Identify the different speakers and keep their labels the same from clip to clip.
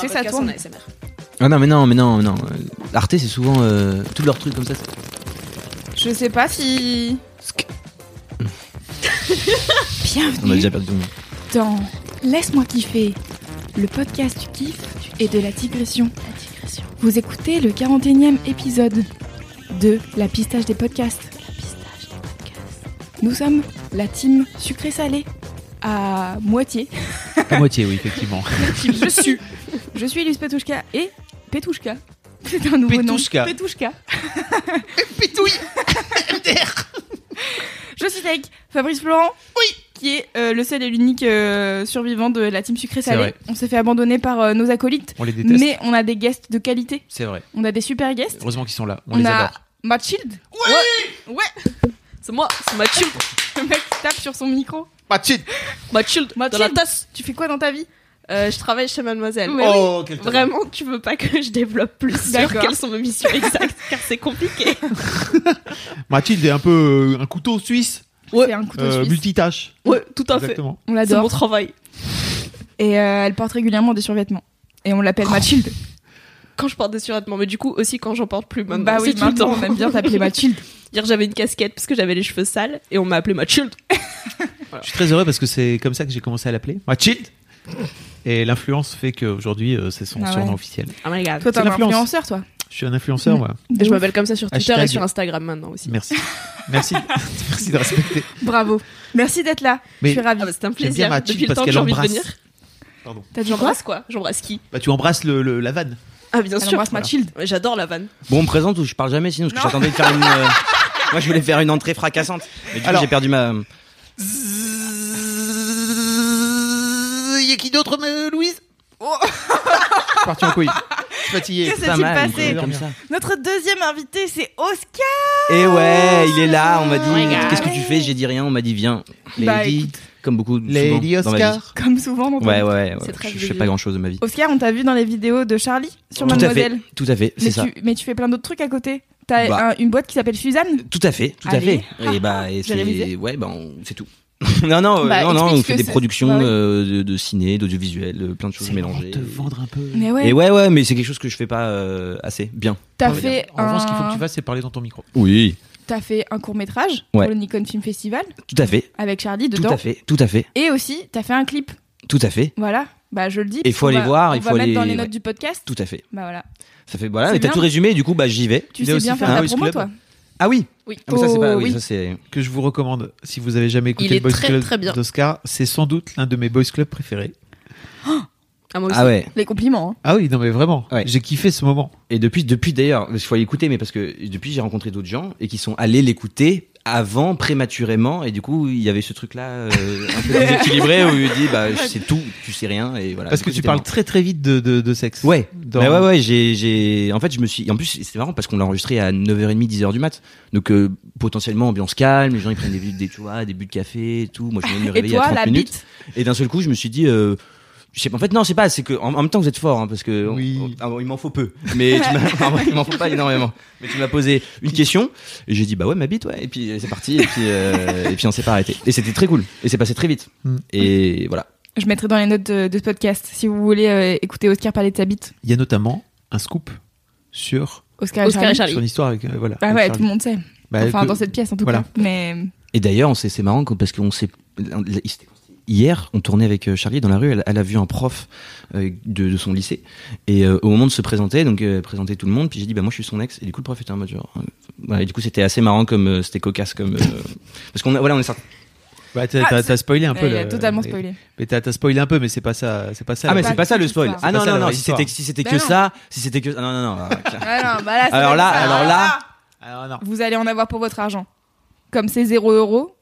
Speaker 1: Tu sais, ça tourne. ASMR.
Speaker 2: Ah non, mais non, mais non, mais non. Euh, Arte, c'est souvent euh, tous leurs trucs comme ça. c'est-
Speaker 1: Je sais pas si.
Speaker 2: On a
Speaker 1: Bienvenue
Speaker 2: déjà perdu tout le monde.
Speaker 1: dans Laisse-moi kiffer, le podcast du kiff et de la digression. Vous écoutez le 41e épisode de La pistage des podcasts. Nous sommes la team sucré-salé à moitié.
Speaker 2: À moitié, oui, effectivement.
Speaker 1: Je suis. Je suis Luce Petouchka et Petouchka. C'est un nouveau
Speaker 2: Petouchka.
Speaker 1: nom. Petouchka.
Speaker 2: Pitouille
Speaker 1: Je suis avec Fabrice Florent. Oui. Qui est euh, le seul et l'unique euh, survivant de la team sucré
Speaker 2: C'est
Speaker 1: salé.
Speaker 2: vrai.
Speaker 1: On s'est fait abandonner par euh, nos acolytes,
Speaker 2: On les déteste.
Speaker 1: mais on a des guests de qualité.
Speaker 2: C'est vrai.
Speaker 1: On a des super guests.
Speaker 2: Heureusement qu'ils sont là. On,
Speaker 1: On
Speaker 2: les
Speaker 1: a-
Speaker 2: adore.
Speaker 1: Mathilde. Ouais. Ouais.
Speaker 3: C'est moi, c'est Mathilde.
Speaker 1: Le mec tape sur son micro.
Speaker 2: Mathilde
Speaker 3: Mathilde, dans la
Speaker 1: Mathilde.
Speaker 3: tasse.
Speaker 1: Tu fais quoi dans ta vie
Speaker 3: Euh, je travaille chez Mademoiselle.
Speaker 1: Mais oui.
Speaker 2: Oh, quel talent.
Speaker 3: Vraiment, tu veux pas que je développe plus sur
Speaker 1: D'accord.
Speaker 3: quelles sont mes missions exactes, car c'est compliqué.
Speaker 4: Mathilde est un peu euh, un couteau suisse,
Speaker 3: Ouais.
Speaker 1: C'est un couteau
Speaker 4: euh,
Speaker 1: suisse. Ah,
Speaker 4: multitâche.
Speaker 3: Ouais, tout à fait.
Speaker 4: Exactement.
Speaker 1: On
Speaker 3: C'est mon
Speaker 1: l'adore.
Speaker 3: travail.
Speaker 1: Et euh, elle porte régulièrement des survêtements. Et on l'appelle Mathilde.
Speaker 3: Quand je porte des survêtements, mais du coup aussi quand j'en porte plus maintenant.
Speaker 1: bah oui,
Speaker 3: c'est tout le
Speaker 1: maintenant,
Speaker 3: temps.
Speaker 1: on aime bien t'appeler Mathilde.
Speaker 3: Hier j'avais une casquette parce que j'avais les cheveux sales et on m'a appelé Mathilde.
Speaker 4: Je suis très heureux parce que c'est comme ça que j'ai commencé à l'appeler. Mathilde Et l'influence fait qu'aujourd'hui, euh, c'est son
Speaker 1: Ah
Speaker 4: surnom
Speaker 1: ouais.
Speaker 4: officiel.
Speaker 3: Oh my god.
Speaker 1: Toi, t'es
Speaker 4: C'est
Speaker 1: un
Speaker 4: l'influence.
Speaker 1: influenceur, toi.
Speaker 4: Je suis un influenceur,
Speaker 1: Mm.
Speaker 4: moi.
Speaker 3: Je m'appelle comme ça sur Twitter
Speaker 4: Hashtag.
Speaker 3: et sur Instagram maintenant aussi.
Speaker 4: Merci. Merci. Merci de respecter.
Speaker 1: Bravo. Merci d'être là.
Speaker 4: Mais-
Speaker 1: Je suis ravie.
Speaker 3: Ah bah c'est un
Speaker 4: J'aime
Speaker 3: plaisir.
Speaker 4: bien Mathilde
Speaker 3: Depuis le
Speaker 4: parce
Speaker 3: temps que
Speaker 4: qu'elle
Speaker 3: j'ai envie de
Speaker 4: embrasse.
Speaker 3: venir.
Speaker 1: T'as dit quoi
Speaker 3: J'embrasse quoi J'embrasse qui
Speaker 4: Bah, tu embrasses le, le- la vanne.
Speaker 3: Ah bien
Speaker 1: Elle
Speaker 3: sûr.
Speaker 1: embrasse Mathilde.
Speaker 3: Ouais, J'adore la vanne.
Speaker 2: Bon, on me présente ou je parle jamais sinon, parce que j'attendais de faire une. euh, Moi, je voulais faire une entrée fracassante. Mais du coup,
Speaker 4: Alors-
Speaker 2: j'ai perdu ma.
Speaker 4: Il y a qui d'autre, euh, Louise
Speaker 1: Oh.
Speaker 4: Parti en couille. Je suis fatigué.
Speaker 1: Qu'est-ce
Speaker 2: Pas
Speaker 1: s'est-il
Speaker 2: mal,
Speaker 1: passé
Speaker 2: une- comme ça.
Speaker 1: Notre deuxième invité, c'est Oscar.
Speaker 2: Et ouais, il est là, on m'a dit.
Speaker 1: Oh my God.
Speaker 2: Qu'est-ce que tu fais J'ai dit rien, on m'a dit viens.
Speaker 1: Bah,
Speaker 4: Lady,
Speaker 1: écoute,
Speaker 2: Comme beaucoup de
Speaker 4: Lady
Speaker 2: souvent dans ma vie.
Speaker 4: Oscar.
Speaker 1: comme souvent dans ton
Speaker 2: Ouais, ouais, ouais.
Speaker 3: C'est très
Speaker 2: Je, je fais
Speaker 3: joli.
Speaker 2: pas grand chose de ma vie.
Speaker 1: Oscar, on t'a vu dans les vidéos de Charlie sur
Speaker 2: Tout à fait,
Speaker 1: Mademoiselle.
Speaker 2: tout à fait, c'est
Speaker 1: Mais
Speaker 2: ça.
Speaker 1: tu, mais tu fais plein d'autres trucs à côté. T'as
Speaker 2: Bah.
Speaker 1: un- une boîte qui s'appelle Suzanne.
Speaker 2: Tout à fait, tout
Speaker 1: Allez.
Speaker 2: à fait. Et bah, et
Speaker 1: J'ai
Speaker 2: c'est
Speaker 1: révisé.
Speaker 2: ouais, bah, on- c'est tout. non, non, euh,
Speaker 1: Bah,
Speaker 2: non, non, on
Speaker 1: explique
Speaker 2: fait
Speaker 1: que
Speaker 2: des
Speaker 1: c'est-
Speaker 2: productions
Speaker 1: bah oui.
Speaker 2: euh, de, de ciné, d'audiovisuel, euh, plein de choses
Speaker 4: C'est
Speaker 2: mélangées.
Speaker 4: pour te vendre un peu.
Speaker 1: Mais
Speaker 2: Et
Speaker 1: ouais,
Speaker 2: ouais, ouais, mais c'est quelque chose que je fais pas euh, assez bien.
Speaker 1: t'as
Speaker 2: oui,
Speaker 1: fait,
Speaker 4: En revanche, ce qu'il faut que
Speaker 1: un-
Speaker 4: tu fasses, c'est parler dans ton micro.
Speaker 2: Oui,
Speaker 1: t'as fait un court métrage
Speaker 2: Ouais.
Speaker 1: pour le Nikon Film Festival
Speaker 2: tout à fait,
Speaker 1: avec Charlie
Speaker 2: tout
Speaker 1: dedans.
Speaker 2: à fait, tout à fait,
Speaker 1: Et aussi, t'as fait un clip.
Speaker 2: tout à fait,
Speaker 1: Voilà, bah je le dis.
Speaker 2: Et
Speaker 1: parce
Speaker 2: faut
Speaker 1: qu'on
Speaker 2: aller
Speaker 1: va-
Speaker 2: voir,
Speaker 1: on
Speaker 2: il
Speaker 1: va
Speaker 2: faut
Speaker 1: mettre
Speaker 2: aller-
Speaker 1: dans les
Speaker 2: ouais.
Speaker 1: notes du podcast.
Speaker 2: tout à fait.
Speaker 1: Bah voilà.
Speaker 2: Ça fait voilà,
Speaker 1: C'est
Speaker 2: mais t'as
Speaker 1: bien.
Speaker 2: tout résumé, du coup, bah j'y vais.
Speaker 1: Tu
Speaker 4: Il
Speaker 1: sais
Speaker 4: a aussi
Speaker 1: bien
Speaker 4: fait
Speaker 1: faire
Speaker 4: un
Speaker 1: ta
Speaker 4: House
Speaker 1: promo,
Speaker 4: Club.
Speaker 1: toi.
Speaker 2: Ah oui,
Speaker 3: Oui.
Speaker 2: Ah, mais ça c'est pas,
Speaker 1: Oh,
Speaker 2: oui,
Speaker 1: oui.
Speaker 2: ça c'est.
Speaker 4: que je vous recommande si vous avez jamais écouté
Speaker 3: Il est
Speaker 4: le Boys
Speaker 3: très,
Speaker 4: Club
Speaker 3: très bien.
Speaker 4: d'Oscar, c'est sans doute l'un de mes Boys Club préférés.
Speaker 3: Ah moi aussi.
Speaker 2: Ah ouais.
Speaker 1: Les compliments. hein.
Speaker 4: Ah oui, non mais vraiment,
Speaker 2: Ouais.
Speaker 4: j'ai kiffé ce moment.
Speaker 2: Et depuis, depuis d'ailleurs, il faut aller écouter, mais parce que depuis j'ai rencontré d'autres gens et qui sont allés l'écouter avant prématurément et du coup il y avait ce truc là un peu déséquilibré où il dit bah je sais tout, tu sais rien et voilà.
Speaker 4: Parce
Speaker 2: Du
Speaker 4: que
Speaker 2: coup,
Speaker 4: tu
Speaker 2: c'était
Speaker 4: parles très très vite de, de- de sexe.
Speaker 2: marrant. Bah, Ouais.
Speaker 4: Dans-
Speaker 2: Bah ouais ouais, j'ai j'ai en fait je me suis en plus c'est marrant parce qu'on l'a enregistré à 9h30 10h du mat. Donc euh, potentiellement ambiance calme, les gens ils prennent des des tu vois, des buts de café et tout. Moi je viens de me
Speaker 1: Et
Speaker 2: réveiller à
Speaker 1: toi,
Speaker 2: 30
Speaker 1: la
Speaker 2: minutes.
Speaker 1: bite.
Speaker 2: Et d'un seul coup, je me suis dit, euh, je sais pas. En fait, non, c'est pas. C'est que en, en même temps, vous êtes fort, hein, parce que on-
Speaker 4: Oui.
Speaker 2: on- ah bon, il m'en faut peu. Mais tu m'as- en vrai, il m'en faut pas énormément. Mais tu m'as posé une question et j'ai dit bah ouais, ma bite, ouais. Et puis euh, c'est parti. Et puis euh, et puis on s'est pas arrêté. Et c'était très cool. Et c'est passé très vite.
Speaker 4: Mm.
Speaker 2: Et voilà.
Speaker 1: Je mettrai dans les notes de, de ce podcast si vous voulez euh, écouter Oscar parler de sa bite.
Speaker 4: Il y a notamment un scoop sur,
Speaker 3: Oscar
Speaker 1: Oscar,
Speaker 3: et
Speaker 1: Charlie.
Speaker 3: Charlie.
Speaker 4: sur une histoire avec. euh, voilà,
Speaker 1: Bah
Speaker 4: avec
Speaker 1: Ah ouais,
Speaker 4: Charlie.
Speaker 1: tout le monde sait.
Speaker 4: Bah,
Speaker 1: enfin,
Speaker 4: que-
Speaker 1: dans cette pièce en tout
Speaker 4: voilà.
Speaker 1: cas. Mais
Speaker 2: Et d'ailleurs, on s'est- c'est marrant que- parce qu'on s'est. Hier, on tournait avec euh, Charlie dans la rue. Elle, elle a vu un prof euh, de, de son lycée. Et euh, au moment de se présenter, donc euh, elle présentait tout le monde. Puis j'ai dit, bah moi je suis son ex. Et du coup, le prof était en mode genre. euh, voilà. Et du coup, c'était assez marrant comme. euh, c'était cocasse comme. euh, parce qu'on a- voilà, on est sorti.
Speaker 4: Bah, t'as, t'as- t'as spoilé un
Speaker 1: Ah, Ouais,
Speaker 4: peu.
Speaker 1: il
Speaker 4: le-
Speaker 1: a euh, totalement
Speaker 4: mais-
Speaker 1: spoilé.
Speaker 4: Mais t'as, t'as spoilé un peu, mais c'est pas ça. C'est pas ça.
Speaker 2: Ah, mais
Speaker 4: la-
Speaker 2: c'est pas ça le spoil. Ah
Speaker 4: C'est
Speaker 2: non,
Speaker 4: pas ça,
Speaker 2: non,
Speaker 4: la
Speaker 2: non.
Speaker 4: vraie
Speaker 2: Si
Speaker 4: histoire.
Speaker 2: c'était si c'était
Speaker 1: Bah
Speaker 2: que
Speaker 1: non.
Speaker 2: ça, si c'était que. Ah, non, non, non. ah, clair.
Speaker 1: Ah non, bah là, ça
Speaker 2: Alors
Speaker 1: va
Speaker 2: là,
Speaker 1: être ça.
Speaker 2: alors là.
Speaker 4: Ah, non.
Speaker 1: vous allez en avoir pour votre argent. Comme eh c'est 0 euros,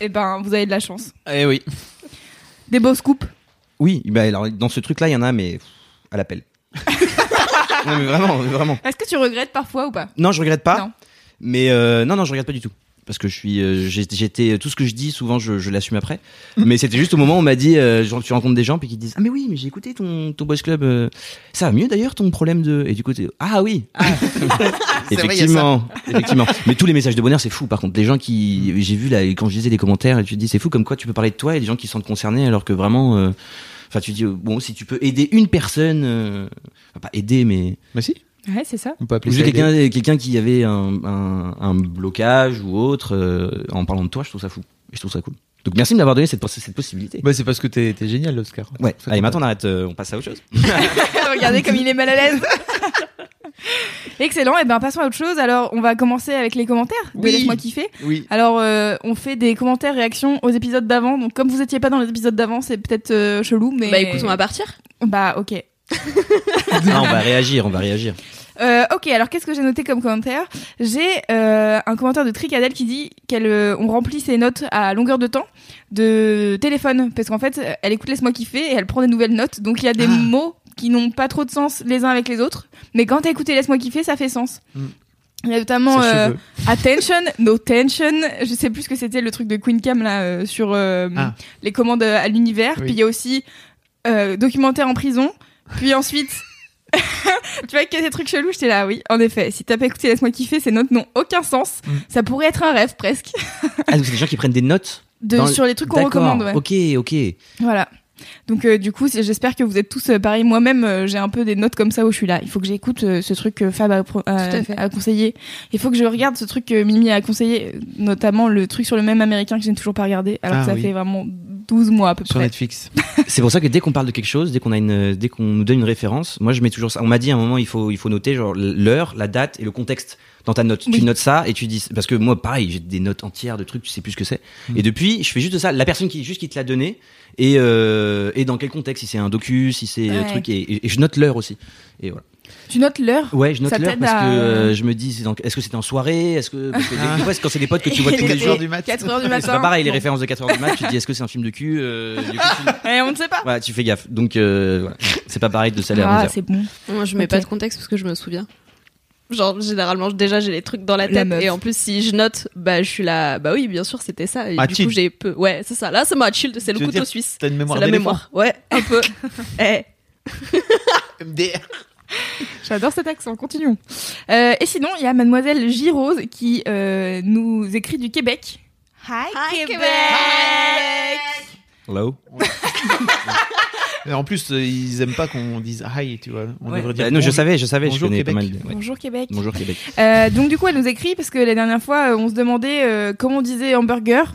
Speaker 1: et ben vous avez de la chance.
Speaker 2: Eh oui.
Speaker 1: Des beaux scoops.
Speaker 2: Oui, bah, alors, dans ce truc-là, il y en a, mais pff, à l'appel. non, mais vraiment, vraiment.
Speaker 1: Est-ce que tu regrettes parfois ou pas
Speaker 2: Non, je regrette pas.
Speaker 1: Non.
Speaker 2: Mais euh, non, non, je regrette pas du tout. Parce que je suis, euh, j'ai- j'étais tout ce que je dis, souvent je, je l'assume après.
Speaker 5: Mm.
Speaker 2: Mais c'était juste au moment où on m'a dit, euh, genre, tu rencontres des gens puis qui te disent, ah mais oui, mais j'ai écouté ton ton boys club, euh, ça va mieux d'ailleurs ton problème de, et du coup t'es, ah oui, Ah.
Speaker 5: C'est vrai, il y a
Speaker 2: effectivement, effectivement. Mais tous les messages de bonheur c'est fou. Par contre, les gens qui, j'ai vu là quand je lisais les commentaires, et tu te dis c'est fou comme quoi tu peux parler de toi et des gens qui se sentent concernés alors que vraiment, euh, enfin tu dis euh, bon si tu peux aider une personne, euh, enfin, pas aider mais
Speaker 4: Mais si,
Speaker 1: Ouais, c'est ça.
Speaker 4: on peut
Speaker 2: ou
Speaker 4: appeler
Speaker 2: juste
Speaker 4: ça
Speaker 2: quelqu'un quelqu'un qui avait un, un- un blocage ou autre, euh, en parlant de toi, je trouve ça fou. Et je trouve ça cool. Donc merci de m'avoir donné cette, poss- cette possibilité.
Speaker 4: Bah, c'est parce que t'es t'es génial, l'Oscar.
Speaker 2: Ouais.
Speaker 4: Ça,
Speaker 2: Allez,
Speaker 4: t'as-
Speaker 2: maintenant on arrête, euh, on passe à autre chose.
Speaker 1: Regardez comme il est mal à l'aise. Excellent. Et ben passons à autre chose. Alors on va commencer avec les commentaires. de
Speaker 4: Oui.
Speaker 1: Laisse-moi kiffer.
Speaker 4: Oui.
Speaker 1: Alors euh, on fait des commentaires réactions aux épisodes d'avant. Donc comme vous étiez pas dans les épisodes d'avant, c'est peut-être euh, chelou, mais
Speaker 3: Bah écoute, on va partir.
Speaker 1: Bah ok.
Speaker 2: Ah, on va réagir, on va réagir.
Speaker 1: Euh, ok, alors qu'est-ce que j'ai noté comme commentaire J'ai euh, un commentaire de Tricadelle qui dit qu'elle euh, on remplit ses notes à longueur de temps de téléphone parce qu'en fait euh, elle écoute laisse-moi kiffer et elle prend des nouvelles notes donc il y a
Speaker 3: Ah.
Speaker 1: des mots qui n'ont pas trop de sens les uns avec les autres mais quand t'as écouté laisse-moi kiffer ça fait sens.
Speaker 4: Mm.
Speaker 1: Il y a notamment
Speaker 4: Ses
Speaker 1: euh,
Speaker 4: cheveux.
Speaker 1: attention, no tension, je sais plus ce que c'était le truc de Queen Cam là euh, sur euh,
Speaker 4: Ah.
Speaker 1: les commandes euh, à l'univers.
Speaker 4: Oui.
Speaker 1: Puis il y a aussi euh, documentaire en prison. Puis ensuite, tu vois que ces trucs chelous, j'étais là, oui, en effet. Si t'as pas écouté, laisse-moi kiffer, ces notes n'ont aucun sens.
Speaker 4: Mm.
Speaker 1: Ça pourrait être un rêve presque
Speaker 2: Ah, donc c'est des gens qui prennent des notes
Speaker 1: de,
Speaker 2: Dans le-
Speaker 1: sur les trucs qu'on
Speaker 2: D'accord.
Speaker 1: recommande. ouais.
Speaker 2: Ok, ok.
Speaker 1: Voilà. Donc euh, du coup, c'est- j'espère que vous êtes tous euh, pareil. Moi-même, euh, j'ai un peu des notes comme ça où je suis là. Il faut que j'écoute euh, ce truc que Fab a, pro- a-
Speaker 3: Tout à fait.
Speaker 1: a conseillé. Il faut que je regarde ce truc que Mimi a conseillé, euh, notamment le truc sur le même américain que j'ai toujours pas regardé, alors
Speaker 4: Ah,
Speaker 1: que ça
Speaker 4: oui.
Speaker 1: fait vraiment 12 mois à peu
Speaker 4: Sur
Speaker 1: près.
Speaker 4: Netflix.
Speaker 2: C'est pour ça que dès qu'on parle de quelque chose, dès qu'on a une, dès qu'on nous donne une référence, moi je mets toujours ça. On m'a dit à un moment il faut, il faut noter genre l'heure, la date et le contexte dans ta note.
Speaker 1: Oui.
Speaker 2: Tu notes ça et tu dis parce que moi pareil j'ai des notes entières de trucs tu sais plus ce que c'est.
Speaker 4: Mm.
Speaker 2: Et depuis je fais juste ça. La personne qui juste qui te l'a donné et euh, et dans quel contexte si c'est un docu si c'est un
Speaker 1: Ouais.
Speaker 2: truc et, et- et je note l'heure aussi. Et voilà.
Speaker 1: Tu notes l'heure
Speaker 2: Ouais je note
Speaker 1: Ça
Speaker 2: l'heure
Speaker 1: t'aide
Speaker 2: parce
Speaker 1: à-
Speaker 2: que euh, je me dis c'est dans- est-ce que c'était en soirée est-ce que, parce que des-
Speaker 4: Ah.
Speaker 2: des fois, c'est quand c'est des potes que tu vois
Speaker 1: Et
Speaker 2: tous
Speaker 1: les
Speaker 2: les jours.
Speaker 4: du mat.
Speaker 1: 4 heures du
Speaker 2: C'est
Speaker 1: matin.
Speaker 2: pas pareil les
Speaker 1: Bon.
Speaker 2: références de 4 heures du mat tu te dis est-ce que c'est un film de cul euh, du coup, tu-
Speaker 1: Eh, on ne sait pas.
Speaker 2: voilà, tu fais gaffe. Donc, euh, voilà. c'est pas pareil de salaire à
Speaker 1: ah,
Speaker 2: 11
Speaker 1: c'est bon.
Speaker 3: Moi, je mets
Speaker 1: Ok.
Speaker 3: pas de contexte parce que je me souviens. Genre, généralement, je- déjà, j'ai les trucs dans la
Speaker 1: La
Speaker 3: tête.
Speaker 1: meuf.
Speaker 3: et en plus, si je note, bah, je suis là. Bah oui, bien sûr, c'était ça. Et
Speaker 4: Ah,
Speaker 3: du
Speaker 4: chill.
Speaker 3: coup, j'ai peu. Ouais, c'est ça. Là, c'est moi, chill. C'est le
Speaker 4: Tu veux
Speaker 3: couteau
Speaker 4: dire-
Speaker 3: suisse.
Speaker 4: T'as une
Speaker 3: C'est
Speaker 4: mémoire
Speaker 3: la
Speaker 4: d'éléphant.
Speaker 3: mémoire. Ouais, un peu. Eh.
Speaker 4: MDR.
Speaker 1: J'adore cet accent, continuons. Euh, et sinon, il y a mademoiselle Girose qui euh, nous écrit du Québec. Hi,
Speaker 3: Hi,
Speaker 1: Québec.
Speaker 2: Hello.
Speaker 4: Mais en plus, euh, ils aiment pas qu'on dise hi, tu vois. On devrait dire.
Speaker 2: Bah, non, je
Speaker 4: bonjour.
Speaker 2: savais, je savais,
Speaker 4: Bonjour,
Speaker 2: je connais
Speaker 4: Québec.
Speaker 2: pas mal. de- ouais.
Speaker 1: Bonjour Québec.
Speaker 2: Bonjour Québec.
Speaker 1: Euh, donc du coup, elle nous écrit parce que la dernière fois, euh, on se demandait euh, comment on disait hamburger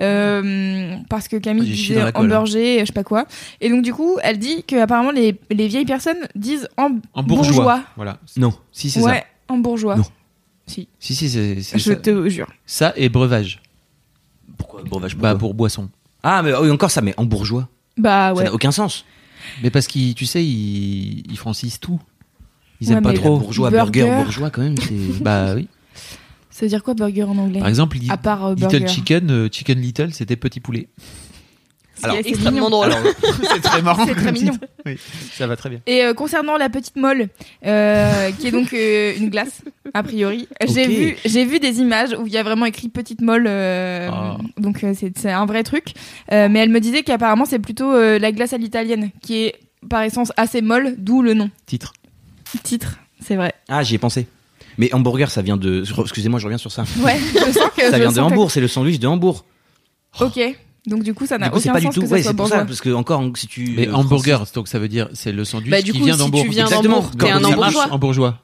Speaker 1: euh, parce que Camille
Speaker 4: J'ai chié
Speaker 1: disait
Speaker 4: dans la colle, hein.
Speaker 1: hamburger, euh, je sais pas quoi. Et donc du coup, elle dit que apparemment les, les vieilles personnes disent en,
Speaker 4: En bourgeois. Voilà.
Speaker 2: Non.
Speaker 4: Si, c'est
Speaker 1: Ouais,
Speaker 4: ça.
Speaker 1: en bourgeois.
Speaker 4: Non.
Speaker 1: Si,
Speaker 4: Si, si, c'est c'est
Speaker 1: je
Speaker 4: ça.
Speaker 1: te jure.
Speaker 4: Ça et breuvage.
Speaker 2: Pourquoi breuvage
Speaker 4: Bah, pour boisson.
Speaker 2: Ah, mais oui, encore ça, mais en bourgeois.
Speaker 1: Bah
Speaker 2: Ça
Speaker 1: ouais.
Speaker 2: n'a aucun sens.
Speaker 4: Mais parce qu'ils, tu sais, ils, ils francisent tout. Ils
Speaker 1: Ouais,
Speaker 4: aiment pas
Speaker 1: mais-
Speaker 4: trop.
Speaker 2: Bourgeois,
Speaker 1: Burger.
Speaker 2: burger, bourgeois quand même, c'est.
Speaker 4: Bah oui.
Speaker 1: Ça veut dire quoi burger en anglais
Speaker 4: Par exemple, li-
Speaker 1: À part euh,
Speaker 4: Little
Speaker 1: burger.
Speaker 4: Chicken, euh, Chicken Little, c'était petit poulet.
Speaker 3: C'est
Speaker 2: Alors,
Speaker 3: extrêmement
Speaker 1: mignon.
Speaker 3: drôle.
Speaker 2: Alors,
Speaker 4: Oh c'est très marrant.
Speaker 1: C'est
Speaker 4: comme
Speaker 1: très
Speaker 4: titre.
Speaker 1: mignon.
Speaker 4: Oui, ça va très bien.
Speaker 1: Et euh, concernant la petite molle, euh, qui est donc euh, une glace, a priori, j'ai
Speaker 2: Ok.
Speaker 1: vu, j'ai vu des images où il y a vraiment écrit petite molle, euh,
Speaker 4: Ah.
Speaker 1: donc euh, c'est c'est un vrai truc. Euh, mais elle me disait qu'apparemment c'est plutôt euh, la glace à l'italienne, qui est par essence assez molle, d'où le nom.
Speaker 4: Titre.
Speaker 1: Titre, c'est vrai.
Speaker 2: ah, j'y ai pensé. Mais hamburger, ça vient de. je- Excusez-moi, je reviens sur ça.
Speaker 1: Ouais, je sens que. je
Speaker 2: Ça vient
Speaker 1: sens
Speaker 2: de
Speaker 1: que-
Speaker 2: Hambourg, c'est le sandwich de Hambourg.
Speaker 1: Ok, donc du coup ça
Speaker 2: Du
Speaker 1: n'a
Speaker 2: coup, c'est
Speaker 1: aucun
Speaker 2: pas du
Speaker 1: sens
Speaker 2: tout.
Speaker 1: que ça
Speaker 2: Ouais,
Speaker 1: soit
Speaker 2: c'est pour ça,
Speaker 1: bourgeois.
Speaker 2: parce que encore, si tu.
Speaker 4: Mais
Speaker 2: euh,
Speaker 4: hamburger, donc ça veut dire c'est le sandwich
Speaker 3: Bah, du
Speaker 4: qui
Speaker 3: coup,
Speaker 4: vient
Speaker 3: si
Speaker 4: d'Hambourg.
Speaker 3: tu viens
Speaker 2: Exactement.
Speaker 3: d'Hambourg,
Speaker 2: Quand
Speaker 3: t'es un
Speaker 2: ça marche,
Speaker 3: hambourgeois.
Speaker 4: En bourgeois.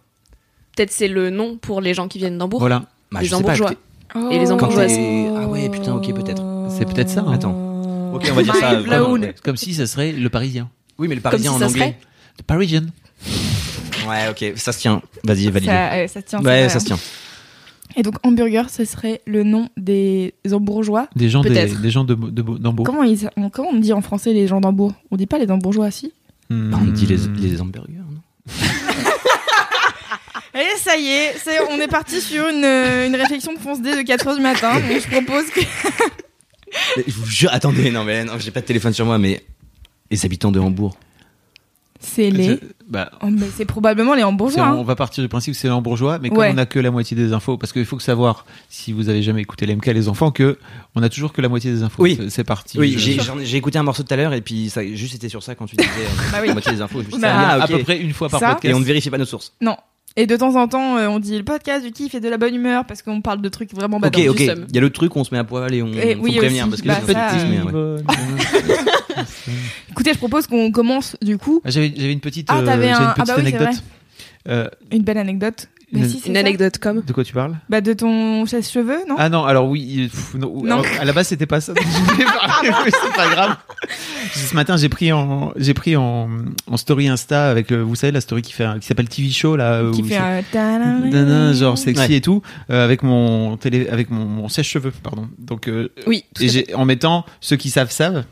Speaker 3: Peut-être c'est le nom pour les gens qui viennent d'Hambourg.
Speaker 4: Voilà.
Speaker 2: bah,
Speaker 3: les
Speaker 2: je sais pas,
Speaker 3: hambourgeois.
Speaker 1: Oh.
Speaker 3: Et les
Speaker 2: quand
Speaker 3: hambourgeoises.
Speaker 2: t'es- Ah ouais, putain, ok, peut-être.
Speaker 1: Euh,
Speaker 4: C'est peut-être ça. hein.
Speaker 2: Attends.
Speaker 3: Oh.
Speaker 2: Ok, on va dire ça.
Speaker 1: Mind
Speaker 2: vraiment,
Speaker 1: blown.
Speaker 2: ouais.
Speaker 4: C'est Comme si ça serait le parisien.
Speaker 2: Oui, mais le parisien
Speaker 3: si
Speaker 2: en
Speaker 3: ça
Speaker 2: anglais.
Speaker 4: Le parisien.
Speaker 2: Ouais, ok, ça se tient. Vas-y, valide.
Speaker 1: Ça, euh, ça tient. c'est
Speaker 2: Ouais,
Speaker 1: vrai,
Speaker 2: ça
Speaker 1: hein.
Speaker 2: se tient.
Speaker 1: Et donc hamburger, ce serait le nom des hambourgeois.
Speaker 4: Des gens des,
Speaker 3: Peut-être.
Speaker 4: des gens de de- d'Hambourg.
Speaker 1: Comment, ils, on, comment on dit en français les gens d'Hambourg On dit pas les hambourgeois, si
Speaker 4: Hmm.
Speaker 2: Bah, on dit les, les hamburgers, non
Speaker 1: Et Eh, ça y est, c'est- on est parti sur une, euh, une réflexion de fonce D de 4h du matin. Donc je propose que.
Speaker 2: Mais Je vous jure, attendez, non mais non, j'ai pas de téléphone sur moi, mais Les habitants de Hambourg.
Speaker 1: C'est les.
Speaker 4: Je- bah,
Speaker 1: Oh, mais c'est probablement les
Speaker 4: c'est-
Speaker 1: hambourgeois.
Speaker 4: on
Speaker 1: hein.
Speaker 4: va partir du principe que c'est l'hambourgeois, mais comme
Speaker 1: Ouais.
Speaker 4: on n'a que la moitié des infos, parce qu'il faut que savoir, si vous avez jamais écouté l'MK les enfants, que on a toujours que la moitié des infos.
Speaker 2: Oui.
Speaker 4: C'est- C'est parti.
Speaker 2: Oui,
Speaker 4: Je-
Speaker 2: j'ai- j'en ai- j'ai écouté un morceau tout à l'heure et puis ça juste c'était sur ça quand tu disais euh,
Speaker 1: Bah oui.
Speaker 2: la moitié des infos. je me suis dit,
Speaker 1: Bah,
Speaker 2: ah,
Speaker 4: à
Speaker 2: ok.
Speaker 4: peu près une fois par
Speaker 1: Ça
Speaker 4: podcast.
Speaker 2: Et on ne vérifie pas nos sources.
Speaker 1: Et de temps en temps, euh, on dit le podcast du kiff et de la bonne humeur parce qu'on parle de trucs vraiment
Speaker 2: ok,
Speaker 1: badants.
Speaker 2: ok.
Speaker 3: somme.
Speaker 2: Il y a le truc, on se met à poil et on
Speaker 1: Eh,
Speaker 2: faut
Speaker 1: oui,
Speaker 2: prévenir parce
Speaker 1: aussi.
Speaker 2: que
Speaker 1: Bah,
Speaker 2: les gens sont
Speaker 1: ça,
Speaker 2: petits, mais ouais.
Speaker 1: Écoutez, je propose qu'on commence du coup
Speaker 4: Ah, J'avais j'avais une petite,
Speaker 1: Ah,
Speaker 4: euh,
Speaker 1: t'avais
Speaker 4: j'avais
Speaker 1: un-
Speaker 4: une
Speaker 1: ah
Speaker 4: petite
Speaker 1: bah oui, c'est
Speaker 4: anecdote. Euh,
Speaker 1: une belle anecdote. Bah,
Speaker 4: Une-
Speaker 1: si, c'est
Speaker 3: Une
Speaker 1: ça.
Speaker 3: anecdote comme.
Speaker 4: de quoi tu parles
Speaker 1: Bah, de ton chasse-cheveux, non
Speaker 4: Ah non, alors oui, il- pff, non, ou-
Speaker 1: Non.
Speaker 4: alors, à la base c'était pas ça. dont je voulais parler, mais c'est pas grave. Ce matin, j'ai pris en j'ai pris en, en story Insta avec euh, vous savez la story qui fait un- qui s'appelle TV show là
Speaker 1: Qui
Speaker 4: où
Speaker 1: fait
Speaker 4: c'est-
Speaker 1: un. tadam-
Speaker 4: Nanan, genre sexy
Speaker 2: Ouais.
Speaker 4: et tout euh, avec mon télé avec mon, mon sèche-cheveux pardon. Donc euh,
Speaker 3: Oui, tout à
Speaker 4: et
Speaker 3: fait.
Speaker 4: j'ai- en mettant ceux qui savent savent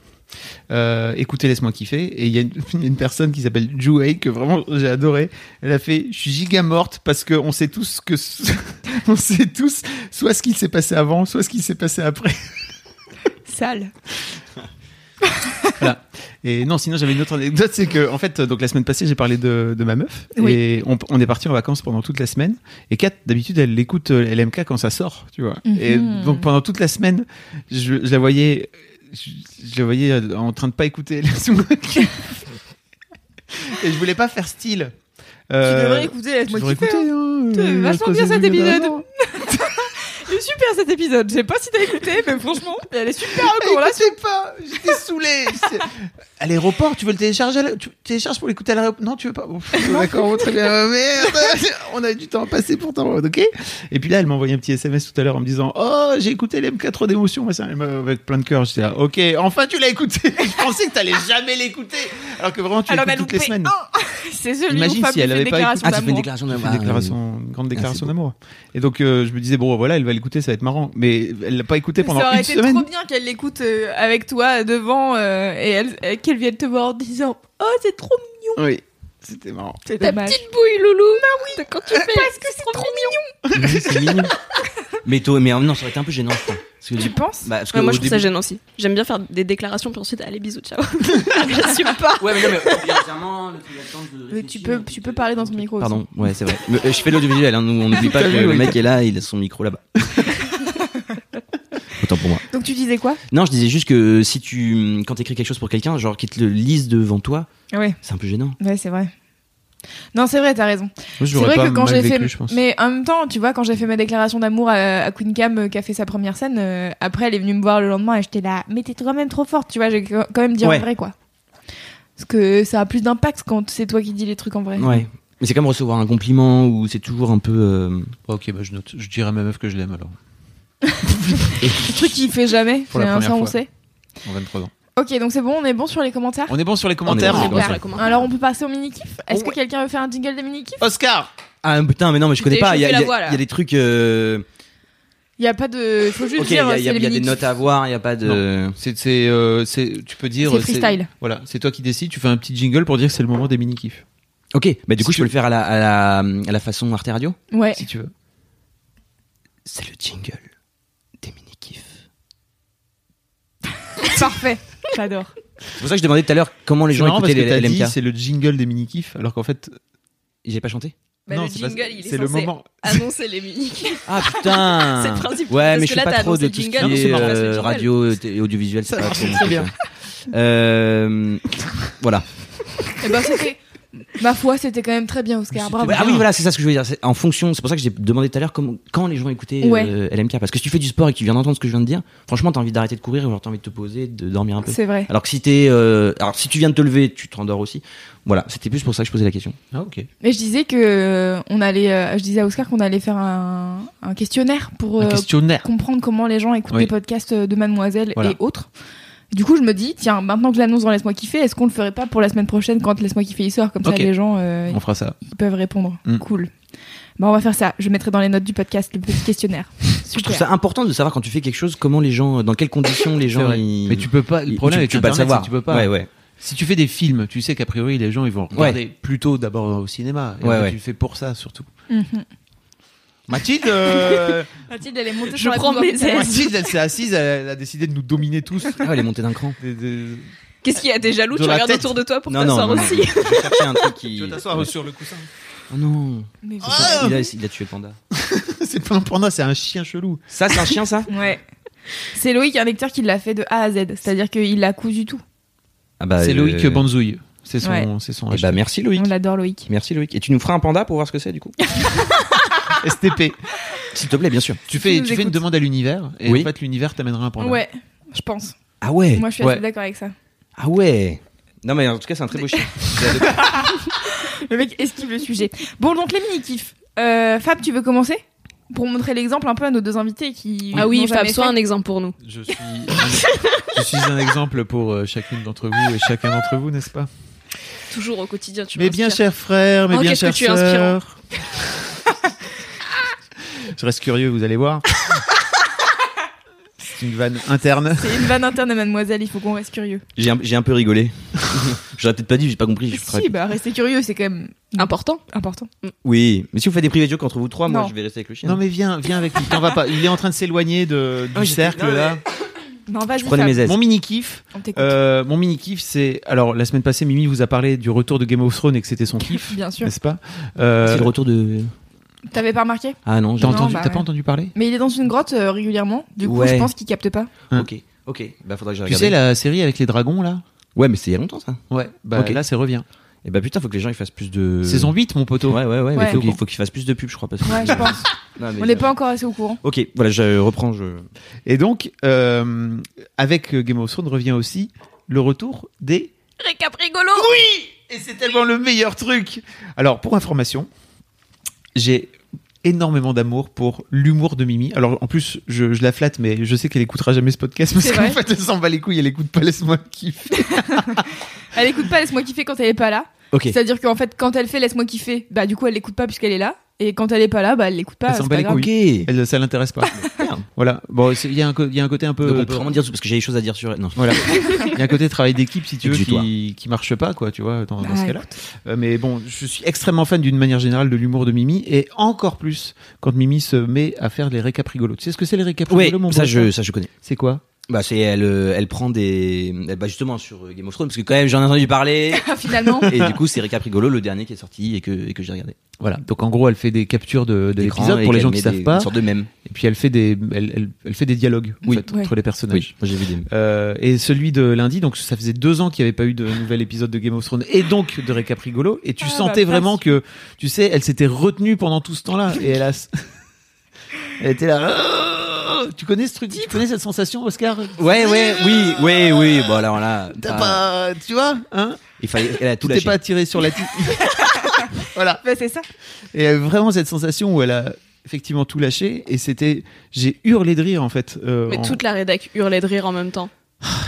Speaker 4: euh, écoutez laisse-moi kiffer et il y a une, une personne qui s'appelle Juhei que vraiment j'ai adoré elle a fait je suis giga morte parce que on sait tous que on sait tous soit ce qui s'est passé avant soit ce qui s'est passé après
Speaker 1: Sale.
Speaker 4: et non sinon j'avais une autre anecdote c'est que en fait donc la semaine passée j'ai parlé de, de ma meuf
Speaker 1: Oui.
Speaker 4: et on, on est parti en vacances pendant toute la semaine et Kat d'habitude elle écoute euh, LMK quand ça sort tu vois et
Speaker 1: Mhm.
Speaker 4: donc pendant toute la semaine je, je la voyais je, je la voyais euh, en train de pas écouter laisse-moi kiffer. et je voulais pas faire style Euh,
Speaker 1: Tu devrais écouter,
Speaker 4: tu
Speaker 1: laisse-moi
Speaker 4: devrais
Speaker 1: kiffer.
Speaker 4: écouter, hein,
Speaker 1: C'était
Speaker 4: euh,
Speaker 1: vachement
Speaker 4: parce
Speaker 1: bien
Speaker 4: que
Speaker 1: cet
Speaker 4: c'est du
Speaker 1: épisode.
Speaker 4: gamin.
Speaker 1: Il est super cet épisode. Je sais pas si t'as écouté, mais franchement, elle est super au courant là.
Speaker 4: Écoutez pas, j'étais saoulé. C'est- À l'aéroport, tu veux le télécharger à la- Tu télécharges pour l'écouter à l'aéroport Non, tu veux pas. Bon, pff, D'accord, bon, très bien. Euh, Merde, on a du temps à passer pourtant, ok Et puis là, elle m'a envoyé un petit SMS tout à l'heure en me disant Oh, j'ai écouté l'MK trop d'émotions. Machin. Elle m'a- euh, Avec plein de cœur, j'étais là, ok, enfin tu l'as écouté. Je pensais que t'allais jamais l'écouter. Alors que vraiment, tu
Speaker 1: Elle en a
Speaker 4: l'écoutes toutes les
Speaker 1: loupé
Speaker 4: semaines.
Speaker 1: un. C'est celui
Speaker 4: Imagine
Speaker 1: où Fab
Speaker 4: si elle
Speaker 1: fait
Speaker 4: avait
Speaker 1: une
Speaker 4: pas
Speaker 1: déclaration
Speaker 2: Ah, tu fais une
Speaker 1: d'amour.
Speaker 2: déclaration
Speaker 4: J'ai
Speaker 2: d'amour.
Speaker 4: fait une déclaration, une grande déclaration d'amour. Et donc, euh, je me disais, bon, voilà, elle va l'écouter, ça va être marrant. Mais elle l'a pas écouté pendant
Speaker 1: ça aurait
Speaker 4: Ah, une
Speaker 1: été
Speaker 4: semaine.
Speaker 1: trop bien qu'elle l'écoute euh, avec toi euh, devant euh, et elle- et qu'elle vienne te voir en disant Oh, c'est trop mignon.
Speaker 4: Oui, c'était marrant.
Speaker 1: C'est
Speaker 3: Ta
Speaker 1: dommage.
Speaker 3: petite bouille, loulou. Bah oui. Quand tu fais.
Speaker 1: Parce que c'est trop mignon.
Speaker 2: Oui, c'est mignon. Mais toi, mais euh, non, ça aurait été un peu gênant, je crois. Parce que-
Speaker 1: Tu penses
Speaker 2: bah, parce que
Speaker 3: Ouais, moi,
Speaker 2: au
Speaker 3: je trouve ça
Speaker 2: début-
Speaker 3: gênant aussi. J'aime bien faire des déclarations, puis ensuite, allez, bisous, ciao. J'assume pas.
Speaker 2: Ouais, mais non, mais obligatoirement, le truc d'attente, je
Speaker 1: Mais
Speaker 2: réfléchis
Speaker 1: tu
Speaker 2: un
Speaker 1: peux,
Speaker 2: petit
Speaker 1: tu
Speaker 2: peu.
Speaker 1: peux parler dans ton micro aussi.
Speaker 2: Pardon, ouais, c'est vrai. Mais, euh, je fais l'audiovisuel, hein, nous, on n'oublie pas que
Speaker 4: T'as vu,
Speaker 2: le
Speaker 4: oui.
Speaker 2: mec est là, il a son micro là-bas. Autant pour moi.
Speaker 1: Donc tu disais quoi
Speaker 2: Non, je disais juste que si tu, quand t'écris quelque chose pour quelqu'un, genre qu'il te le lise devant toi,
Speaker 1: Ouais,
Speaker 2: c'est un peu gênant.
Speaker 1: ouais, c'est vrai. Non, c'est vrai, t'as raison.
Speaker 4: C'est
Speaker 1: C'est vrai que quand j'ai fait, mais en même temps, tu vois, quand j'ai fait ma déclaration d'amour à, à Queen Cam, euh, qui a fait sa première scène, euh, après elle est venue me voir le lendemain et j'étais là, mais t'es quand même trop forte, tu vois, j'ai quand quand même dit
Speaker 2: Ouais.
Speaker 1: en vrai quoi. Parce que ça a plus d'impact quand c'est toi qui dis les trucs en vrai.
Speaker 2: Ouais. Mais c'est comme recevoir un compliment ou c'est toujours un peu. euh,
Speaker 4: ok, bah je note. Je dirais à ma meuf que je l'aime alors.
Speaker 1: Le truc qu'il fait jamais,
Speaker 4: Pour la
Speaker 1: c'est un-
Speaker 4: première
Speaker 1: ça on
Speaker 4: fois.
Speaker 1: sait.
Speaker 4: En 23 ans.
Speaker 1: Ok, donc c'est bon, on est bon sur les commentaires.
Speaker 4: On est bon sur les commentaires.
Speaker 2: On est bon
Speaker 3: Bon,
Speaker 2: ça.
Speaker 3: sur la commande.
Speaker 1: Alors on peut passer au mini kiff. Est-ce
Speaker 4: Oh,
Speaker 1: que quelqu'un veut faire un jingle des mini kiff
Speaker 4: Oscar
Speaker 2: Ah putain, mais non, mais je
Speaker 3: Tu
Speaker 2: connais
Speaker 3: t'es
Speaker 2: pas. Il y, a-
Speaker 3: chauffé
Speaker 2: il y
Speaker 3: la
Speaker 2: a-
Speaker 3: voix, là.
Speaker 2: il y a des trucs. euh,
Speaker 1: Il y a pas de, faut juste
Speaker 2: Ok, il y
Speaker 1: dire. euh,
Speaker 2: a, il y a-
Speaker 1: c'est les
Speaker 2: il y a des
Speaker 1: mini-kiffs.
Speaker 2: notes à voir, il y a pas de.
Speaker 4: C'est, c'est, euh, c'est- tu peux dire.
Speaker 1: C'est freestyle.
Speaker 4: Voilà, c'est toi qui décides. Tu fais un petit jingle pour dire que c'est le moment des mini kifs,
Speaker 2: Ok, bah du coup,
Speaker 4: Si
Speaker 2: je peux
Speaker 4: tu-
Speaker 2: le faire à la, à la, à la façon Arte Radio.
Speaker 1: Ouais.
Speaker 4: si tu veux.
Speaker 2: C'est le jingle des mini-kiffs.
Speaker 1: Parfait. J'adore.
Speaker 2: C'est pour ça que je demandais tout à l'heure comment les
Speaker 4: C'est
Speaker 2: gens
Speaker 4: marrant
Speaker 2: écoutaient
Speaker 4: parce que
Speaker 2: les les
Speaker 4: t'as dit
Speaker 2: LMK.
Speaker 4: c'est le jingle des mini kifs, alors qu'en fait
Speaker 2: J'ai pas chanté
Speaker 3: Bah,
Speaker 4: non,
Speaker 3: le
Speaker 4: c'est pas-
Speaker 3: jingle, il est
Speaker 4: c'est le
Speaker 3: censé
Speaker 4: moment.
Speaker 3: annoncer les mini
Speaker 2: Ah putain
Speaker 3: C'est le principe.
Speaker 2: Ouais,
Speaker 3: Parce que
Speaker 2: mais je suis
Speaker 3: là,
Speaker 2: pas
Speaker 3: t'as
Speaker 2: trop de
Speaker 3: annoncé
Speaker 2: tout ce
Speaker 3: le
Speaker 2: qui
Speaker 3: jingle,
Speaker 2: est
Speaker 4: donc c'est marrant,
Speaker 2: euh,
Speaker 3: c'est le
Speaker 2: radio et audiovisuel. c'est
Speaker 4: Ça
Speaker 2: pas
Speaker 4: marche
Speaker 2: trop mon
Speaker 4: très
Speaker 2: truc,
Speaker 4: bien.
Speaker 2: ouais. Euh, Voilà.
Speaker 3: Oh,
Speaker 1: Et ben c'était, ma foi, c'était quand même très bien, Oscar. Bravo.
Speaker 2: Ouais, ah oui, voilà, c'est ça ce que je voulais dire. C'est En fonction, c'est pour ça que j'ai demandé tout à l'heure comment- quand les gens écoutaient euh,
Speaker 1: Ouais.
Speaker 2: LMK. Parce que si tu fais du sport et que tu viens d'entendre ce que je viens de dire, franchement, t'as envie d'arrêter de courir ou alors t'as envie de te poser, de dormir un peu.
Speaker 1: C'est vrai.
Speaker 2: Alors que si t'es, euh, alors si tu viens de te lever, tu te rendors aussi. Voilà, c'était plus pour ça que je posais la question.
Speaker 4: Ah ok.
Speaker 1: Mais je disais que euh, on allait, euh, je disais à Oscar qu'on allait faire un, un questionnaire pour
Speaker 4: Un
Speaker 1: euh,
Speaker 4: questionnaire.
Speaker 1: comprendre comment les gens écoutent
Speaker 4: Oui.
Speaker 1: les podcasts euh, de Mademoiselle
Speaker 4: Voilà.
Speaker 1: et autres. Du coup, je me dis, tiens, maintenant que je l'annonce dans Laisse-moi kiffer, est-ce qu'on le ferait pas pour la semaine prochaine quand Laisse-moi kiffer il sort Comme
Speaker 4: Ok.
Speaker 1: ça, les gens euh,
Speaker 4: On fera ça.
Speaker 1: ils peuvent répondre.
Speaker 4: Mm.
Speaker 1: Cool. Bah, on va faire ça. Je mettrai dans les notes du podcast le petit questionnaire.
Speaker 2: Je trouve
Speaker 1: Super.
Speaker 2: ça important de savoir quand tu fais quelque chose, comment les gens, dans quelles conditions les gens.
Speaker 4: vrai.
Speaker 2: ils-
Speaker 4: Mais tu peux pas. Le
Speaker 2: ils-
Speaker 4: problème
Speaker 2: tu,
Speaker 4: avec
Speaker 2: tu peux pas le
Speaker 4: Internet,
Speaker 2: savoir.
Speaker 4: c'est que tu peux pas.
Speaker 2: Ouais, ouais.
Speaker 4: Si tu fais des films, tu sais qu'a priori les gens ils vont regarder plutôt d'abord au cinéma. Et
Speaker 2: Ouais,
Speaker 4: en fait,
Speaker 2: ouais.
Speaker 4: Tu le fais pour ça surtout.
Speaker 1: Mhm.
Speaker 4: Mathilde. euh,
Speaker 1: Mathilde, elle est montée
Speaker 3: Je sur la prends couverture. mes ailes.
Speaker 4: Mathilde, elle s'est assise, elle, elle a décidé de nous dominer tous.
Speaker 2: Ah, ouais, elle est montée d'un cran.
Speaker 4: Des- des-
Speaker 3: Qu'est-ce qu'il y a T'es jaloux
Speaker 2: Dans
Speaker 3: Tu
Speaker 2: la
Speaker 3: regardes
Speaker 2: tête.
Speaker 3: autour de toi pour
Speaker 2: Non, non,
Speaker 3: t'asseoir
Speaker 2: non,
Speaker 3: aussi.
Speaker 2: je vais chercher un truc qui.
Speaker 4: Tu veux t'asseoir sur le coussin
Speaker 2: Oh non.
Speaker 1: Mais
Speaker 2: C'est ça, il, a, il a tué le panda.
Speaker 4: C'est pas un panda, c'est un chien chelou.
Speaker 2: Ça, c'est un chien, ça
Speaker 1: Ouais. C'est Loïc, un lecteur, qui l'a fait de A à Z. C'est-à-dire qu'il l'a cousu tout.
Speaker 2: Ah bah,
Speaker 4: c'est
Speaker 2: euh,
Speaker 4: Loïc Banzouille. C'est son,
Speaker 1: Ouais.
Speaker 4: c'est son
Speaker 2: eh bah,
Speaker 4: hashtag.
Speaker 2: merci Loïc.
Speaker 1: On l'adore, Loïc.
Speaker 2: Merci Loïc. Et tu nous feras un panda pour voir ce que c'est du coup
Speaker 4: STP.
Speaker 2: S'il te plaît, bien sûr.
Speaker 4: Tu
Speaker 1: nous
Speaker 4: fais, tu fais une
Speaker 1: écoute.
Speaker 4: demande à l'univers et
Speaker 2: Oui.
Speaker 4: en fait l'univers t'amènera un panda.
Speaker 1: Ouais, je pense.
Speaker 2: Ah ouais
Speaker 1: Moi, je suis
Speaker 2: Ouais.
Speaker 1: assez d'accord avec ça.
Speaker 2: Ah ouais Non, mais en tout cas, c'est un très beau chien. J'ai adopté.
Speaker 1: Le mec esquive le sujet. Bon, donc les mini-kiffs. Euh, Fab, tu veux commencer Pour montrer l'exemple un peu à nos deux invités qui.
Speaker 3: Ah oui,
Speaker 1: n'ont
Speaker 3: Fab,
Speaker 1: jamais
Speaker 3: sois
Speaker 1: fait.
Speaker 3: un exemple pour nous.
Speaker 4: Je suis, un, je suis un exemple pour euh, chacune d'entre vous et chacun d'entre vous, n'est-ce pas
Speaker 3: Toujours au quotidien, tu
Speaker 4: Mes bien
Speaker 3: m'inspires.
Speaker 4: chers frères, mes
Speaker 3: Oh,
Speaker 4: bien
Speaker 3: qu'est-ce
Speaker 4: chères
Speaker 3: que tu es inspirant.
Speaker 4: sœurs. je reste curieux, vous allez voir. C'est une vanne interne.
Speaker 1: C'est une vanne interne à mademoiselle, il faut qu'on reste curieux.
Speaker 2: J'ai un, j'ai un peu rigolé. J'aurais peut-être pas dit, j'ai pas compris. je ferais-
Speaker 1: Si, bah rester curieux, c'est quand même
Speaker 3: Important.
Speaker 1: important.
Speaker 2: Oui, mais si vous faites des privés de jokes entre vous trois, moi
Speaker 1: Non.
Speaker 2: je vais rester avec le chien.
Speaker 4: Non mais viens, viens avec lui. T'en vas pas. Il est en train de s'éloigner de, du
Speaker 2: Ah, j'étais-
Speaker 4: cercle
Speaker 2: non, mais-
Speaker 4: là.
Speaker 1: Non, vas-y,
Speaker 2: je prenais mes aises.
Speaker 4: Mon mini kiff,
Speaker 1: On t'écoute.
Speaker 4: Euh, mon mini kiff, c'est alors la semaine passée, Mimi vous a parlé du retour de Game of Thrones et que c'était son kiff,
Speaker 1: Bien sûr.
Speaker 4: n'est-ce pas Euh,
Speaker 2: C'est le retour de.
Speaker 1: T'avais pas remarqué
Speaker 2: Ah non, j'ai
Speaker 4: T'as
Speaker 1: Non,
Speaker 4: entendu
Speaker 1: bah
Speaker 4: T'as pas
Speaker 1: ouais.
Speaker 4: entendu parler
Speaker 1: Mais il est dans une grotte euh, régulièrement. Du coup,
Speaker 2: Ouais.
Speaker 1: je pense qu'il capte pas.
Speaker 2: Ok, ok. Bah faudra que je
Speaker 4: Tu
Speaker 2: regarde.
Speaker 4: sais la série avec les dragons là
Speaker 2: Ouais, mais c'est il y a longtemps ça.
Speaker 4: Ouais. Bah
Speaker 2: Ok.
Speaker 4: là, c'est revient.
Speaker 2: Et bah putain, faut que les gens ils fassent plus de.
Speaker 4: Saison 8 mon poteau.
Speaker 2: Ouais, ouais, ouais. mais
Speaker 1: Ouais.
Speaker 2: faut qu'il faut qu'ils fassent plus de pubs, je crois. Parce que...
Speaker 1: Ouais, je pense.
Speaker 2: Non, mais,
Speaker 1: On n'est
Speaker 2: euh,
Speaker 1: pas encore assez au courant.
Speaker 2: Ok, voilà, je reprends. Je...
Speaker 4: Et donc euh, avec Game of Thrones revient aussi le retour des
Speaker 3: Récap rigolo
Speaker 4: Et c'est tellement le meilleur truc. Alors, pour information, j'ai énormément d'amour pour l'humour de Mimi. Alors, en plus, je, je la flatte, mais je sais qu'elle écoutera jamais ce podcast parce
Speaker 1: C'est
Speaker 4: qu'en
Speaker 1: vrai.
Speaker 4: fait, elle s'en bat les couilles, elle écoute pas, laisse-moi kiffer.
Speaker 1: Elle écoute pas Laisse-moi kiffer quand elle est pas là.
Speaker 2: Ok.
Speaker 1: C'est-à-dire qu'en fait, quand elle fait Laisse-moi kiffer, bah du coup, elle l'écoute pas puisqu'elle est là. Et quand elle est pas là, bah elle l'écoute pas.
Speaker 4: Elle s'en
Speaker 1: c'est
Speaker 4: bat
Speaker 1: pas
Speaker 4: les
Speaker 1: grave.
Speaker 4: couilles.
Speaker 2: Ok.
Speaker 4: Ah Elle, ça l'intéresse pas.
Speaker 1: Ah,
Speaker 2: Merde.
Speaker 4: voilà. Bon, c'est- il y, a un co- il y a un côté un peu.
Speaker 2: Donc on peut vraiment dire parce que j'ai des choses à dire sur. Non.
Speaker 4: Voilà. Il y a un côté travail d'équipe, si tu veux,
Speaker 2: Exige-toi.
Speaker 4: qui, qui marche pas, quoi, tu vois, dans, dans
Speaker 1: Bah,
Speaker 4: ce cas-là. Euh, mais bon, je suis extrêmement fan d'une manière générale de l'humour de Mimi, et encore plus quand Mimi se met à faire les récaps rigolos. Tu sais ce que c'est les récaps
Speaker 2: Oui,
Speaker 4: rigolos, mon
Speaker 2: ça
Speaker 4: bon
Speaker 2: je, ça je connais.
Speaker 4: C'est quoi
Speaker 2: Bah c'est elle, euh, elle prend des, elle- bah justement sur euh, Game of Thrones parce que quand même j'en ai entendu parler
Speaker 1: Finalement.
Speaker 2: et du coup c'est récap rigolo le dernier qui est sorti et que et que j'ai regardé.
Speaker 4: Voilà. Donc en gros, elle fait des captures de, de
Speaker 2: D'écran,
Speaker 4: l'épisode
Speaker 2: et
Speaker 4: pour les
Speaker 2: qu'elle
Speaker 4: gens qui
Speaker 2: met
Speaker 4: savent
Speaker 2: des-
Speaker 4: pas.
Speaker 2: Une sorte de même.
Speaker 4: Et puis elle fait des, elle, elle- elle fait des dialogues en
Speaker 2: Oui.
Speaker 4: fait,
Speaker 1: Ouais.
Speaker 4: entre les personnages.
Speaker 2: moi j'ai vu des.
Speaker 4: Euh, et celui de lundi, donc ça faisait deux ans qu'il n'y avait pas eu de nouvel épisode de Game of Thrones et donc de récap rigolo. Et tu
Speaker 1: Ah,
Speaker 4: sentais
Speaker 1: bah,
Speaker 4: vraiment que, tu sais, elle s'était retenue pendant tout ce temps-là. Et hélas, elle était là. «Ah Tu connais ce truc Tu connais cette sensation, Oscar
Speaker 2: Ouais ouais oui oui oui bon alors là
Speaker 4: T'as
Speaker 2: ah,
Speaker 4: pas, tu vois, hein
Speaker 2: il fallait elle a tout
Speaker 4: Tu t'es
Speaker 2: lâché.
Speaker 4: pas attiré sur la tige. voilà.
Speaker 1: Bah, c'est ça.
Speaker 4: Et elle a vraiment cette sensation où elle a effectivement tout lâché et c'était j'ai hurlé de rire en fait euh,
Speaker 3: Mais
Speaker 4: en-
Speaker 3: toute la rédac hurlait de rire en même temps.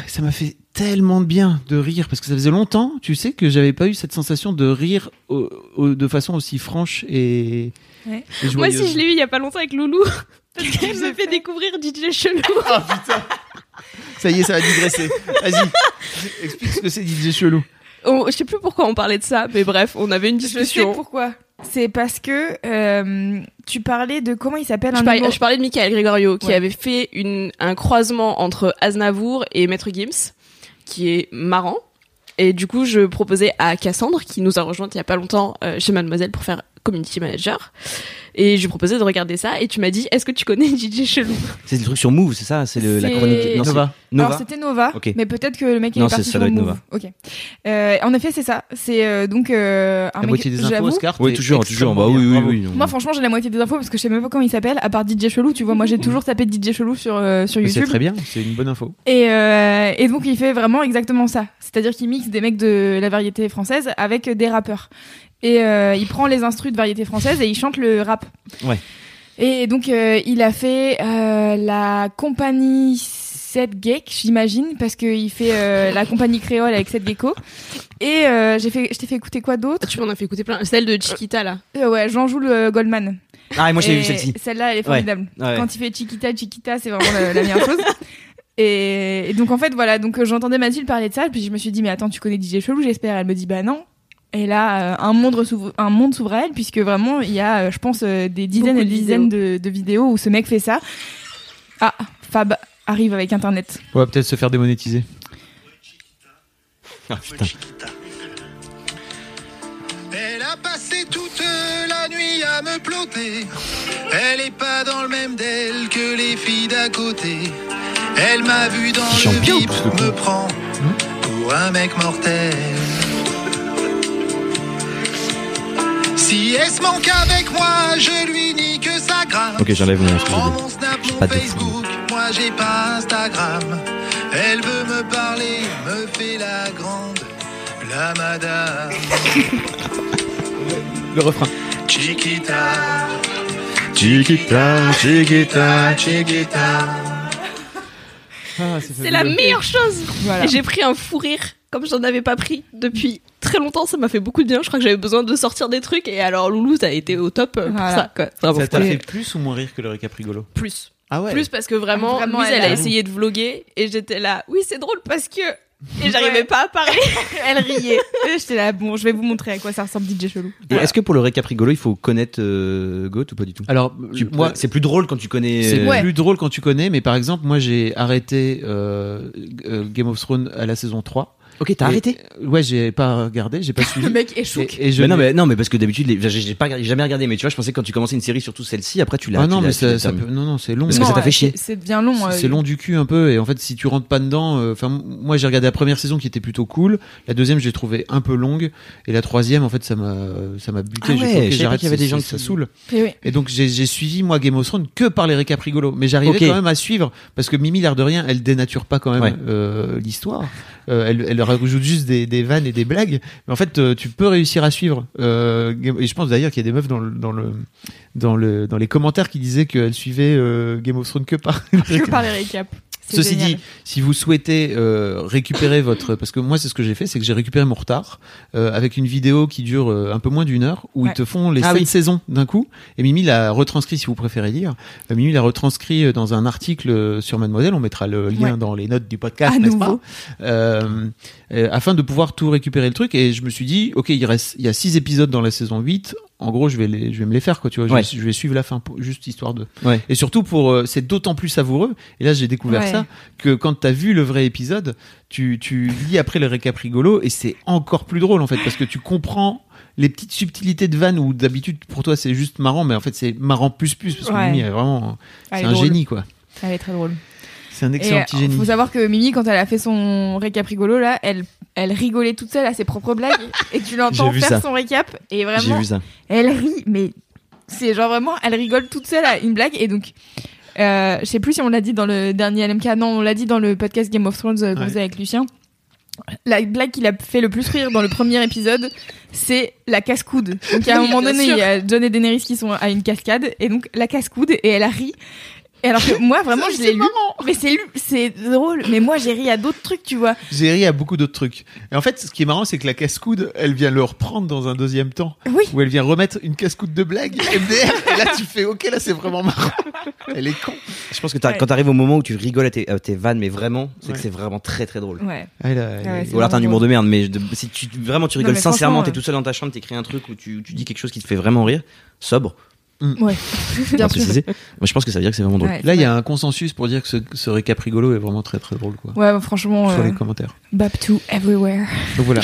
Speaker 4: ça m'a fait tellement de bien de rire parce que ça faisait longtemps tu sais que j'avais pas eu cette sensation de rire au- au- de façon aussi franche et,
Speaker 1: Ouais.
Speaker 4: et
Speaker 3: Moi
Speaker 4: joyeuse
Speaker 3: aussi, je l'ai eu il y a pas longtemps avec Loulou. Parce qu'elle me fait découvrir DJ Chelou.
Speaker 4: ça y est ça va digresser vas-y explique ce que c'est DJ chelou
Speaker 3: On- Oh, je sais plus pourquoi on parlait de ça, mais bref, on avait une
Speaker 1: Je sais
Speaker 3: discussion.
Speaker 1: pourquoi. C'est parce que euh, tu parlais de comment il s'appelle
Speaker 3: Je
Speaker 1: un
Speaker 3: parlais,
Speaker 1: humour-
Speaker 3: je parlais de Michael Gregorio qui
Speaker 1: Ouais.
Speaker 3: avait fait une, un croisement entre Aznavour et Maître Gims, qui est marrant. Et du coup, je proposais à Cassandre, qui nous a rejointe il y a pas longtemps euh, chez Mademoiselle pour faire community manager, et je lui proposais de regarder ça. Et tu m'as dit, est-ce que tu connais DJ Chelou
Speaker 2: C'est le truc sur Move c'est ça c'est le- la
Speaker 1: C'est-
Speaker 2: chronique. Non, c'est-
Speaker 4: Nova
Speaker 1: Alors
Speaker 2: Nova.
Speaker 1: c'était Nova,
Speaker 2: Ok.
Speaker 1: mais peut-être que le mec il
Speaker 2: Non,
Speaker 1: est parti
Speaker 2: c'est- ça
Speaker 1: sur
Speaker 2: doit être
Speaker 1: Move.
Speaker 2: Nova.
Speaker 1: Ok. Euh, en effet, c'est ça. C'est euh, donc euh, un
Speaker 4: la
Speaker 1: mec.
Speaker 4: moitié des infos
Speaker 1: j'avoue,
Speaker 4: Oscar
Speaker 2: Oui
Speaker 4: t'es
Speaker 2: toujours toujours bah
Speaker 4: extrêmement
Speaker 2: oui oui
Speaker 4: bien, bravo.
Speaker 2: oui. non.
Speaker 1: Moi, franchement, j'ai la moitié des infos parce que je sais même pas comment il s'appelle. À part DJ Chelou, tu vois, moi j'ai toujours tapé DJ Chelou sur euh, sur
Speaker 4: Mais c'est
Speaker 1: YouTube.
Speaker 4: très bien c'est une bonne info
Speaker 1: Et, euh, et donc il fait vraiment exactement ça. C'est-à-dire qu'il mixe des mecs de la variété française avec des rappeurs. Et euh, il prend les instrus de variété française et il chante le rap.
Speaker 2: Ouais.
Speaker 1: Et donc euh, il a fait euh, la compagnie 7 Geek, j'imagine, parce qu'il fait euh, la compagnie créole avec 7 Gecko. Et euh, j'ai fait, je t'ai fait écouter quoi d'autre
Speaker 3: Ah, Tu m'en as fait écouter plein. Celle de Chiquita, là.
Speaker 1: Euh, Ouais, jean joue le Goldman.
Speaker 2: Ah et moi je l'ai
Speaker 1: Et
Speaker 2: vu celle-ci.
Speaker 1: Celle-là, elle est formidable.
Speaker 2: Ouais.
Speaker 1: Quand il fait Chiquita, Chiquita, c'est vraiment la, la meilleure chose. Et, et donc en fait voilà, donc euh, j'entendais Mathilde parler de ça, puis je me suis dit mais attends tu connais DJ Chelou j'espère. Elle me dit bah non. Et là euh, un monde s'ouvre un monde s'ouvre à elle puisque vraiment il y a euh, je pense euh, des dizaines
Speaker 3: Beaucoup
Speaker 1: et des
Speaker 3: de
Speaker 1: dizaines de, de vidéos où ce mec fait ça. Ah Fab arrive avec internet.
Speaker 4: on va peut-être se faire démonétiser
Speaker 6: Elle a passé toute la nuit à me ploter. Elle est pas dans le même d'elle que les filles d'à côté. Elle m'a vu dans
Speaker 2: Chante
Speaker 6: le
Speaker 2: bien ou
Speaker 6: VIP,
Speaker 2: pas, ce
Speaker 6: me
Speaker 2: con
Speaker 6: prend pour un mec mortel. Si elle se manque avec moi, je lui nie que ça grave.
Speaker 2: Ok, j'enlève mon
Speaker 6: Prends
Speaker 2: idée.
Speaker 6: mon Snap,
Speaker 2: J'ai
Speaker 6: mon
Speaker 2: pas de-
Speaker 6: Facebook, moi j'ai pas Instagram. Elle veut me parler, me fait la grande, la madame.
Speaker 4: Le refrain.
Speaker 6: Chiquita,
Speaker 4: Chiquita,
Speaker 6: chiquita, chiquita.
Speaker 3: C'est la meilleure chose.
Speaker 1: Voilà.
Speaker 3: Et j'ai pris un fou rire comme j'en avais pas pris depuis très longtemps. Ça m'a fait beaucoup de bien. Je crois que j'avais besoin de sortir des trucs. Et alors Loulou, ça a été au top euh, pour
Speaker 1: Voilà.
Speaker 3: ça. Quoi. Vraiment,
Speaker 4: Ça t'a
Speaker 3: franchement,
Speaker 4: fait plus ou moins rire que le récaprigolo
Speaker 3: plus.
Speaker 4: Ah ouais
Speaker 3: Plus parce que vraiment,
Speaker 1: Vraiment,
Speaker 3: Louise,
Speaker 1: elle
Speaker 3: elle,
Speaker 1: a-
Speaker 3: a essayé de vloguer et j'étais là. Oui, c'est drôle parce que. Et j'arrivais pas à parler.
Speaker 1: Elle riait. Et J'étais là, bon, je vais vous montrer à quoi ça ressemble DJ Chelou.
Speaker 2: Et est-ce que pour le récaprigolo, il faut connaître euh, Goat ou pas du tout
Speaker 4: Alors,
Speaker 2: Tu-
Speaker 4: moi,
Speaker 2: C'est plus drôle quand tu connais.
Speaker 4: C'est
Speaker 2: euh,
Speaker 1: Ouais.
Speaker 4: plus drôle quand tu connais, mais par exemple, moi j'ai arrêté euh, euh, Game of Thrones à la saison 3.
Speaker 2: Ok, t'as
Speaker 4: Et-
Speaker 2: arrêté
Speaker 4: Ouais, j'ai pas regardé, j'ai pas suivi.
Speaker 1: Le mec échoue.
Speaker 4: et, et je
Speaker 2: mais non, mais, non, mais parce que d'habitude, les- j'ai j'ai pas regardé- j'ai jamais regardé, mais tu vois, je pensais que quand tu commençais une série, surtout celle-ci, après tu l'as.
Speaker 4: Ah
Speaker 2: tu
Speaker 4: non,
Speaker 2: l'as-
Speaker 4: mais
Speaker 2: tu
Speaker 4: ça,
Speaker 2: l'as
Speaker 4: ça
Speaker 2: terminé.
Speaker 4: peut- non, non, c'est long.
Speaker 2: Parce que
Speaker 1: Non,
Speaker 2: ça t'a fait
Speaker 1: ouais,
Speaker 2: chier.
Speaker 1: c'est- C'est bien long.
Speaker 4: C'est-
Speaker 1: euh,
Speaker 4: C'est long du cul un peu et en fait si tu rentres pas dedans, euh, enfin moi j'ai regardé la première saison qui était plutôt cool, la deuxième je l'ai trouvée un peu longue et la troisième en fait ça m'a ça m'a buté.
Speaker 2: Ah
Speaker 4: j'ai
Speaker 2: ouais,
Speaker 4: fait, ok,
Speaker 2: je savais pas
Speaker 4: j'arrête,
Speaker 2: qu'il y avait
Speaker 4: ça-
Speaker 2: des gens
Speaker 4: ça-
Speaker 2: qui-
Speaker 4: ça saoule.
Speaker 1: Et Eh oui.
Speaker 4: Et donc j'ai j'ai suivi moi Game of Thrones que par les récaps rigolos, mais j'arrivais
Speaker 2: Ok.
Speaker 4: quand même à suivre parce que Mimi l'air de rien, elle dénature pas quand même
Speaker 2: Ouais.
Speaker 4: euh, l'histoire. Euh, elle, elle rajoute juste des, des vannes et des blagues, mais en fait euh, tu peux réussir à suivre. Euh, Game- et je pense d'ailleurs qu'il y a des meufs dans le dans le dans le dans les commentaires qui disaient qu'elles suivaient euh, Game of Thrones que par. les
Speaker 1: Que
Speaker 4: récaps.
Speaker 1: par les récaps. C'est
Speaker 4: Ceci
Speaker 1: génial.
Speaker 4: dit, si vous souhaitez euh, récupérer votre, parce que moi c'est ce que j'ai fait, c'est que j'ai récupéré mon retard euh, avec une vidéo qui dure euh, un peu moins d'une heure où
Speaker 1: Ouais.
Speaker 4: ils te font les
Speaker 2: Ah
Speaker 4: sept
Speaker 2: oui.
Speaker 4: saisons d'un coup. Et Mimi l'a retranscrit, si vous préférez lire. Euh, Mimi l'a retranscrit euh, dans un article euh, sur Mademoiselle. On mettra le lien
Speaker 1: Ouais.
Speaker 4: dans les notes du podcast,
Speaker 1: À
Speaker 4: n'est-ce pas
Speaker 1: nouveau.
Speaker 4: euh, euh, afin de pouvoir tout récupérer le truc. Et je me suis dit, ok, il reste, il y a six épisodes dans la saison 8. En gros, je vais les, je vais me les faire, quoi, tu vois. Je
Speaker 2: Ouais.
Speaker 4: vais- Je, vais suivre la fin, pour- juste histoire de.
Speaker 2: Ouais.
Speaker 4: Et surtout pour, euh, c'est d'autant plus savoureux. Et là, j'ai découvert
Speaker 1: Ouais.
Speaker 4: ça que quand t'as vu le vrai épisode, tu, tu lis après le récap rigolo et c'est encore plus drôle en fait parce que tu comprends les petites subtilités de vannes où d'habitude pour toi c'est juste marrant, mais en fait c'est marrant plus plus parce que
Speaker 1: Ouais.
Speaker 4: Mimi est vraiment,
Speaker 1: Elle
Speaker 4: c'est
Speaker 1: est
Speaker 4: un
Speaker 1: drôle.
Speaker 4: génie quoi.
Speaker 1: Elle est très drôle.
Speaker 4: C'est un
Speaker 1: Et euh,
Speaker 4: excellent petit
Speaker 1: il
Speaker 4: génie.
Speaker 1: faut savoir que Mimi, quand elle a fait son récap rigolo, là, elle, elle rigolait toute seule à ses propres blagues. et tu l'entends
Speaker 2: J'ai vu
Speaker 1: faire
Speaker 2: ça.
Speaker 1: son récap. Et
Speaker 2: J'ai
Speaker 1: vraiment,
Speaker 2: vu ça.
Speaker 1: elle rit, mais c'est genre vraiment, elle rigole toute seule à une blague. Et donc, euh, je sais plus si on l'a dit dans le dernier LMK, non, on l'a dit dans le podcast Game of Thrones euh, qu'on
Speaker 4: Ouais.
Speaker 1: faisait avec Lucien. La blague qui l'a fait le plus rire dans le premier épisode, c'est la casse-coude. Donc à un
Speaker 3: Oui,
Speaker 1: moment
Speaker 3: bien
Speaker 1: donné,
Speaker 3: sûr.
Speaker 1: il y a John et Daenerys qui sont à une cascade, et donc la casse-coude, et elle a ri. Et alors que moi, vraiment, je l'ai lu. Mais c'est lu, c'est drôle. Mais moi, j'ai ri à d'autres trucs, tu vois.
Speaker 4: J'ai ri à beaucoup d'autres trucs. Et en fait, ce qui est marrant, c'est que la casse-coude, elle vient le reprendre dans un deuxième temps.
Speaker 1: Oui.
Speaker 4: Où elle vient remettre une casse-coude de blague, MDR. et là, tu fais, ok, là, c'est vraiment marrant. Elle est con.
Speaker 2: Je pense que t'as-
Speaker 1: Ouais.
Speaker 2: quand t'arrives au moment où tu rigoles à tes, à tes vannes, mais vraiment, c'est
Speaker 4: Ouais.
Speaker 2: que c'est vraiment très très drôle.
Speaker 1: Ouais.
Speaker 4: Elle, euh, elle
Speaker 1: Ah ouais,
Speaker 4: est-
Speaker 1: c'est
Speaker 2: Ou alors t'as un
Speaker 1: vraiment
Speaker 2: humour de merde, mais de- si tu, vraiment tu
Speaker 1: Non,
Speaker 2: rigoles
Speaker 1: mais
Speaker 2: sincèrement,
Speaker 1: franchement,
Speaker 2: t'es
Speaker 1: euh.
Speaker 2: tout seul dans ta chambre, t'écris un truc où tu, tu dis quelque chose qui te fait vraiment rire, sobre,
Speaker 1: Bien
Speaker 2: à préciser. Moi je pense que ça veut dire que c'est vraiment drôle.
Speaker 1: Ouais,
Speaker 4: Là, il y a un consensus pour dire que ce, ce récap rigolo est vraiment très très drôle, quoi.
Speaker 1: Ouais, franchement,
Speaker 4: Sur
Speaker 1: euh,
Speaker 4: les commentaires.
Speaker 1: Bab to everywhere.
Speaker 4: Donc voilà.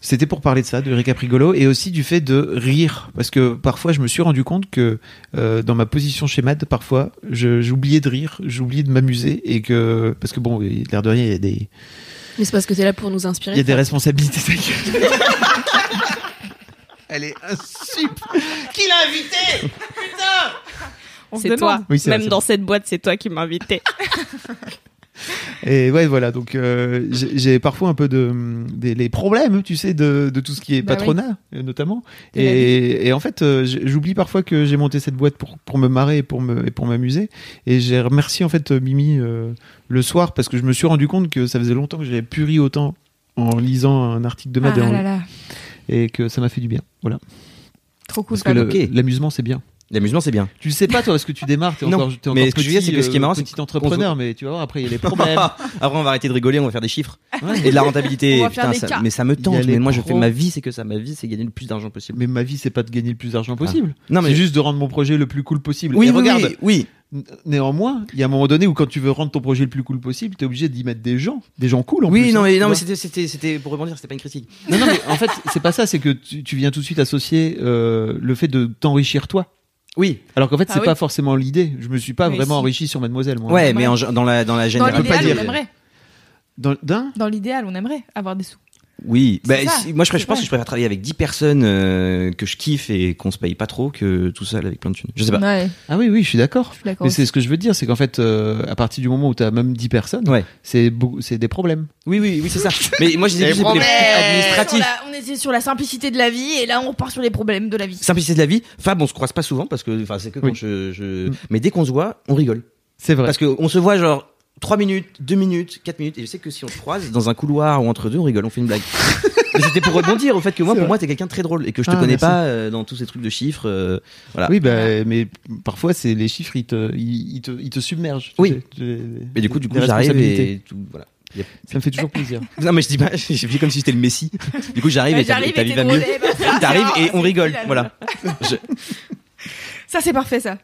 Speaker 4: C'était pour parler de ça, de récap rigolo, et aussi du fait de rire. Parce que parfois, je me suis rendu compte que euh, dans ma position chez Mad, parfois, je- j'oubliais de rire, j'oubliais de m'amuser, et que. Parce que bon, l'air de rien, il y a des.
Speaker 3: Mais c'est parce que t'es là pour nous
Speaker 4: Il y
Speaker 3: inspirer.
Speaker 4: a des responsabilités. ta gueule. Elle est insup. Qui l'a invité
Speaker 1: On se
Speaker 3: C'est toi.
Speaker 1: demande.
Speaker 4: Oui, c'est vrai,
Speaker 3: Même
Speaker 4: c'est
Speaker 3: dans cette boîte, c'est toi qui m'as invité.
Speaker 4: Et ouais, voilà. Donc euh, j'ai j'ai parfois un peu de des les problèmes, tu sais, de, de tout ce qui est
Speaker 1: Bah oui.
Speaker 4: patronat euh, notamment.
Speaker 1: De la
Speaker 4: Et, et en fait, euh, j- j'oublie parfois que j'ai monté cette boîte pour pour me marrer et pour me et pour m'amuser. Et j'ai remercié en fait euh, Mimi euh, le soir parce que je me suis rendu compte que ça faisait longtemps que j'avais plus ri autant en lisant un article de
Speaker 1: Ah
Speaker 4: Madame
Speaker 1: là là,
Speaker 4: et que ça m'a fait du bien. Voilà.
Speaker 1: trop cool.
Speaker 4: Parce que
Speaker 1: Bab.
Speaker 4: le-
Speaker 2: Ok.
Speaker 4: l'amusement c'est bien.
Speaker 2: L'amusement c'est bien.
Speaker 4: Tu le sais pas toi parce que tu démarres, t'es
Speaker 2: Non.
Speaker 4: encore, t'es encore
Speaker 2: Mais ce que je veux dire, c'est que ce qui est marrant, c'est
Speaker 4: petit
Speaker 2: qu'on-
Speaker 4: entrepreneur, mais tu vas voir après il y a les problèmes.
Speaker 2: Après on va arrêter de rigoler, on va faire des chiffres
Speaker 4: Ouais.
Speaker 2: et de la rentabilité.
Speaker 1: On va
Speaker 2: Putain,
Speaker 1: faire des
Speaker 2: ça-
Speaker 1: cas.
Speaker 2: mais ça me
Speaker 4: Il y a
Speaker 2: tente.
Speaker 4: les
Speaker 2: Mais moi je
Speaker 4: pros.
Speaker 2: fais ma vie, c'est que ça. Ma vie, c'est gagner le plus d'argent possible.
Speaker 4: mais ma vie, c'est pas de gagner le plus d'argent possible.
Speaker 2: Ah. Non
Speaker 4: C'est
Speaker 2: mais
Speaker 4: juste de rendre mon projet le plus cool possible.
Speaker 2: oui,
Speaker 4: Et
Speaker 2: oui,
Speaker 4: regarde,
Speaker 2: oui, oui.
Speaker 4: N- Néanmoins, il y a un moment donné où quand tu veux rendre ton projet le plus cool possible, t'es obligé d'y mettre des gens, des gens cool en
Speaker 2: Oui,
Speaker 4: plus.
Speaker 2: non,
Speaker 4: hein,
Speaker 2: mais,
Speaker 4: tu
Speaker 2: non,
Speaker 4: vois.
Speaker 2: mais c'était, c'était, c'était pour rebondir, c'était pas une critique.
Speaker 4: Non, non, mais en fait, c'est pas ça, c'est que tu, tu viens tout de suite associer euh, le fait de t'enrichir toi.
Speaker 2: Oui.
Speaker 4: Alors qu'en fait, c'est
Speaker 3: Ah oui.
Speaker 4: pas forcément l'idée. Je me suis pas
Speaker 1: Mais
Speaker 4: vraiment
Speaker 1: si.
Speaker 4: enrichi sur Mademoiselle, moi.
Speaker 2: Ouais, mais en gen- dans la dans la
Speaker 1: Dans
Speaker 2: généralité.
Speaker 4: peut pas
Speaker 1: l'idéal,
Speaker 4: dire.
Speaker 1: on aimerait.
Speaker 4: Dans- D'un
Speaker 1: Dans l'idéal, on aimerait avoir des sous.
Speaker 2: Oui,
Speaker 1: C'est
Speaker 2: bah,
Speaker 1: ça,
Speaker 2: si- moi je,
Speaker 1: c'est
Speaker 2: je pense
Speaker 1: vrai.
Speaker 2: que je préfère travailler avec 10 personnes euh, que je kiffe et qu'on se paye pas trop que tout seul avec plein de thunes. Je sais pas.
Speaker 1: Ouais,
Speaker 4: Ah oui, oui, je suis d'accord.
Speaker 1: je suis d'accord.
Speaker 4: Mais c'est ce que je veux dire, c'est qu'en fait, euh, à partir du moment où t'as même 10 personnes,
Speaker 2: Ouais.
Speaker 4: c'est beaucoup- c'est des problèmes.
Speaker 2: Oui, oui, oui, c'est ça. mais moi je disais
Speaker 4: Les
Speaker 2: plus pour les
Speaker 4: problèmes.
Speaker 2: problèmes
Speaker 1: Sur
Speaker 2: administratifs.
Speaker 1: la- on était sur la simplicité de la vie et là on repart sur les problèmes de la vie.
Speaker 2: Simplicité de la vie. Fab, on se croise pas souvent parce que enfin c'est que quand
Speaker 4: Oui.
Speaker 2: je, je...
Speaker 4: Mm.
Speaker 2: mais dès qu'on se voit, on rigole.
Speaker 4: C'est vrai.
Speaker 2: Parce que on se voit genre 3 minutes, 2 minutes, 4 minutes et je sais que si on se croise dans un couloir ou entre deux, on rigole, on fait une blague. Mais C'était pour rebondir au fait que moi,
Speaker 4: C'est
Speaker 2: pour
Speaker 4: vrai.
Speaker 2: moi, t'es quelqu'un de très drôle et que je te
Speaker 4: Ah,
Speaker 2: connais
Speaker 4: merci.
Speaker 2: pas euh, dans tous ces trucs de chiffres. euh, voilà.
Speaker 4: Oui, bah, mais parfois, c'est les chiffres, ils te, ils, ils te, ils te submergent.
Speaker 2: Oui.
Speaker 4: Tu- tu-
Speaker 2: Mais du coup, du coup,
Speaker 4: les
Speaker 2: j'arrive
Speaker 4: responsabilités.
Speaker 2: et tout, voilà.
Speaker 4: Ça me fait toujours plaisir.
Speaker 2: Non mais je dis pas, j'ai fait comme si j'étais le Messi. Du coup j'arrive
Speaker 1: Ouais,
Speaker 2: et t'as
Speaker 1: j'arrive
Speaker 2: et ta
Speaker 1: et
Speaker 2: vie
Speaker 1: t'es
Speaker 2: va mieux.
Speaker 1: drôle, eh ben, c'est
Speaker 2: T'arrives
Speaker 1: ça,
Speaker 2: et on
Speaker 1: c'est
Speaker 2: rigole,
Speaker 3: Ah,
Speaker 1: cool,
Speaker 2: voilà. Je-
Speaker 1: Ça c'est parfait ça.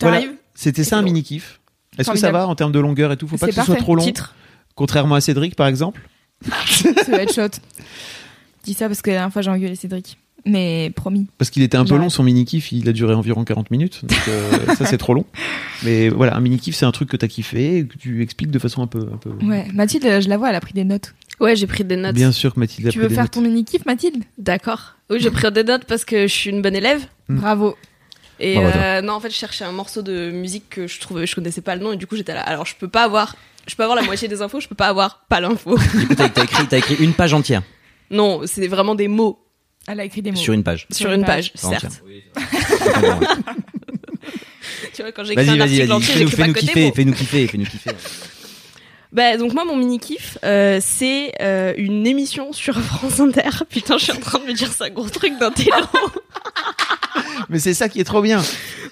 Speaker 4: Voilà.
Speaker 1: T'arrives,
Speaker 4: C'était ça un
Speaker 1: drôle.
Speaker 4: mini kiff. Est-ce que ça
Speaker 1: Formidable.
Speaker 4: va en termes de longueur et tout Faut pas
Speaker 1: c'est
Speaker 4: que ce soit
Speaker 1: parfait.
Speaker 4: trop long.
Speaker 1: Titre,
Speaker 4: Contrairement à Cédric, par exemple.
Speaker 1: ce headshot. Je dis ça parce que la dernière fois j'ai engueulé Cédric. Mais promis.
Speaker 4: Parce qu'il était un peu
Speaker 1: J'arrête.
Speaker 4: long, son mini kiff, il a duré environ 40 minutes. Donc euh, ça, c'est trop long. Mais voilà, un mini kiff, c'est un truc que t'as kiffé et que tu expliques de façon un peu. Un peu...
Speaker 1: Ouais, Mathilde, euh, je la vois, elle a pris des notes.
Speaker 3: Ouais, j'ai pris des notes.
Speaker 4: Bien sûr que Mathilde a
Speaker 1: tu
Speaker 4: pris
Speaker 1: veux
Speaker 4: des
Speaker 1: faire
Speaker 4: notes.
Speaker 1: ton mini kiff, Mathilde
Speaker 3: D'accord. Oui, j'ai pris des notes parce que je suis une bonne élève.
Speaker 4: Mm.
Speaker 1: Bravo.
Speaker 4: Bah,
Speaker 3: Et
Speaker 2: Bravo à
Speaker 3: euh, non, en fait, je cherchais un morceau de musique que je trouvais, je connaissais pas le nom, et du coup, j'étais là. Alors, je peux pas avoir, je peux avoir la moitié des infos, je peux pas avoir pas l'info.
Speaker 2: Du coup t'as t'as écrit, t'as écrit une page entière
Speaker 3: Non, c'est vraiment des mots
Speaker 1: Elle a écrit des mots.
Speaker 2: sur une page.
Speaker 3: sur une page, certes.
Speaker 2: Attends, ouais.
Speaker 3: Tu vois, quand j'écris
Speaker 2: Vas-y
Speaker 3: un
Speaker 2: vas-y
Speaker 3: article
Speaker 2: vas-y,
Speaker 3: entier,
Speaker 2: fais-nous
Speaker 3: j'écris pas
Speaker 2: fais-nous
Speaker 3: que des
Speaker 2: kiffer,
Speaker 3: mots.
Speaker 2: fais-nous kiffer, fais-nous kiffer.
Speaker 3: Bah, donc moi, mon mini kiff, c'est euh, une émission sur France Inter. Putain, je suis en train de me dire ça gros truc d'intello.
Speaker 4: Mais c'est ça qui est trop bien.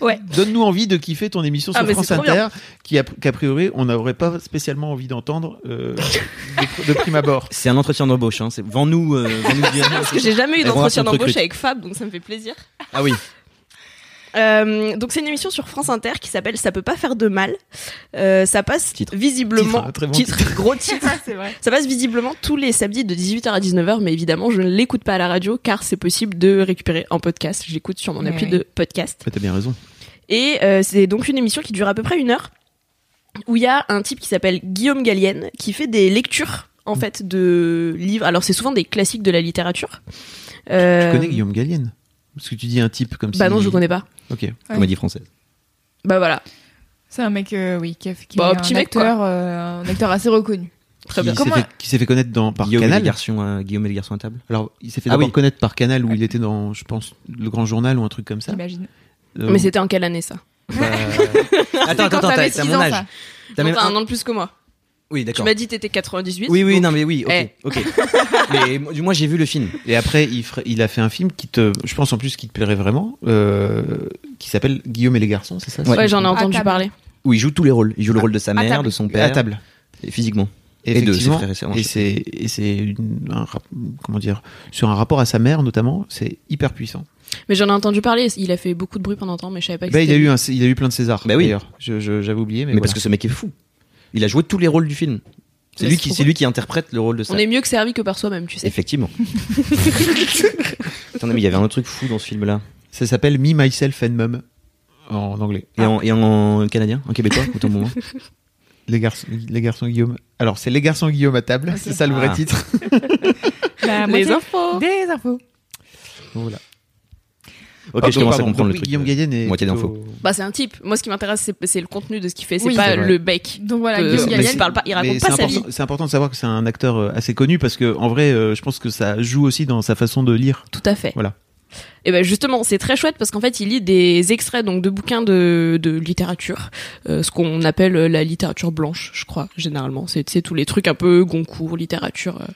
Speaker 3: Ouais.
Speaker 4: Donne-nous envie de kiffer ton émission
Speaker 3: Ah,
Speaker 4: sur
Speaker 3: mais
Speaker 4: France
Speaker 3: c'est trop
Speaker 4: Inter, qui a- qu'a priori, on n'aurait pas spécialement envie d'entendre euh, de, de prime abord.
Speaker 2: C'est un entretien d'embauche hein, c'est vends-nous euh, vends-nous du-
Speaker 3: Parce que j'ai jamais eu
Speaker 2: Elles vont
Speaker 3: d'entretien
Speaker 2: avoir son truc
Speaker 3: d'embauche
Speaker 2: russe.
Speaker 3: avec Fab, donc ça me fait plaisir.
Speaker 2: Ah oui.
Speaker 3: Euh, donc c'est une émission sur France Inter qui s'appelle Ça peut pas faire de mal. Euh, ça passe
Speaker 2: Titre.
Speaker 3: visiblement
Speaker 4: Titre, un très bon
Speaker 3: gros titre.
Speaker 1: Ah, c'est vrai.
Speaker 3: Ça passe visiblement tous les samedis de 18h à 19h, mais évidemment je ne l'écoute pas à la radio car c'est possible de récupérer en podcast. Je l'écoute sur mon
Speaker 1: Mais
Speaker 3: appli
Speaker 1: oui.
Speaker 3: de podcast.
Speaker 4: Mais T'as bien raison.
Speaker 3: Et euh, c'est donc une émission qui dure à peu près une heure où il y a un type qui s'appelle Guillaume Gallienne qui fait des lectures en fait de livres. Alors c'est souvent des classiques de la littérature.
Speaker 4: Tu
Speaker 3: Euh,
Speaker 4: connais Guillaume Gallienne Parce que tu dis un type comme ça.
Speaker 3: Bah non, je le connais pas.
Speaker 4: Ok.
Speaker 2: Comédie française.
Speaker 3: Bah voilà,
Speaker 1: C'est un mec, euh, oui, qui, a- qui
Speaker 3: Bah,
Speaker 1: est
Speaker 3: petit
Speaker 1: un
Speaker 3: mec,
Speaker 1: acteur, euh, un acteur assez reconnu.
Speaker 3: très
Speaker 4: qui
Speaker 3: bien.
Speaker 4: s'est
Speaker 1: Comment-
Speaker 4: fait- Qui s'est fait connaître dans, par
Speaker 2: Guillaume et les
Speaker 4: Canal.
Speaker 2: garçons à- Guillaume et les garçons à table.
Speaker 4: Alors, il s'est fait
Speaker 2: Ah
Speaker 4: d'abord
Speaker 2: oui.
Speaker 4: connaître par Canal où il était dans, je pense, le Grand Journal ou un truc comme ça.
Speaker 1: J'imagine.
Speaker 4: Euh,
Speaker 3: Mais c'était en quelle année ça
Speaker 4: bah,
Speaker 2: Attends
Speaker 1: Quand
Speaker 2: attends
Speaker 1: t'avais
Speaker 2: t'as
Speaker 1: six
Speaker 2: t'as mon
Speaker 1: ans,
Speaker 2: âge.
Speaker 1: ça.
Speaker 2: T'as même
Speaker 3: Enfin, un
Speaker 2: un-
Speaker 3: an de plus que moi.
Speaker 2: Oui
Speaker 3: Tu
Speaker 2: d'accord.
Speaker 3: m'as dit t'étais 98.
Speaker 2: Oui oui
Speaker 3: donc-
Speaker 2: non mais oui ok
Speaker 3: Eh.
Speaker 2: ok. Mais moi- du moins j'ai vu le film.
Speaker 4: Et après, il, ferait- il a fait un film qui te, je pense en plus, qui te plairait vraiment, euh, qui s'appelle Guillaume et les garçons, c'est ça
Speaker 2: Ouais.
Speaker 3: Ouais, j'en ai entendu
Speaker 1: table.
Speaker 3: parler.
Speaker 2: Où il joue tous les rôles. Il joue le rôle de sa
Speaker 1: à
Speaker 2: mère,
Speaker 1: table.
Speaker 2: de son
Speaker 4: À
Speaker 2: père,
Speaker 4: table.
Speaker 2: et physiquement. Et de ses
Speaker 4: Effectivement.
Speaker 2: frères et sœurs.
Speaker 4: Et c'est et c'est une- un rap- comment dire sur un rapport à sa mère notamment, c'est hyper puissant.
Speaker 3: Mais j'en ai entendu parler. Il a fait beaucoup de bruit pendant un temps, mais je savais pas que
Speaker 4: Bah, il
Speaker 3: c'était
Speaker 4: a
Speaker 3: lui.
Speaker 4: eu un- il a eu plein de César.
Speaker 2: Bah oui.
Speaker 4: D'ailleurs, Je- je- j'avais oublié, mais,
Speaker 2: Mais parce que ce mec est fou. Il a joué tous les rôles du film. C'est
Speaker 3: Ouais,
Speaker 2: lui
Speaker 3: c'est
Speaker 2: qui,
Speaker 3: trop
Speaker 2: c'est
Speaker 3: cool.
Speaker 2: lui qui interprète le rôle de ça.
Speaker 3: On est mieux que servi que par soi-même, tu sais.
Speaker 2: Effectivement. Attendez, mais il y avait un autre truc fou dans ce film-là.
Speaker 4: ça s'appelle Me Myself and Mum en anglais.
Speaker 2: Et, en, et en canadien, en québécois, autant pour moi.
Speaker 4: Les garçons, les garçons Guillaume. Alors c'est les garçons Guillaume à table, c'est ça le vrai
Speaker 2: Ah.
Speaker 4: titre.
Speaker 1: La
Speaker 3: Les
Speaker 1: moitié
Speaker 3: infos.
Speaker 1: Des infos.
Speaker 4: Donc, voilà.
Speaker 2: Ok,
Speaker 4: Pardon,
Speaker 2: je commence à
Speaker 4: pardon.
Speaker 2: comprendre
Speaker 4: Donc,
Speaker 2: le
Speaker 4: oui,
Speaker 2: truc.
Speaker 4: Guillaume Gallienne est
Speaker 2: Moitié
Speaker 4: plutôt-
Speaker 3: Bah c'est un type. Moi, ce qui m'intéresse, c'est- c'est le contenu de ce qu'il fait. C'est
Speaker 1: Oui,
Speaker 3: pas
Speaker 4: c'est vrai.
Speaker 3: le bec.
Speaker 1: Donc voilà,
Speaker 3: Euh,
Speaker 1: Guillaume
Speaker 3: mais
Speaker 1: Gallienne.
Speaker 3: il parle pas, il raconte
Speaker 4: Mais
Speaker 3: pas
Speaker 4: c'est
Speaker 3: sa vie.
Speaker 4: important- C'est important de savoir que c'est un acteur euh, assez connu parce que en vrai, euh, je pense que ça joue aussi dans sa façon de lire.
Speaker 3: Tout à fait.
Speaker 4: Voilà.
Speaker 3: Et ben justement, c'est très chouette parce qu'en fait, il lit des extraits donc de bouquins de, de littérature, euh, ce qu'on appelle euh, la littérature blanche, je crois, généralement. C'est c'est tous les trucs un peu Goncourt, littérature euh,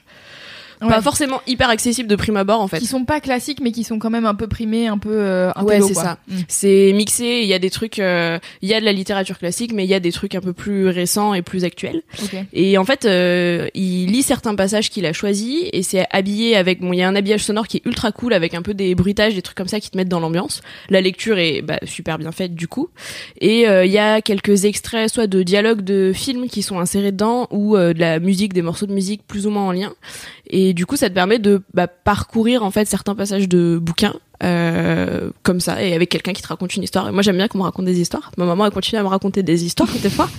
Speaker 3: pas forcément hyper accessibles de prime abord en fait.
Speaker 1: Qui sont pas classiques, mais qui sont quand même un peu primés, un peu. euh,
Speaker 3: Ouais,
Speaker 1: intello,
Speaker 3: c'est
Speaker 1: quoi.
Speaker 3: ça.
Speaker 1: Mm.
Speaker 3: C'est mixé, il y a des trucs, euh, il y a de la littérature classique, mais il y a des trucs un peu plus récents et plus actuels.
Speaker 1: Ok.
Speaker 3: Et en fait, euh, il lit certains passages qu'il a choisis et c'est habillé avec, bon, il y a un habillage sonore qui est ultra cool avec un peu des bruitages, des trucs comme ça qui te mettent dans l'ambiance. La lecture est bah, super bien faite du coup. Et euh, il y a quelques extraits, soit de dialogues de films qui sont insérés dedans ou euh, de la musique, des morceaux de musique plus ou moins en lien. Et du coup, ça te permet de bah, parcourir en fait certains passages de bouquins. euh, comme ça et avec quelqu'un qui te raconte une histoire et moi j'aime bien qu'on me raconte des histoires ma maman elle continue à me raconter des histoires des fois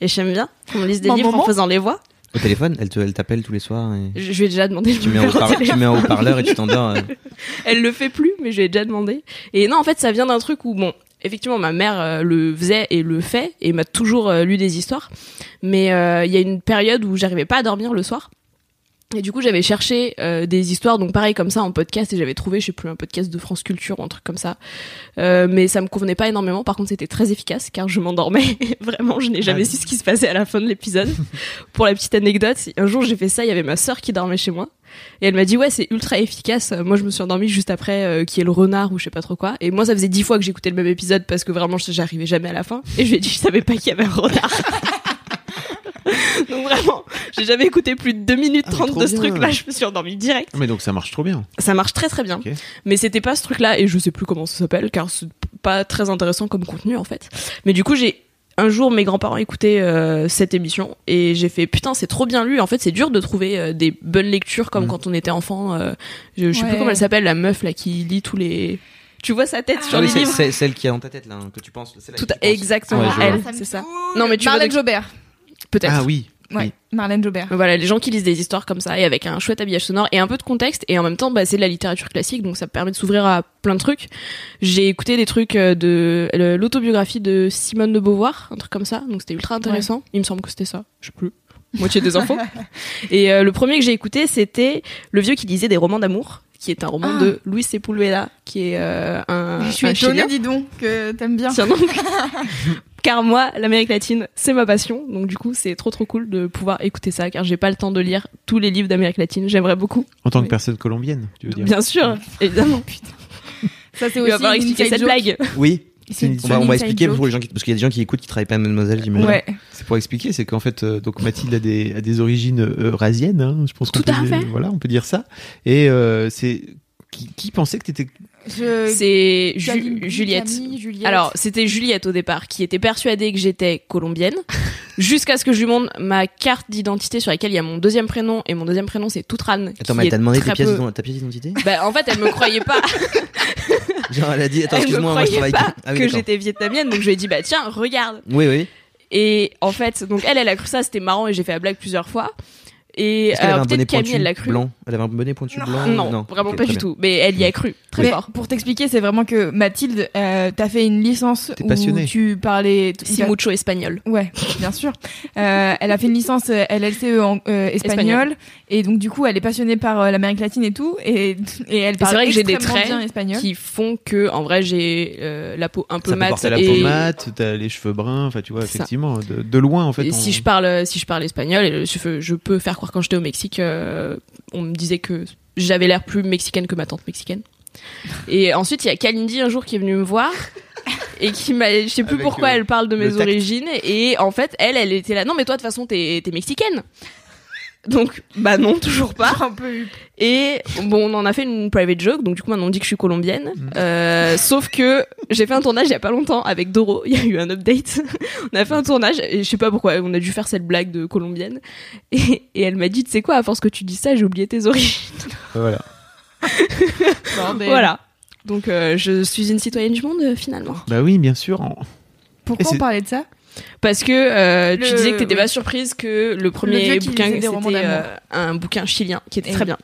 Speaker 3: et j'aime bien qu'on me lise des
Speaker 1: Ma
Speaker 3: livres en
Speaker 1: maman
Speaker 3: faisant les voix
Speaker 2: Au téléphone, elle te- elle t'appelle tous les soirs. et-
Speaker 3: je, je lui ai déjà demandé le
Speaker 2: Tu mets, un
Speaker 3: numéro de
Speaker 2: haut-parleur- tu
Speaker 3: téléphone.
Speaker 2: mets un haut-parleur et tu t'endors. euh.
Speaker 3: Elle le fait plus, mais je lui ai déjà demandé. Et non, en fait, ça vient d'un truc où, bon, effectivement, ma mère euh, le faisait et le fait, et m'a toujours euh, lu des histoires. Mais euh, il y a une période où j'arrivais pas à dormir le soir. Et du coup, j'avais cherché euh, des histoires, donc pareil comme ça en podcast, et j'avais trouvé, je sais plus, un podcast de France Culture ou un truc comme ça. Euh, mais ça me convenait pas énormément. Par contre, c'était très efficace car je m'endormais. Vraiment, je n'ai jamais su ce qui se passait à la fin de l'épisode. Pour la petite anecdote, un jour j'ai fait ça, il y avait ma sœur qui dormait chez moi. Et elle m'a dit, ouais, c'est ultra efficace. Euh, Moi, je me suis endormie juste après euh, qui est le renard ou je sais pas trop quoi. Et moi, ça faisait dix fois que j'écoutais le même épisode parce que vraiment, je- j'arrivais jamais à la fin. Et je lui ai dit, je savais pas qu'il y avait un renard. Donc vraiment, j'ai jamais écouté plus de 2 minutes
Speaker 4: Ah, mais
Speaker 3: 30
Speaker 4: trop
Speaker 3: de ce
Speaker 4: bien.
Speaker 3: truc-là. Je me suis endormie direct.
Speaker 2: Ah,
Speaker 4: Mais donc ça marche trop bien.
Speaker 3: Ça marche très très bien.
Speaker 4: Ok.
Speaker 3: Mais c'était pas ce truc-là, et je sais plus comment ça s'appelle, car c'est pas très intéressant comme contenu en fait. Mais du coup, j'ai un jour mes grands-parents écoutaient euh, cette émission et j'ai fait putain c'est trop bien lu en fait c'est dur de trouver euh, des bonnes lectures comme
Speaker 4: Mhm.
Speaker 3: quand on était enfant euh, je, je sais
Speaker 1: Ouais.
Speaker 3: plus comment elle s'appelle la meuf là qui lit tous les tu vois sa tête sur
Speaker 2: Ah oui,
Speaker 3: les
Speaker 2: c'est-
Speaker 3: livres
Speaker 2: c'est celle qui est en ta tête là, hein, que tu penses. celle à
Speaker 3: tout
Speaker 2: qui tu penses.
Speaker 3: exactement
Speaker 2: Ouais, je
Speaker 3: elle
Speaker 2: vois.
Speaker 1: me
Speaker 3: c'est ça
Speaker 1: saoule.
Speaker 3: Non, mais tu veux
Speaker 1: Marlène
Speaker 3: des-
Speaker 1: Jobert.
Speaker 3: peut-être
Speaker 4: Ah oui.
Speaker 1: Ouais,
Speaker 4: Oui.
Speaker 1: Marlène Jobert.
Speaker 3: Mais Voilà, les gens qui lisent des histoires comme ça et avec un chouette habillage sonore et un peu de contexte et en même temps, bah, c'est de la littérature classique donc ça permet de s'ouvrir à plein de trucs. J'ai écouté des trucs euh, de le- l'autobiographie de Simone de Beauvoir, un truc comme ça, donc c'était ultra intéressant. Il me semble que c'était ça, je sais plus. Moitié des infos. et euh, le premier que j'ai écouté, c'était Le vieux qui lisait des romans d'amour, qui est un roman
Speaker 1: Ah.
Speaker 3: de Luis Sepulveda, qui est euh, un.
Speaker 1: Je suis
Speaker 3: un
Speaker 1: étonnée,
Speaker 3: chilien.
Speaker 1: dis donc, que t'aimes bien.
Speaker 3: Tiens donc. car moi, l'Amérique latine, c'est ma passion. Donc du coup, c'est trop trop cool de pouvoir écouter ça, car j'ai pas le temps de lire tous les livres d'Amérique latine. J'aimerais beaucoup,
Speaker 4: En tant que
Speaker 3: Oui.
Speaker 4: personne colombienne, tu veux dire.
Speaker 3: bien sûr, évidemment.
Speaker 1: Ça, c'est
Speaker 3: Il
Speaker 1: aussi
Speaker 3: va falloir
Speaker 1: une
Speaker 3: expliquer
Speaker 1: inside
Speaker 3: cette
Speaker 1: joke.
Speaker 3: blague.
Speaker 2: Oui,
Speaker 1: C'est une-
Speaker 2: on va,
Speaker 1: une
Speaker 2: on va
Speaker 1: inside
Speaker 2: expliquer
Speaker 1: joke.
Speaker 2: pour les gens qui, parce qu'il y a des gens qui écoutent qui travaillent pas à Mademoiselle, j'imagine.
Speaker 1: Ouais.
Speaker 4: C'est pour expliquer, c'est qu'en fait, euh, donc Mathilde a des, a des origines euh, eurasiennes, hein, je pense qu'on
Speaker 3: Tout
Speaker 4: peut,
Speaker 3: à fait.
Speaker 4: voilà, on peut dire ça. Et euh, c'est qui, qui pensait que t'étais
Speaker 1: Je-
Speaker 3: C'est Ju-
Speaker 1: Camille,
Speaker 3: Juliette.
Speaker 1: Camille, Juliette.
Speaker 3: Alors, c'était Juliette au départ qui était persuadée que j'étais colombienne, jusqu'à ce que je lui montre ma carte d'identité sur laquelle il y a mon deuxième prénom, et mon deuxième prénom c'est Toutran.
Speaker 2: Attends,
Speaker 3: qui
Speaker 2: mais elle
Speaker 3: est
Speaker 2: t'a demandé
Speaker 3: très
Speaker 2: tes pièces
Speaker 3: peu-
Speaker 2: d'ident- ta pièce d'identité Ah
Speaker 3: Bah, en fait, elle me croyait pas.
Speaker 2: Genre, elle a dit, attends,
Speaker 3: elle me
Speaker 2: excuse-moi, moi je
Speaker 3: croyait
Speaker 2: travaille
Speaker 3: pas
Speaker 2: Ah oui,
Speaker 3: que
Speaker 2: d'accord.
Speaker 3: j'étais vietnamienne, donc je lui ai dit, bah tiens, regarde.
Speaker 2: Oui, oui.
Speaker 3: Et en fait, donc elle, elle a cru ça, c'était marrant et j'ai fait la blague plusieurs fois. Et
Speaker 2: Est-ce qu'elle
Speaker 3: alors,
Speaker 2: avait un
Speaker 3: euh, peut-être
Speaker 2: bonnet
Speaker 3: Camille, elle l'a
Speaker 2: pointu
Speaker 3: cru.
Speaker 2: blanc Elle avait un bonnet pointu blanc
Speaker 3: Non, vraiment
Speaker 2: Ok,
Speaker 3: pas
Speaker 2: très
Speaker 3: du
Speaker 2: bien.
Speaker 3: tout. Mais elle y a cru, très
Speaker 1: Mais
Speaker 3: fort.
Speaker 1: Pour t'expliquer, c'est vraiment que Mathilde, euh, t'as fait une licence
Speaker 4: T'es
Speaker 1: où
Speaker 4: passionnée.
Speaker 1: tu parlais. tu-
Speaker 3: Si mucho espagnol.
Speaker 1: Ouais, bien sûr. Euh, elle a fait une licence euh, LLCE en, euh, espagnol
Speaker 3: Espagnol.
Speaker 1: et donc du coup, elle est passionnée par euh, l'Amérique latine et tout et, et elle parle
Speaker 3: vrai que j'ai des
Speaker 1: extrêmement
Speaker 3: traits
Speaker 1: bien espagnol.
Speaker 3: Qui font que, en vrai, j'ai euh, la peau un peu
Speaker 4: ça peut
Speaker 3: mate.
Speaker 4: porter la
Speaker 3: et-
Speaker 4: pommade, t'as les cheveux bruns, enfin tu vois,
Speaker 3: C'est ça.
Speaker 4: effectivement, de, de loin en fait.
Speaker 3: et
Speaker 4: on-
Speaker 3: si je parle, si je parle espagnol, et je, peux- je peux faire croire quand j'étais au Mexique, euh, on me disait que j'avais l'air plus mexicaine que ma tante mexicaine. Et ensuite, il y a Kalindi un jour qui est venue me voir et qui m'a, je sais plus
Speaker 4: Avec,
Speaker 3: pourquoi
Speaker 4: euh,
Speaker 3: elle parle de
Speaker 4: le
Speaker 3: mes
Speaker 4: tact.
Speaker 3: origines et en fait, elle, elle était là. Non, mais toi, de toute façon, t'es t'es mexicaine. Donc, bah non, toujours pas.
Speaker 1: un peu
Speaker 3: Et bon, on en a fait une private joke, donc du coup maintenant on dit que je suis colombienne. Euh, sauf que j'ai fait un tournage il y a pas longtemps avec Doro, il y a eu un update. on a fait un tournage, et je sais pas pourquoi, on a dû faire cette blague de colombienne. Et, et elle m'a dit, tu sais quoi, à force que tu dis ça, j'ai oublié tes origines.
Speaker 4: Voilà.
Speaker 3: Voilà. Donc euh, je suis une citoyenne du monde euh, finalement.
Speaker 4: Bah oui, bien sûr. en- Et
Speaker 1: Pourquoi
Speaker 4: c'est-
Speaker 1: on parlait de ça
Speaker 3: Parce que euh, tu
Speaker 1: Le-
Speaker 3: disais que t'étais
Speaker 1: oui.
Speaker 3: pas surprise que le premier
Speaker 1: vieux qui
Speaker 3: bouquin
Speaker 1: lisait des
Speaker 3: c'était
Speaker 1: romans d'amour.
Speaker 3: euh, un bouquin chilien qui était
Speaker 1: Et
Speaker 3: très
Speaker 1: oui.
Speaker 3: bien.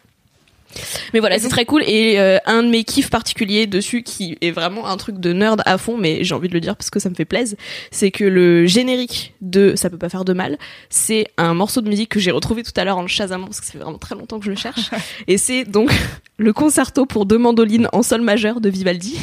Speaker 3: Mais voilà,
Speaker 1: Et
Speaker 3: c'est
Speaker 1: donc-
Speaker 3: très cool et euh, un de mes kiffs particuliers dessus qui est vraiment un truc de nerd à fond, mais j'ai envie de le dire parce que ça me fait plaisir, c'est que le générique de Ça peut pas faire de mal, c'est un morceau de musique que j'ai retrouvé tout à l'heure en le chasamant parce que ça fait vraiment très longtemps que je le cherche et c'est donc le concerto pour deux mandolines en sol majeur de Vivaldi.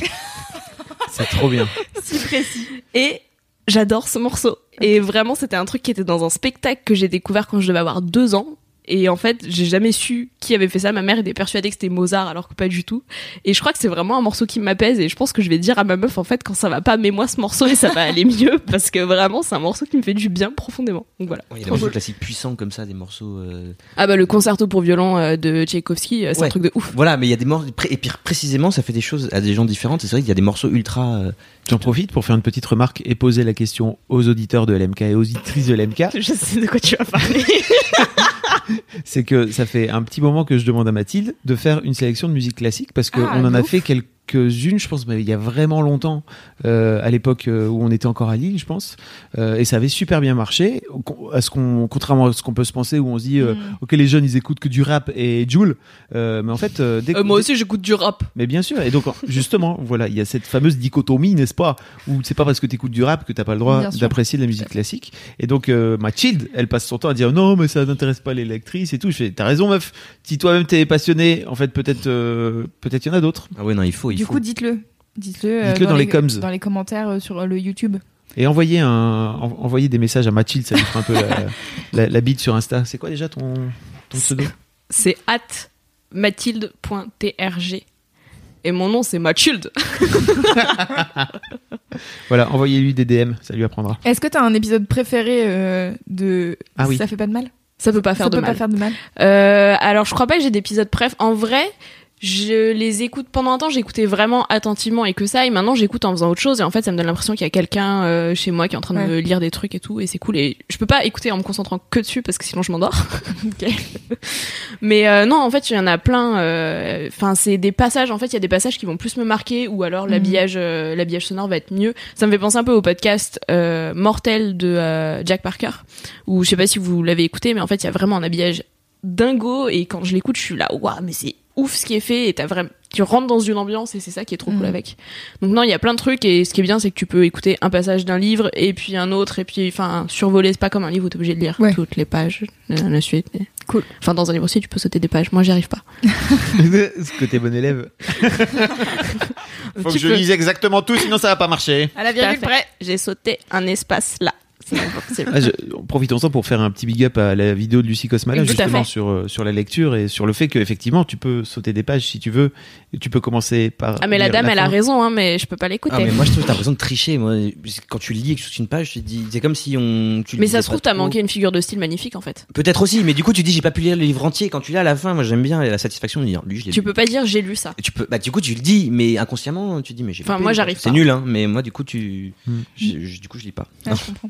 Speaker 4: C'est trop bien.
Speaker 3: si précis. Et j'adore ce morceau. Et vraiment, c'était un truc qui était dans un spectacle que j'ai découvert quand je devais avoir deux ans. Et en fait, j'ai jamais su qui avait fait ça. Ma mère était persuadée que c'était Mozart, alors que pas du tout. Et je crois que c'est vraiment un morceau qui m'apaise. Et je pense que je vais dire à ma meuf, en fait, quand ça va pas, mets-moi ce morceau et ça va aller mieux. Parce que vraiment, c'est un morceau qui me fait du bien profondément. Donc voilà.
Speaker 2: Il y a des
Speaker 3: Trop
Speaker 2: morceaux
Speaker 3: cool.
Speaker 2: classiques puissants comme ça, des morceaux. euh,
Speaker 3: Ah bah, le concerto pour violon euh, de Tchaïkovski, euh, c'est
Speaker 2: Ouais.
Speaker 3: un truc de ouf.
Speaker 2: Voilà, mais il y a des morceaux. pré- Et pire, précisément, ça fait des choses à des gens différentes. Et c'est vrai qu'il y a des morceaux ultra. euh,
Speaker 4: J'en profite pour faire une petite remarque et poser la question aux auditeurs de LMK et aux auditrices de LMK.
Speaker 3: Je sais de quoi tu vas parler.
Speaker 4: C'est que ça fait un petit moment que je demande à Mathilde de faire une sélection de musique classique parce qu'on
Speaker 1: Ah,
Speaker 4: en
Speaker 1: de
Speaker 4: a
Speaker 1: ouf.
Speaker 4: fait quelques-unes, je pense, mais il y a vraiment longtemps, euh, à l'époque euh, où on était encore à Lille, je pense, euh, et ça avait super bien marché. Au con- À ce qu'on, contrairement à ce qu'on peut se penser, où on se dit, euh, ok, les jeunes, ils écoutent que du rap et Joule, euh, mais en fait, euh, dès que-
Speaker 3: moi aussi, j'écoute du rap.
Speaker 4: Mais bien sûr, et donc justement, voilà, il y a cette fameuse dichotomie, n'est-ce pas, où c'est pas parce que tu écoutes du rap que t'as pas le droit
Speaker 1: Bien sûr.
Speaker 4: d'apprécier de la musique classique. Et donc euh, Mathilde, elle passe son temps à dire non, mais ça n'intéresse pas les lectrices et tout. Je fais, t'as raison, meuf. Si toi-même t'es passionné, en fait, peut-être, euh, peut-être y en a d'autres.
Speaker 2: Ah ouais, non, il faut. Il
Speaker 1: Du
Speaker 2: faut.
Speaker 1: coup, dites-le. Dites-le euh,
Speaker 4: Dites-le dans les coms.
Speaker 1: Dans les commentaires euh, sur euh, le YouTube.
Speaker 4: Et envoyer un, en- envoyer des messages à Mathilde, ça lui fera un peu la, la, la bite sur Insta. C'est quoi déjà ton, ton pseudo
Speaker 3: C'est at mathilde.trg. Et mon nom, c'est Mathilde.
Speaker 4: Voilà, envoyez-lui des DM, ça lui apprendra.
Speaker 1: Est-ce que t'as un épisode préféré euh, de
Speaker 4: Ah oui.
Speaker 1: Ça fait pas de mal
Speaker 3: Ça peut pas faire
Speaker 1: Ça
Speaker 3: de
Speaker 1: peut
Speaker 3: mal.
Speaker 1: pas faire de mal.
Speaker 3: Euh, alors, je crois pas que j'ai d'épisodes préf. En vrai, je les écoute pendant un temps, j'écoutais vraiment attentivement et que ça. Et maintenant, j'écoute en faisant autre chose. Et en fait, ça me donne l'impression qu'il y a quelqu'un euh, chez moi qui est en train
Speaker 1: Ouais.
Speaker 3: de me lire des trucs et tout. Et c'est cool. Et je peux pas écouter en me concentrant que dessus parce que sinon, je m'endors. Ok. Mais euh, non, en fait, il y en a plein. euh, Enfin, c'est des passages. En fait, il y a des passages qui vont plus me marquer ou alors
Speaker 1: Mhm.
Speaker 3: l'habillage, euh, l'habillage sonore va être mieux. Ça me fait penser un peu au podcast euh, Mortel de euh, Jack Parker. Ou je sais pas si vous l'avez écouté, mais en fait, il y a vraiment un habillage dingo et quand je l'écoute je suis là waouh mais c'est ouf ce qui est fait et t'as vraiment tu rentres dans une ambiance et c'est ça qui est trop cool
Speaker 1: Mhm.
Speaker 3: avec donc non il y a plein de trucs et ce qui est bien c'est que tu peux écouter un passage d'un livre et puis un autre et puis enfin survoler c'est pas comme un livre où t'es obligé de lire
Speaker 1: Ouais.
Speaker 3: toutes les pages euh, la suite mais-
Speaker 1: Cool.
Speaker 3: enfin dans un livre aussi tu peux sauter des pages moi j'y arrive pas
Speaker 4: Est-ce que t'es bon élève Faut
Speaker 3: Tu peux.
Speaker 4: exactement tout, sinon ça va pas marcher.
Speaker 1: À la
Speaker 3: Tout à fait. j'ai sauté un espace là c'est pas possible.
Speaker 4: Ah, je, profitons-en pour faire un petit big up à la vidéo de Lucie Cosmala
Speaker 3: Tout à
Speaker 4: justement
Speaker 3: fait.
Speaker 4: sur, euh, sur la lecture et sur le fait que effectivement tu peux sauter des pages si tu veux et tu peux commencer par
Speaker 3: ah mais la
Speaker 4: lire
Speaker 3: dame elle a
Speaker 4: fin.
Speaker 3: raison hein mais je peux pas l'écouter
Speaker 2: Ah, mais moi, je trouve que t'as l'impression de tricher. Moi, quand tu lis et que tu sautes une page, tu te dis. C'est comme si on. tu le
Speaker 3: mais ça
Speaker 2: lisais
Speaker 3: se
Speaker 2: pas
Speaker 3: trouve t'as
Speaker 2: trop.
Speaker 3: manqué une figure de style magnifique en fait
Speaker 2: Peut-être aussi, mais du coup, tu dis, j'ai pas pu lire le livre entier. Quand tu l'as à la fin, moi, j'aime bien la satisfaction de dire, lui, je l'ai
Speaker 3: tu
Speaker 2: lu.
Speaker 3: peux pas dire j'ai lu ça
Speaker 2: Et tu peux, bah, du coup, tu le dis, mais inconsciemment, tu dis, mais j'ai
Speaker 3: Enfin,
Speaker 2: pas pu
Speaker 3: moi,
Speaker 2: lire.
Speaker 3: j'arrive
Speaker 2: C'est
Speaker 3: pas.
Speaker 2: nul, hein, mais moi, du coup, tu.
Speaker 4: Hmm.
Speaker 2: je- je- du coup, je lis pas.
Speaker 1: Ah, je comprends.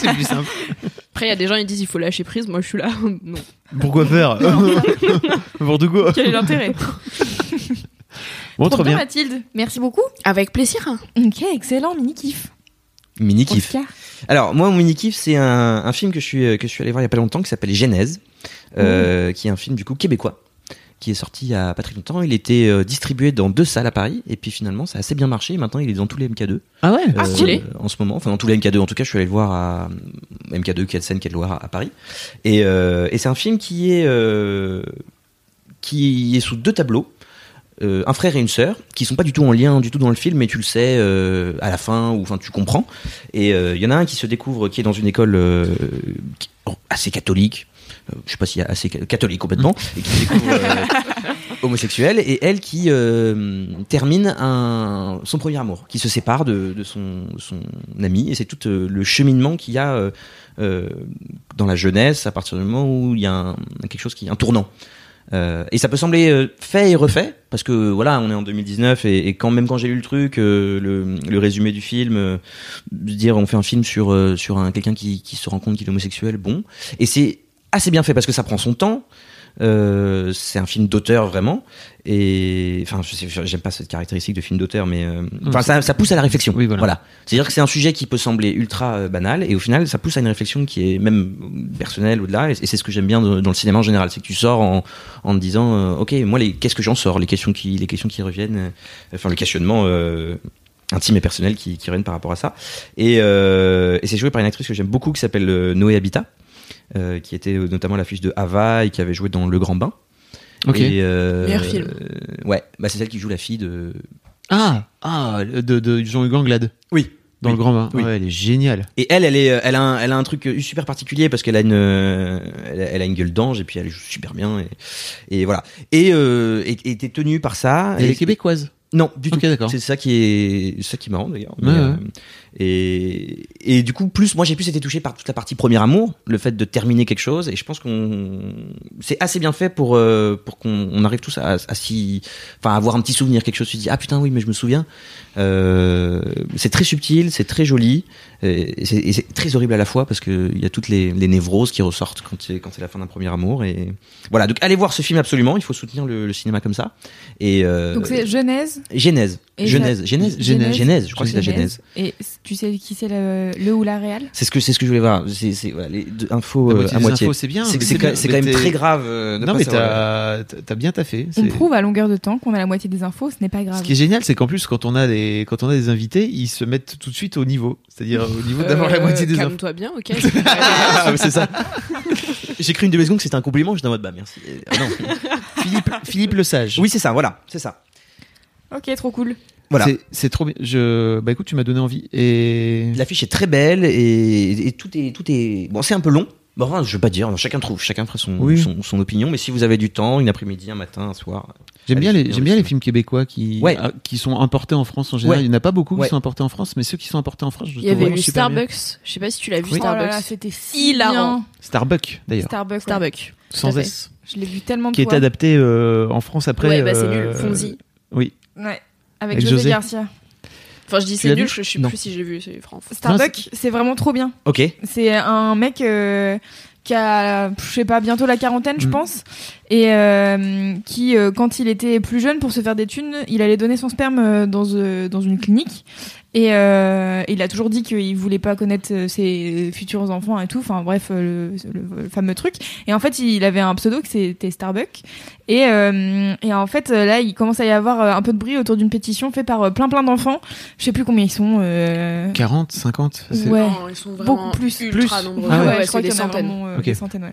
Speaker 4: C'est plus simple.
Speaker 3: après il y a des gens ils disent il faut lâcher prise moi je suis là non
Speaker 4: Pourquoi faire Pour de quoi
Speaker 3: quel est l'intérêt
Speaker 1: Trop
Speaker 4: Bon, Oh, trop
Speaker 1: bien,
Speaker 4: bien.
Speaker 1: Mathilde. Merci beaucoup.
Speaker 3: Avec plaisir.
Speaker 1: Ok, excellent, mini kiff.
Speaker 2: Mini kiff.
Speaker 1: Oscar.
Speaker 2: Alors moi mon mini kiff c'est un, un film que je suis euh, que je suis allé voir il y a pas longtemps qui s'appelle Genèse, euh, qui est un film du coup québécois qui est sorti il y a pas très longtemps. Il était euh, distribué dans deux salles à Paris et puis finalement ça a assez bien marché. Et maintenant il est dans tous les MK2
Speaker 4: Ah ouais
Speaker 3: Ah, stylé.
Speaker 2: Euh, en ce moment. Enfin dans tous les MK2 en tout cas je suis allé le voir à euh, MK2 qui est seine qui loire à- à Paris et, euh, et c'est un film qui est euh, qui est sous deux tableaux. euh, un frère et une sœur qui sont pas du tout en lien du tout dans le film mais tu le sais euh, à la fin ou enfin tu comprends et euh, il y en a un qui se découvre, qui est dans une école euh, qui- assez catholique, euh, je sais pas si assez ca- catholique complètement, et qui se découvre euh, homosexuel, et elle qui euh, termine un, son premier amour, qui se sépare de, de son, son ami, et c'est tout euh, le cheminement qu'il y a euh, euh, dans la jeunesse à partir du moment où il y a un- quelque chose qui un tournant. Euh, et ça peut sembler euh, fait et refait parce que voilà, on est en 2019 et, et quand même quand j'ai lu le truc, euh, le, le résumé du film, euh, de dire on fait un film sur euh, sur un quelqu'un qui, qui se rend compte qu'il est homosexuel, bon, et c'est assez bien fait parce que ça prend son temps. Euh, c'est un film d'auteur vraiment et enfin je sais- j'aime pas cette caractéristique de film d'auteur mais euh, enfin ça, ça pousse à la réflexion
Speaker 4: Oui, voilà.
Speaker 2: c'est à dire que c'est un sujet qui peut sembler ultra euh, banal et au final ça pousse à une réflexion qui est même personnelle au-delà et et c'est ce que j'aime bien de- dans le cinéma en général c'est que tu sors en, en te disant euh, ok moi les qu'est-ce que j'en sors les questions qui les questions qui reviennent euh, enfin le questionnement euh, intime et personnel qui, qui reviennent par rapport à ça et, euh, et c'est joué par une actrice que j'aime beaucoup qui s'appelle euh, Noé Habitat euh, qui était euh, notamment à l'affiche de Hava et qui avait joué dans Le Grand Bain
Speaker 4: Ok.
Speaker 2: Et, euh,
Speaker 3: Meilleur film.
Speaker 2: euh, ouais bah c'est celle qui joue la fille de
Speaker 4: Ah, ah, de, de Jean-Hugues Anglade.
Speaker 2: Oui.
Speaker 4: dans
Speaker 2: Oui.
Speaker 4: le grand bain.
Speaker 2: Oui.
Speaker 4: Ouais, elle est géniale.
Speaker 2: Et elle, elle, est, euh, elle, a un, elle a un truc euh, super particulier parce qu'elle a une, euh, elle, a- elle a une gueule d'ange et puis elle joue super bien et, et voilà. Et euh, et- et t'es tenu par ça.
Speaker 4: Elle
Speaker 2: Et-
Speaker 4: est québécoise.
Speaker 2: Non, du
Speaker 4: Ok,
Speaker 2: tout.
Speaker 4: d'accord.
Speaker 2: C'est ça qui est, ça qui est marrant d'ailleurs. Mais,
Speaker 4: Ouais, ouais.
Speaker 2: euh, et, et du coup, plus moi j'ai plus été touché par toute la partie premier amour, le fait de terminer quelque chose. Et je pense qu'on, c'est assez bien fait pour euh, pour qu'on on arrive tous à, à s'y- enfin à avoir un petit souvenir, quelque chose. Tu te dis ah putain oui mais je me souviens. Euh, c'est très subtil, c'est très joli, et et c'est et c'est très horrible à la fois parce que il y a toutes les, les névroses qui ressortent quand c'est quand c'est la fin d'un premier amour. Et voilà donc allez voir ce film absolument. Il faut soutenir le, le cinéma comme ça. Et euh,
Speaker 1: Donc c'est Genèse.
Speaker 2: Genèse.
Speaker 1: Et
Speaker 2: Genèse. Genèse.
Speaker 1: Genèse.
Speaker 2: Genèse. Je crois que c'est la Genèse.
Speaker 1: Et c- tu sais qui c'est le, le ou la réelle
Speaker 2: C'est ce que c'est ce que je voulais voir. C'est c'est voilà, les deux infos euh,
Speaker 4: La moitié
Speaker 2: à
Speaker 4: des
Speaker 2: moitié.
Speaker 4: infos, c'est bien,
Speaker 2: C'est
Speaker 4: mais
Speaker 2: c'est
Speaker 4: bien.
Speaker 2: quand, c'est
Speaker 4: Mais
Speaker 2: quand même
Speaker 4: t'es-
Speaker 2: très grave. euh, de
Speaker 4: Non,
Speaker 2: pas
Speaker 4: mais
Speaker 2: savoir.
Speaker 4: t'as t'as- t'as bien taffé.
Speaker 1: On
Speaker 4: C'est-
Speaker 1: prouve à longueur de temps qu'on a la moitié des infos, ce n'est pas grave.
Speaker 4: Ce qui est génial, c'est qu'en plus, quand on a des quand on a des invités, ils se mettent tout de suite au niveau, c'est-à-dire au niveau
Speaker 2: Euh,
Speaker 4: d'avoir la moitié des infos.
Speaker 3: Euh, Calme-toi bien, ok.
Speaker 2: Ah, mais c'est ça. J'ai cru une demi seconde que c'était un compliment. J'étais en mode bah merci. Euh, ah non.
Speaker 4: Philippe, Philippe le Sage.
Speaker 2: Oui c'est ça. Voilà c'est ça.
Speaker 1: Ok, trop cool.
Speaker 2: Voilà.
Speaker 4: C'est- C'est trop bien. Je... Bah écoute, tu m'as donné envie. Et
Speaker 2: L'affiche est très belle et, et tout est tout est bon. C'est un peu long. Bon, enfin, je veux pas dire. Chacun trouve. Chacun fera son,
Speaker 4: Oui.
Speaker 2: son son opinion. Mais si vous avez du temps, une après-midi, un matin, un soir.
Speaker 4: j'aime bien
Speaker 2: Allez,
Speaker 4: les
Speaker 2: c'est
Speaker 4: j'aime
Speaker 2: bien
Speaker 4: bien les
Speaker 2: aussi.
Speaker 4: films québécois qui
Speaker 2: Ouais.
Speaker 4: ah, qui sont importés en France en général.
Speaker 2: Ouais.
Speaker 4: Il n'y en a pas beaucoup
Speaker 2: Ouais.
Speaker 4: qui sont importés en France, mais ceux qui sont importés en France, je
Speaker 3: Il
Speaker 4: trouve
Speaker 3: y avait
Speaker 4: vraiment
Speaker 3: eu
Speaker 4: super bien.
Speaker 3: Starbucks. Je sais pas si tu l'as vu,
Speaker 4: Oui.
Speaker 1: Oh là
Speaker 3: Starbucks.
Speaker 1: là, c'était si
Speaker 3: Hilarant.
Speaker 1: bien.
Speaker 4: Starbucks d'ailleurs,
Speaker 1: Starbucks. ouais.
Speaker 3: Starbucks.
Speaker 4: sans
Speaker 3: fait.
Speaker 4: S,
Speaker 1: Je l'ai vu tellement de
Speaker 4: qui est
Speaker 1: fois.
Speaker 4: adapté euh, en France après.
Speaker 3: ouais, bah c'est
Speaker 4: euh,
Speaker 3: nul. Fonzi.
Speaker 4: Oui.
Speaker 1: Ouais. Avec,
Speaker 4: Avec
Speaker 1: José,
Speaker 4: José.
Speaker 1: Garcia.
Speaker 3: Enfin, je dis
Speaker 4: Tu
Speaker 3: c'est
Speaker 4: l'as
Speaker 3: nul,
Speaker 4: vu
Speaker 3: je sais
Speaker 4: Non.
Speaker 3: plus si j'ai vu, c'est France.
Speaker 1: Starbucks, c'est vraiment trop bien.
Speaker 2: Ok.
Speaker 1: C'est un mec euh, qui a, je sais pas, bientôt la quarantaine, je
Speaker 4: Mm.
Speaker 1: pense, et euh, qui, euh, quand il était plus jeune, pour se faire des thunes, il allait donner son sperme euh, dans, euh, dans une clinique. Et euh, il a toujours dit qu'il voulait pas connaître euh, ses futurs enfants et tout. Enfin bref, euh, le, le- le fameux truc. Et en fait, il avait un pseudo qui c'était Starbucks. Et, euh, et en fait, euh, là, il commence à y avoir euh, un peu de bruit autour d'une pétition faite par euh, plein plein d'enfants. Je sais plus combien ils sont. euh,
Speaker 4: 40, 50. c'est-
Speaker 1: Ouais.
Speaker 3: Non, ils sont vraiment
Speaker 1: Beaucoup plus.
Speaker 3: ultra
Speaker 1: plus.
Speaker 3: nombreux.
Speaker 4: Ah ouais,
Speaker 3: ouais,
Speaker 1: je
Speaker 3: c'est
Speaker 1: crois
Speaker 3: des
Speaker 1: qu'il y en a
Speaker 3: centaines.
Speaker 1: vraiment, euh,
Speaker 4: Ok.
Speaker 1: des centaines, ouais.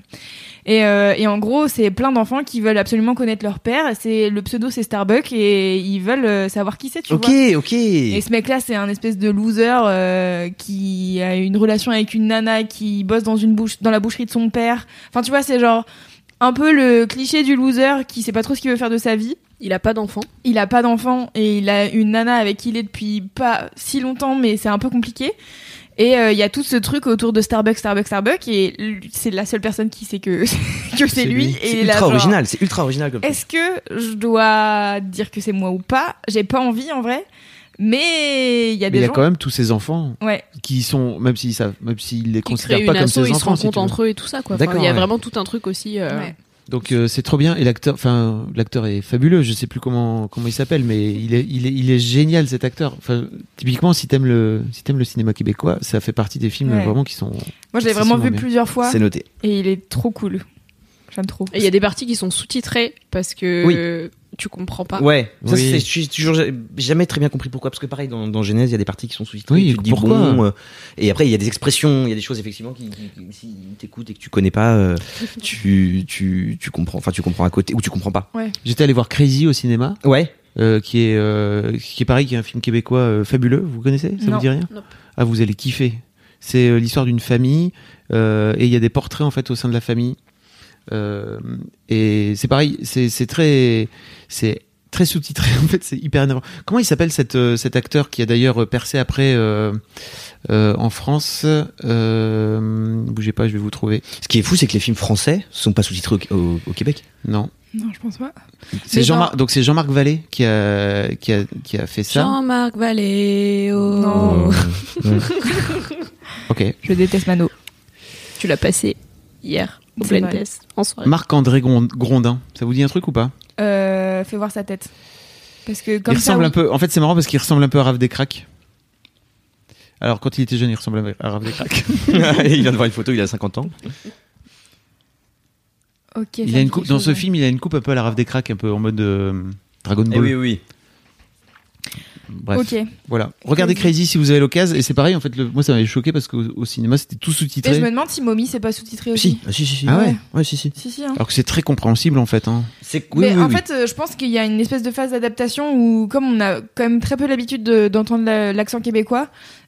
Speaker 1: Et, euh, et en gros, c'est plein d'enfants qui veulent absolument connaître leur père. Et C'est le pseudo, c'est Starbucks, et ils veulent euh, savoir qui c'est, tu
Speaker 2: Ok
Speaker 1: vois.
Speaker 2: ok.
Speaker 1: Et ce mec-là, c'est un espèce de loser euh, qui a une relation avec une nana qui bosse dans une bouche, dans la boucherie de son père. Enfin, tu vois, c'est genre un peu le cliché du loser qui sait pas trop ce qu'il veut faire de sa vie.
Speaker 3: Il a pas d'enfant.
Speaker 1: Il a pas d'enfant et il a une nana avec qui il est depuis pas si longtemps, mais c'est un peu compliqué. Et euh, il y a tout ce truc autour de Starbucks, Starbucks, Starbucks, et l- c'est la seule personne qui sait que, que c'est
Speaker 4: C'est
Speaker 1: lui.
Speaker 4: lui.
Speaker 1: Et il
Speaker 2: C'est
Speaker 1: est là,
Speaker 2: ultra
Speaker 1: genre,
Speaker 2: original. C'est ultra original comme.
Speaker 1: Est-ce que je dois dire que c'est moi ou pas J'ai pas envie en vrai, mais il y a
Speaker 4: Mais il
Speaker 1: des
Speaker 4: y a
Speaker 1: gens.
Speaker 4: quand même tous ces enfants
Speaker 1: Ouais,
Speaker 4: qui sont, même s'ils savent, même s'ils
Speaker 3: Qui crée
Speaker 4: les considèrent
Speaker 3: une
Speaker 4: pas comme
Speaker 3: asso,
Speaker 4: ses
Speaker 3: ils se
Speaker 4: enfants. si
Speaker 3: rencontrent
Speaker 4: tu veux.
Speaker 3: entre eux et tout ça, quoi. Enfin,
Speaker 2: D'accord,
Speaker 3: il y a
Speaker 2: ouais.
Speaker 3: vraiment tout un truc aussi. euh,
Speaker 1: ouais.
Speaker 4: Donc euh, c'est trop bien et l'acteur, enfin l'acteur est fabuleux. Je sais plus comment comment il s'appelle, mais il est il est il est génial cet acteur. Enfin typiquement si t'aimes le si t'aimes le cinéma québécois, ça fait partie des films
Speaker 1: Ouais.
Speaker 4: vraiment qui sont.
Speaker 1: Moi, je l'ai
Speaker 4: C'est
Speaker 1: vraiment vu
Speaker 4: sûrement bien.
Speaker 1: plusieurs fois
Speaker 2: C'est noté.
Speaker 1: et il est trop cool. J'aime trop.
Speaker 3: Et il y a des parties qui sont sous-titrées parce que
Speaker 2: Oui.
Speaker 3: euh, tu comprends pas.
Speaker 2: Ouais, Ah. ça
Speaker 4: Oui.
Speaker 2: c'est j'ai toujours j'ai jamais très bien compris pourquoi parce que pareil dans, dans Genèse il y a des parties qui sont sous-titrées,
Speaker 4: Oui,
Speaker 2: tu te dis
Speaker 4: pourquoi
Speaker 2: bon euh, et après il y a des expressions, il y a des choses effectivement qui, qui- qui- si t'écoutes et que tu connais pas euh, tu tu tu comprends enfin tu comprends à côté ou tu comprends pas.
Speaker 4: J'étais allé voir Crazy au cinéma,
Speaker 2: Ouais.
Speaker 4: euh, qui est euh, qui est pareil, qui est un film québécois euh, fabuleux. Vous connaissez Ça
Speaker 1: Non.
Speaker 4: vous dit rien
Speaker 3: Nope.
Speaker 4: Ah vous allez kiffer. C'est euh, l'histoire d'une famille euh, et il y a des portraits en fait au sein de la famille. Euh, et c'est pareil, c'est c'est très c'est très sous-titré en fait, c'est hyper énervant. Comment il s'appelle cet, euh, cet acteur qui a d'ailleurs percé après euh, euh, en France euh, Bougez pas, je vais vous trouver.
Speaker 2: Ce qui est fou c'est que les films français sont pas sous-titrés au, au- au Québec.
Speaker 4: Non,
Speaker 1: Non, je pense pas.
Speaker 4: c'est
Speaker 1: Mais
Speaker 4: Jean-Marc. Donc c'est Jean-Marc Vallée qui a qui a qui a fait ça.
Speaker 3: Jean-Marc Valéo.
Speaker 1: Non.
Speaker 4: Ok.
Speaker 1: Je déteste Mano.
Speaker 3: Tu l'as passé hier au
Speaker 1: C'est
Speaker 3: Blind
Speaker 1: vrai.
Speaker 3: Test en soirée.
Speaker 4: Marc-André Gron- Grondin, ça vous dit un truc ou pas
Speaker 1: Euh, fais voir sa tête. Parce que comme
Speaker 4: Il
Speaker 1: ça,
Speaker 4: ressemble
Speaker 1: oui.
Speaker 4: un peu. En fait, c'est marrant parce qu'il ressemble un peu à Rav des cracks. Alors, quand il était jeune, il ressemblait à Rav des cracks.
Speaker 2: Euh, il vient de voir une photo, il a 50 ans.
Speaker 1: Ok, ça
Speaker 4: Il
Speaker 1: me
Speaker 4: a
Speaker 1: dit
Speaker 4: une coupe
Speaker 1: quelque
Speaker 4: dans
Speaker 1: chose,
Speaker 4: ce
Speaker 1: ouais.
Speaker 4: film, il a une coupe un peu à la Rav des cracks, un peu en mode euh, Dragon Ball.
Speaker 2: Eh oui.
Speaker 4: Bref,
Speaker 1: Ok.
Speaker 4: voilà. Regardez Crazy si vous avez l'occasion. Et c'est pareil, en fait, le- moi ça m'avait choqué parce qu'au au cinéma c'était tout
Speaker 1: Et je
Speaker 4: sous-titré,
Speaker 1: me demande si Mommy c'est pas sous-titré aussi.
Speaker 2: Si, ah, si si si.
Speaker 4: Ah ouais.
Speaker 2: Ouais, si si.
Speaker 1: Si, si. hein.
Speaker 4: alors que c'est très compréhensible en fait. hein.
Speaker 2: C'est
Speaker 1: Mais en fait, euh, je pense qu'il y a une espèce de phase d'adaptation où, comme on a quand même très peu l'habitude de- d'entendre la- l'accent québécois,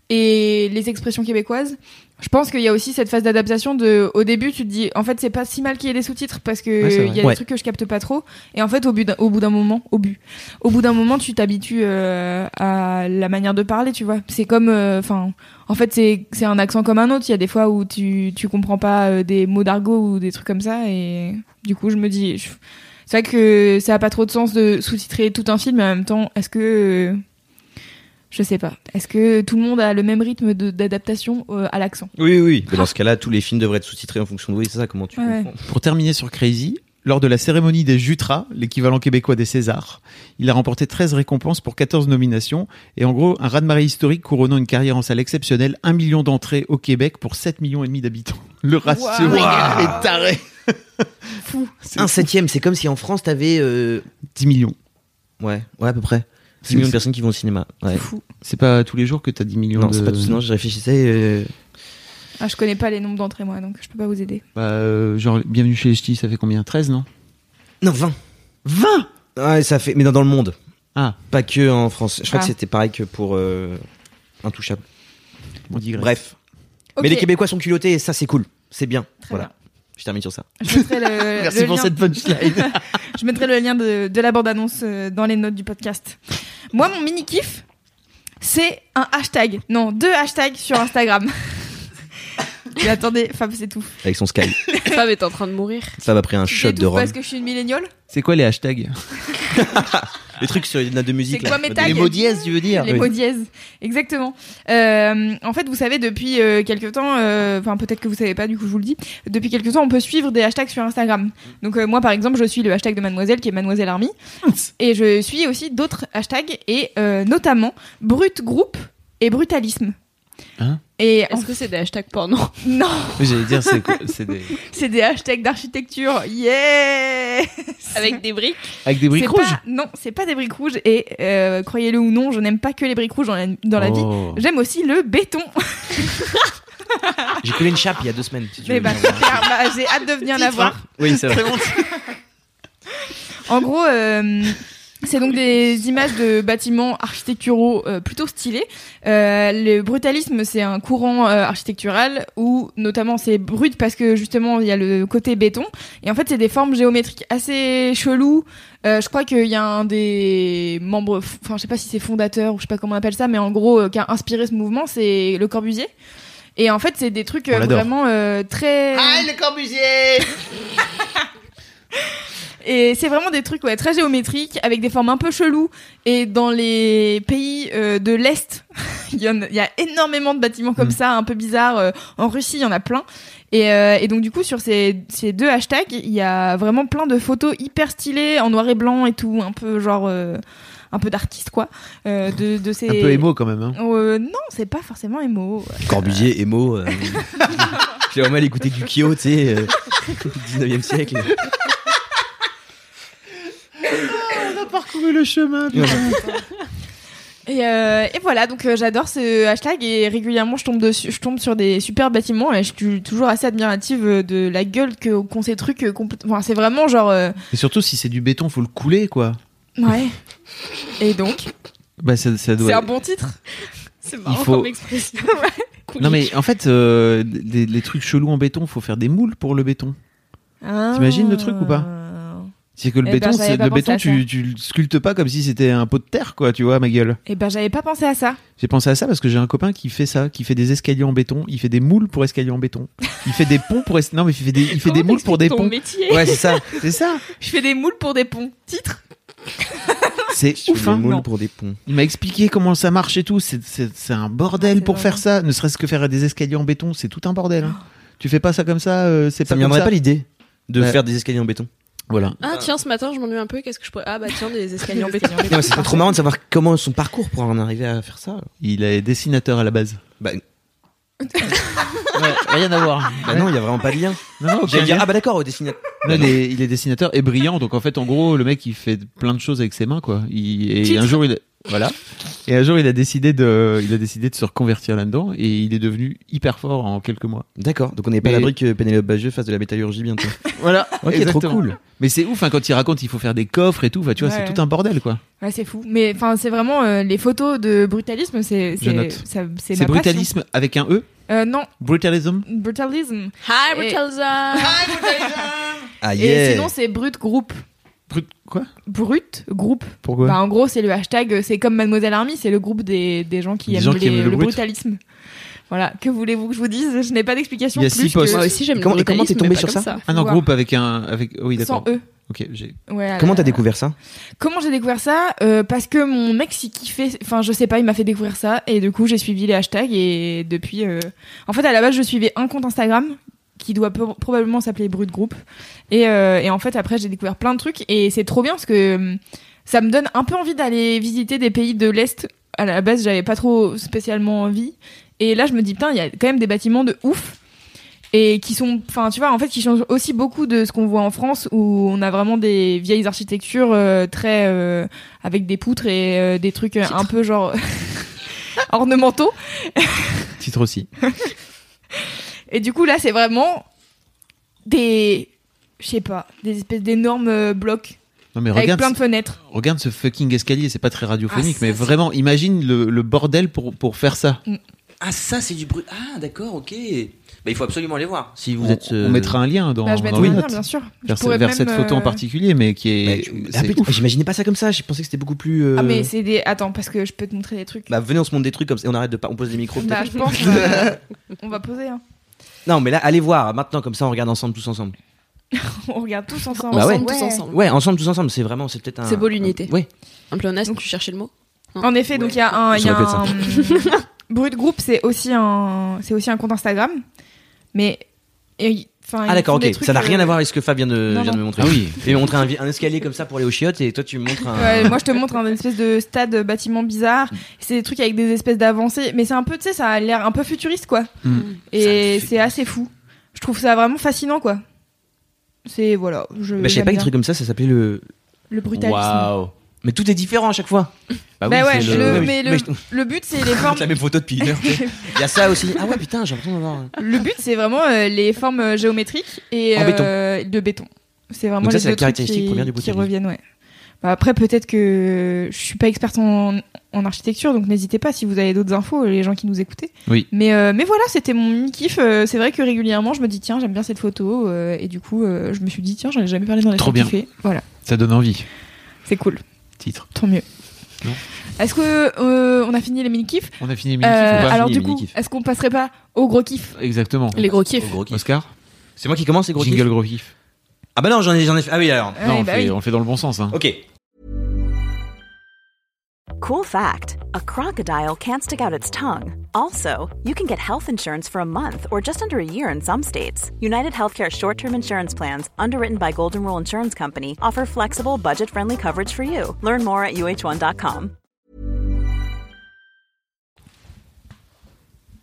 Speaker 1: et les expressions québécoises. Je pense qu'il y a aussi cette phase d'adaptation de, au début, tu te dis, en fait, c'est pas si mal qu'il y ait des sous-titres parce que
Speaker 2: Ouais, c'est vrai.
Speaker 1: il y a
Speaker 2: Ouais.
Speaker 1: des trucs que je capte pas trop. Et en fait, au bout d'un, au bout d'un moment, au but, au bout d'un moment, tu t'habitues euh, à la manière de parler, tu vois. C'est comme, euh, enfin, en fait, c'est, c'est un accent comme un autre. Il y a des fois où tu, tu comprends pas euh, des mots d'argot ou des trucs comme ça. Et du coup, je me dis, je- c'est vrai que ça a pas trop de sens de sous-titrer tout un film, mais en même temps, est-ce que euh, je sais pas. Est-ce que tout le monde a le même rythme de- d'adaptation euh, à l'accent
Speaker 2: Oui, oui. Mais dans ce cas-là, tous les films devraient être sous-titrés en fonction de. Oui, c'est ça, comment tu
Speaker 1: Ouais.
Speaker 2: comprends.
Speaker 4: Pour terminer sur Crazy, lors de la cérémonie des Jutras, l'équivalent québécois des Césars, il a remporté 13 récompenses pour 14 nominations et en gros un raz-de-marée historique couronnant une carrière en salle exceptionnelle, 1 million d'entrées au Québec pour 7 millions et demi d'habitants. Le ratio
Speaker 1: Waouh.
Speaker 4: est taré.
Speaker 1: Fou.
Speaker 4: C'est
Speaker 2: Un septième, c'est comme si en France, t'avais. euh,
Speaker 4: 10 millions.
Speaker 2: Ouais, ouais, à peu près.
Speaker 4: C'est-
Speaker 2: 6 millions de personnes qui vont au cinéma. Ouais.
Speaker 1: Fou.
Speaker 4: C'est pas tous les jours que t'as 10 millions
Speaker 2: Non,
Speaker 4: de...
Speaker 2: c'est pas tout. Non, je réfléchissais. euh,
Speaker 1: Ah, je connais pas les nombres d'entrées moi, donc je peux pas vous aider.
Speaker 4: Bah, euh, genre, bienvenue chez les Ch'tis, ça fait combien 13, non
Speaker 2: Non, 20.
Speaker 4: 20
Speaker 2: Ouais, ça fait. Mais dans, dans le monde.
Speaker 4: Ah.
Speaker 2: Pas que en France. Je crois
Speaker 1: Ah.
Speaker 2: que c'était pareil que pour euh, Intouchable.
Speaker 4: On digresse.
Speaker 2: Bref.
Speaker 1: Ok,
Speaker 2: Mais les Québécois sont culottés et ça, c'est cool. C'est bien.
Speaker 1: Très
Speaker 2: voilà. Je termine sur ça.
Speaker 1: Je mettrai le,
Speaker 4: Merci
Speaker 1: le
Speaker 4: pour
Speaker 1: lien,
Speaker 4: cette punchline.
Speaker 1: je mettrai le lien de, de la bande-annonce euh, dans les notes du podcast. Moi, mon mini-kiff, c'est un hashtag. Non, deux hashtags sur Instagram. Mais attendez, Fab s'étouffe.
Speaker 2: Avec son Sky.
Speaker 3: Fab est en train de mourir.
Speaker 2: Fab a pris un shot
Speaker 1: J'étouffe
Speaker 2: de rhum.
Speaker 1: parce que je suis une milléniole
Speaker 4: C'est quoi les hashtags
Speaker 2: Les trucs sur les notes de musique.
Speaker 1: C'est
Speaker 2: là.
Speaker 1: quoi mes tags
Speaker 4: Les mots dièses, tu veux dire
Speaker 1: Les mots dièses, exactement. Euh, en fait, vous savez, depuis euh, quelques temps, euh, enfin peut-être que vous savez pas, du coup je vous le dis, depuis quelques temps, on peut suivre des hashtags sur Instagram. Donc euh, moi, par exemple, je suis le hashtag de Mademoiselle, qui est Mademoiselle Army, et je suis aussi d'autres hashtags, et euh, notamment Brut Group et Brutalisme.
Speaker 4: Hein
Speaker 1: et en-
Speaker 3: Est-ce que c'est des hashtags porno
Speaker 1: non,
Speaker 4: Mais J'allais dire, c'est quoi- c'est des...
Speaker 1: c'est des hashtags d'architecture. Yeah
Speaker 3: Avec des briques
Speaker 4: Avec des briques
Speaker 1: C'est
Speaker 4: rouges
Speaker 1: pas- Non, c'est pas des briques rouges. Et euh, croyez-le ou non, je n'aime pas que les briques rouges dans la, dans la vie.
Speaker 4: Oh.
Speaker 1: J'aime aussi le béton.
Speaker 2: J'ai coulé une chape il y a deux semaines. si tu
Speaker 1: Mais
Speaker 2: veux
Speaker 1: bah,
Speaker 2: bien voir.
Speaker 1: super, bah, j'ai hâte de venir la voir.
Speaker 2: Oui, c'est vrai.
Speaker 1: En gros, euh, c'est donc des images de bâtiments architecturaux euh, plutôt stylés. Euh, le brutalisme, c'est un courant euh, architectural où notamment c'est brut parce que justement il y a le côté béton. Et en fait, c'est des formes géométriques assez cheloues. Euh, je crois qu'il y a un des membres, enfin je sais pas si c'est fondateur ou je sais pas comment on appelle ça, mais en gros euh, qui a inspiré ce mouvement, c'est Le Corbusier. Et en fait, c'est des trucs euh,
Speaker 4: On l'adore.
Speaker 1: vraiment euh, très.
Speaker 4: le Corbusier
Speaker 1: Et c'est vraiment des trucs ouais, très géométriques, avec des formes un peu cheloues. Et dans les pays euh, de l'Est, il y, en a- il y a énormément de bâtiments comme
Speaker 4: Mm.
Speaker 1: ça, un peu bizarres. Euh, en Russie, il y en a plein. Et, euh, et donc du coup, sur ces, ces deux hashtags, il y a vraiment plein de photos hyper stylées, en noir et blanc et tout, un peu genre... euh, un peu d'artiste, quoi. euh, de, de ces...
Speaker 4: Un peu émo quand même. Hein.
Speaker 1: Euh, non, c'est pas forcément émo.
Speaker 2: Corbusier, Emo. Euh... J'ai vraiment mal écouté du Kyo, tu sais, euh, du 19 e siècle.
Speaker 4: Ah, On a parcouru le chemin.
Speaker 1: Et, euh, et voilà, donc euh, j'adore ce hashtag et régulièrement je tombe dessus, je tombe sur des super bâtiments et je suis toujours assez admirative euh, de la gueule que qu'ont ces trucs. euh, complè- Enfin, c'est vraiment genre euh,
Speaker 4: Et surtout, si c'est du béton, faut le couler, quoi.
Speaker 1: ouais. Et donc,
Speaker 4: Bah, ça, ça doit.
Speaker 1: c'est un bon titre.
Speaker 3: C'est marrant
Speaker 4: Il faut-
Speaker 3: comme expression.
Speaker 4: Non, mais en fait, euh, des- les trucs chelous en béton, faut faire des moules pour le béton. T'imagines le truc ou pas C'est que le
Speaker 1: Eh ben,
Speaker 4: béton,
Speaker 1: j'avais
Speaker 4: c'est
Speaker 1: pas
Speaker 4: le
Speaker 1: pensé
Speaker 4: béton,
Speaker 1: à
Speaker 4: tu, tu le sculptes pas comme si c'était un pot de terre, quoi, tu vois, ma gueule.
Speaker 1: Et ben j'avais pas pensé à ça.
Speaker 4: J'ai pensé à ça parce que j'ai un copain qui fait ça, qui fait des escaliers en béton, il fait des moules pour escaliers en béton, il fait des ponts pour es- non mais il fait des, il fait des moules pour des
Speaker 3: ton
Speaker 4: ponts.
Speaker 3: métier.
Speaker 2: Ouais, c'est ça.
Speaker 4: C'est ça.
Speaker 1: Je fais des moules pour des ponts. Titre.
Speaker 4: C'est
Speaker 2: Je fais
Speaker 4: ouf.
Speaker 2: des
Speaker 4: hein.
Speaker 2: moules pour des ponts.
Speaker 4: Il m'a expliqué comment ça marche et tout. C'est- C'est c'est un bordel
Speaker 1: C'est
Speaker 4: pour
Speaker 1: vrai. Oh.
Speaker 4: faire ça. Ne serait-ce que faire des escaliers en béton, c'est tout un bordel. hein. Tu fais pas ça comme ça, euh, c'est
Speaker 2: Ça
Speaker 4: pas
Speaker 2: me
Speaker 4: comme
Speaker 2: viendrait
Speaker 4: ça.
Speaker 2: pas l'idée de
Speaker 4: Ouais.
Speaker 2: faire des escaliers en béton.
Speaker 4: Voilà.
Speaker 3: Ah tiens, ce matin, je m'ennuie un peu. Qu'est-ce que je pourrais Ah bah tiens, des escaliers en béton.
Speaker 2: Non, mais c'est pas trop marrant de savoir comment son parcours pour en arriver à faire ça.
Speaker 4: Il est dessinateur à la base.
Speaker 2: Bah,
Speaker 4: rien à voir.
Speaker 2: bah non, il y a vraiment pas de lien.
Speaker 4: Non, aucun
Speaker 2: J'allais dire,
Speaker 4: lien.
Speaker 2: ah bah d'accord, au dessinateur.
Speaker 4: Non, il, est, il est dessinateur et brillant. Donc en fait, en gros, le mec, il fait plein de choses avec ses mains, quoi. Il, et
Speaker 1: Titre.
Speaker 4: un jour, il. Voilà. Et un jour, il a décidé de, il a décidé de se reconvertir là-dedans et il est devenu hyper fort en quelques mois.
Speaker 2: D'accord. Donc on n'est pas à
Speaker 4: Mais-
Speaker 2: l'abri que Pénélope Bagieux fasse de la métallurgie bientôt.
Speaker 4: Voilà.
Speaker 2: Ok, trop cool.
Speaker 4: Mais c'est ouf, hein, quand il raconte, il faut faire des coffres et tout. Enfin, tu vois,
Speaker 1: Ouais.
Speaker 4: c'est tout un bordel, quoi.
Speaker 1: Ouais, c'est fou. Mais enfin, c'est vraiment euh, les photos de brutalisme, c'est
Speaker 4: Je
Speaker 1: c'est
Speaker 4: note.
Speaker 1: ça- c'est
Speaker 4: C'est
Speaker 1: ma passion.
Speaker 4: brutalisme avec un E.
Speaker 1: Euh, non,
Speaker 4: Brutalism.
Speaker 1: brutalisme.
Speaker 3: Hi,
Speaker 1: Brutalism.
Speaker 2: Ah
Speaker 1: Et
Speaker 2: yeah.
Speaker 1: sinon, c'est brut groupe.
Speaker 4: Brut. Quoi
Speaker 1: Brut groupe.
Speaker 4: Pourquoi
Speaker 1: Bah, en gros, c'est le hashtag. euh, C'est comme Mademoiselle Army, c'est le groupe des, des gens qui
Speaker 4: Des
Speaker 1: aiment,
Speaker 4: gens
Speaker 1: les-
Speaker 4: qui aiment le
Speaker 1: le,
Speaker 4: brut.
Speaker 1: brutalisme. Voilà. Que voulez-vous que je vous dise Je n'ai pas d'explication.
Speaker 4: Il Ah y a
Speaker 1: plus
Speaker 4: six
Speaker 1: que-
Speaker 4: postes.
Speaker 3: Moi aussi, j'aime
Speaker 2: Et comment-
Speaker 3: le
Speaker 2: et comment t'es
Speaker 3: brutalisme,
Speaker 2: tombé
Speaker 3: mais
Speaker 2: sur
Speaker 3: pas comme
Speaker 2: ça
Speaker 4: Ah non,
Speaker 1: Voir.
Speaker 4: groupe avec un, avec. oh, oui,
Speaker 1: Sans E.
Speaker 4: d'accord.
Speaker 1: eux.
Speaker 4: Ok. j'ai-
Speaker 1: Ouais, euh, à
Speaker 2: Comment
Speaker 1: la-
Speaker 2: t'as découvert ça
Speaker 1: Comment j'ai découvert ça Euh, Parce que mon mec s'y kiffait. Enfin, je sais pas, il m'a fait découvrir ça. Et du coup, j'ai suivi les hashtags. Et depuis. euh, En fait, à la base, je suivais un compte Instagram qui doit pro- probablement s'appeler Brut Group. Et, euh, et en fait, après, j'ai découvert plein de trucs. Et c'est trop bien parce que hum, ça me donne un peu envie d'aller visiter des pays de l'Est. À la base, j'avais pas trop spécialement envie. Et là, je me dis, putain, il y a quand même des bâtiments de ouf. Et qui sont, enfin, tu vois, en fait, qui changent aussi beaucoup de ce qu'on voit en France, où on a vraiment des vieilles architectures euh, très. euh, avec des poutres et euh, des trucs euh, un peu genre. ornementaux.
Speaker 4: Titre aussi.
Speaker 1: Et du coup, là, c'est vraiment des. Je sais pas, des espèces d'énormes euh, blocs
Speaker 4: Non, mais
Speaker 1: avec
Speaker 4: regarde,
Speaker 1: plein de fenêtres.
Speaker 4: regarde ce fucking escalier. C'est pas très radiophonique,
Speaker 3: Ah, ça,
Speaker 4: mais
Speaker 3: c'est-
Speaker 4: vraiment, imagine le, le bordel pour, pour faire ça.
Speaker 5: Ah, ça, c'est du bruit. Ah, d'accord, ok. Bah, il faut absolument aller voir. Si vous
Speaker 4: on,
Speaker 5: êtes. euh,
Speaker 4: on mettra un lien dans,
Speaker 1: Bah, je
Speaker 4: dans
Speaker 1: mettrai
Speaker 4: les
Speaker 1: un lien,
Speaker 4: notes.
Speaker 1: bien sûr. Je
Speaker 4: Oh, vers, ce-
Speaker 1: pourrais
Speaker 4: vers
Speaker 1: même,
Speaker 4: cette photo en
Speaker 1: euh,
Speaker 4: particulier, mais qui
Speaker 2: Mais
Speaker 4: est.
Speaker 2: tu- ah,
Speaker 4: c'est
Speaker 2: putain,
Speaker 4: ouf.
Speaker 2: J'imaginais pas ça comme ça. Je pensais que c'était beaucoup plus. euh,
Speaker 1: Ah, mais c'est des. Attends, parce que je peux te montrer des trucs.
Speaker 2: Bah venez, on se montre des trucs comme ça. et On arrête de pas. On pose des micros. peut-être.
Speaker 1: Bah, je pense. euh, on va poser, hein.
Speaker 2: Non, mais là, allez voir maintenant comme ça. On regarde ensemble, tous ensemble.
Speaker 1: On regarde tous ensemble.
Speaker 2: Bah ouais.
Speaker 3: ensemble, tous ensemble.
Speaker 2: Ouais, ensemble, tous ensemble. C'est vraiment, c'est peut-être un.
Speaker 3: C'est beau, l'unité.
Speaker 2: Ouais.
Speaker 3: Un pléonasme,
Speaker 1: Donc-
Speaker 3: tu cherchais le mot
Speaker 1: En effet, donc il y a un. il Y a
Speaker 2: Ça
Speaker 1: un... Brut Group, c'est aussi un, c'est aussi un compte Instagram, mais. et- enfin, ils
Speaker 2: Ah d'accord,
Speaker 1: font des
Speaker 2: ok.
Speaker 1: trucs,
Speaker 2: Ça n'a rien
Speaker 1: euh,
Speaker 2: à voir avec ce que Fab vient de,
Speaker 1: Non,
Speaker 2: vient de me montrer.
Speaker 4: Ah oui.
Speaker 2: Il m'a montré un, vi- un escalier comme ça pour aller aux chiottes et toi tu me montres un.
Speaker 1: Ouais, moi je te montre un espèce de stade euh, bâtiment bizarre.
Speaker 2: Mm.
Speaker 1: C'est des trucs avec des espèces d'avancées, mais c'est un peu, tu sais, ça a l'air un peu futuriste quoi.
Speaker 4: Mm.
Speaker 1: Et
Speaker 2: Ça me fait-
Speaker 1: c'est assez fou. Je trouve ça vraiment fascinant quoi. C'est voilà. Je,
Speaker 2: Bah, je savais
Speaker 1: j'aime
Speaker 2: pas que
Speaker 1: bien.
Speaker 2: des trucs comme ça, ça s'appelait le.
Speaker 1: Le brutalisme.
Speaker 2: Mais tout est différent à chaque fois.
Speaker 1: Bah
Speaker 4: Bah oui,
Speaker 1: ouais,
Speaker 4: c'est
Speaker 1: je
Speaker 4: le-
Speaker 1: le-
Speaker 2: Ah oui,
Speaker 1: mais le,
Speaker 2: mais je-
Speaker 1: le but c'est les formes.
Speaker 2: même photo depuis une heure. Il y a ça aussi. Ah ouais, putain, j'ai l'impression d'avoir.
Speaker 1: Le but, c'est vraiment euh, les formes euh, géométriques et
Speaker 2: En béton.
Speaker 1: euh, de béton. C'est vraiment
Speaker 2: Donc ça,
Speaker 1: les
Speaker 2: c'est la
Speaker 1: deux trucs
Speaker 2: caractéristique
Speaker 1: qui,
Speaker 2: première du
Speaker 1: qui
Speaker 2: brutalisme.
Speaker 1: reviennent, ouais. Bah, après, peut-être que je suis pas experte en, en architecture, donc n'hésitez pas si vous avez d'autres infos, euh, les gens qui nous écoutaient.
Speaker 4: Oui.
Speaker 1: Mais, euh, mais voilà, c'était mon mini kiff. Euh, C'est vrai que régulièrement, je me dis tiens, j'aime bien cette photo, euh, et du coup, euh, je me suis dit tiens, j'en ai jamais parlé dans les
Speaker 4: Trop bien.
Speaker 1: kiffés. Voilà,
Speaker 4: Ça donne envie.
Speaker 1: c'est cool,
Speaker 4: Titre.
Speaker 1: tant mieux.
Speaker 4: Non.
Speaker 1: Est-ce que euh, on a fini les mini kiffs
Speaker 4: On a fini mini
Speaker 1: Euh, Alors
Speaker 2: Fini
Speaker 1: du
Speaker 2: les
Speaker 1: coup,
Speaker 2: mini-kiffs.
Speaker 1: est-ce qu'on passerait pas au gros kiff
Speaker 4: Exactement.
Speaker 3: Les gros kiffs.
Speaker 2: Oh, gros kiff.
Speaker 4: Oscar
Speaker 2: C'est moi qui commence, les gros
Speaker 4: Jingle
Speaker 2: kiff
Speaker 4: gros kiff.
Speaker 2: Ah bah non, j'en ai, j'en ai fait. Ah oui, alors.
Speaker 1: Ouais,
Speaker 4: non, on,
Speaker 1: bah
Speaker 4: fait,
Speaker 1: oui.
Speaker 4: on le fait dans le bon sens. Hein.
Speaker 2: Ok.
Speaker 7: Cool fact a crocodile can't stick out its tongue. Also, you can get health insurance for a month or just under a year in some states. United Healthcare short term insurance plans, underwritten by Golden Rule Insurance Company, offer flexible, budget friendly coverage for you. Learn more at uh1.com.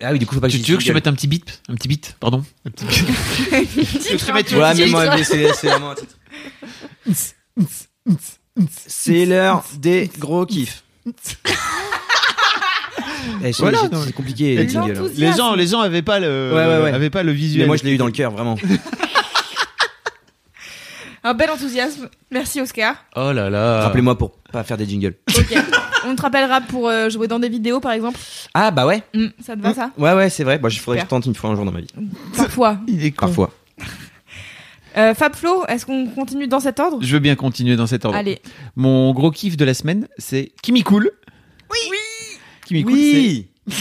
Speaker 2: Ah oui, du coup, faut pas que
Speaker 4: Tu,
Speaker 2: je
Speaker 4: tu veux que je te
Speaker 2: jingle.
Speaker 4: mette un petit beat Un petit beat, pardon Un petit-
Speaker 2: Ouais, mais moi, mais c'est c'est vraiment un titre. C'est l'heure des gros kiffs. Eh, c'est-
Speaker 4: Voilà,
Speaker 2: c'est-
Speaker 4: non, mais-
Speaker 2: c'est complié les jingles. hein.
Speaker 1: L'enthousiasme.
Speaker 4: Les gens, les gens avaient pas le,
Speaker 2: Ouais, ouais, ouais.
Speaker 4: avaient pas le visuel.
Speaker 2: Mais moi je l'ai eu dans le cœur vraiment.
Speaker 1: Un bel enthousiasme. Merci Oscar.
Speaker 4: Oh là là.
Speaker 2: Rappelez-moi pour pas faire des jingles.
Speaker 1: Ok. On te rappellera pour euh, jouer dans des vidéos, par exemple.
Speaker 2: Ah bah ouais.
Speaker 1: Hmm, ça te va, ça
Speaker 2: Ouais ouais c'est vrai. Moi je faudrait que
Speaker 1: Super.
Speaker 2: je tente une fois un jour dans ma vie.
Speaker 1: Parfois.
Speaker 4: Il est con.
Speaker 2: Parfois.
Speaker 1: Euh, Fab Flo, est-ce qu'on continue dans cet ordre
Speaker 4: Je veux bien continuer dans cet ordre.
Speaker 1: Allez.
Speaker 4: Mon gros kiff de la semaine, c'est Kimi Cool. Oui. Kimi Cool.
Speaker 2: Oui. tu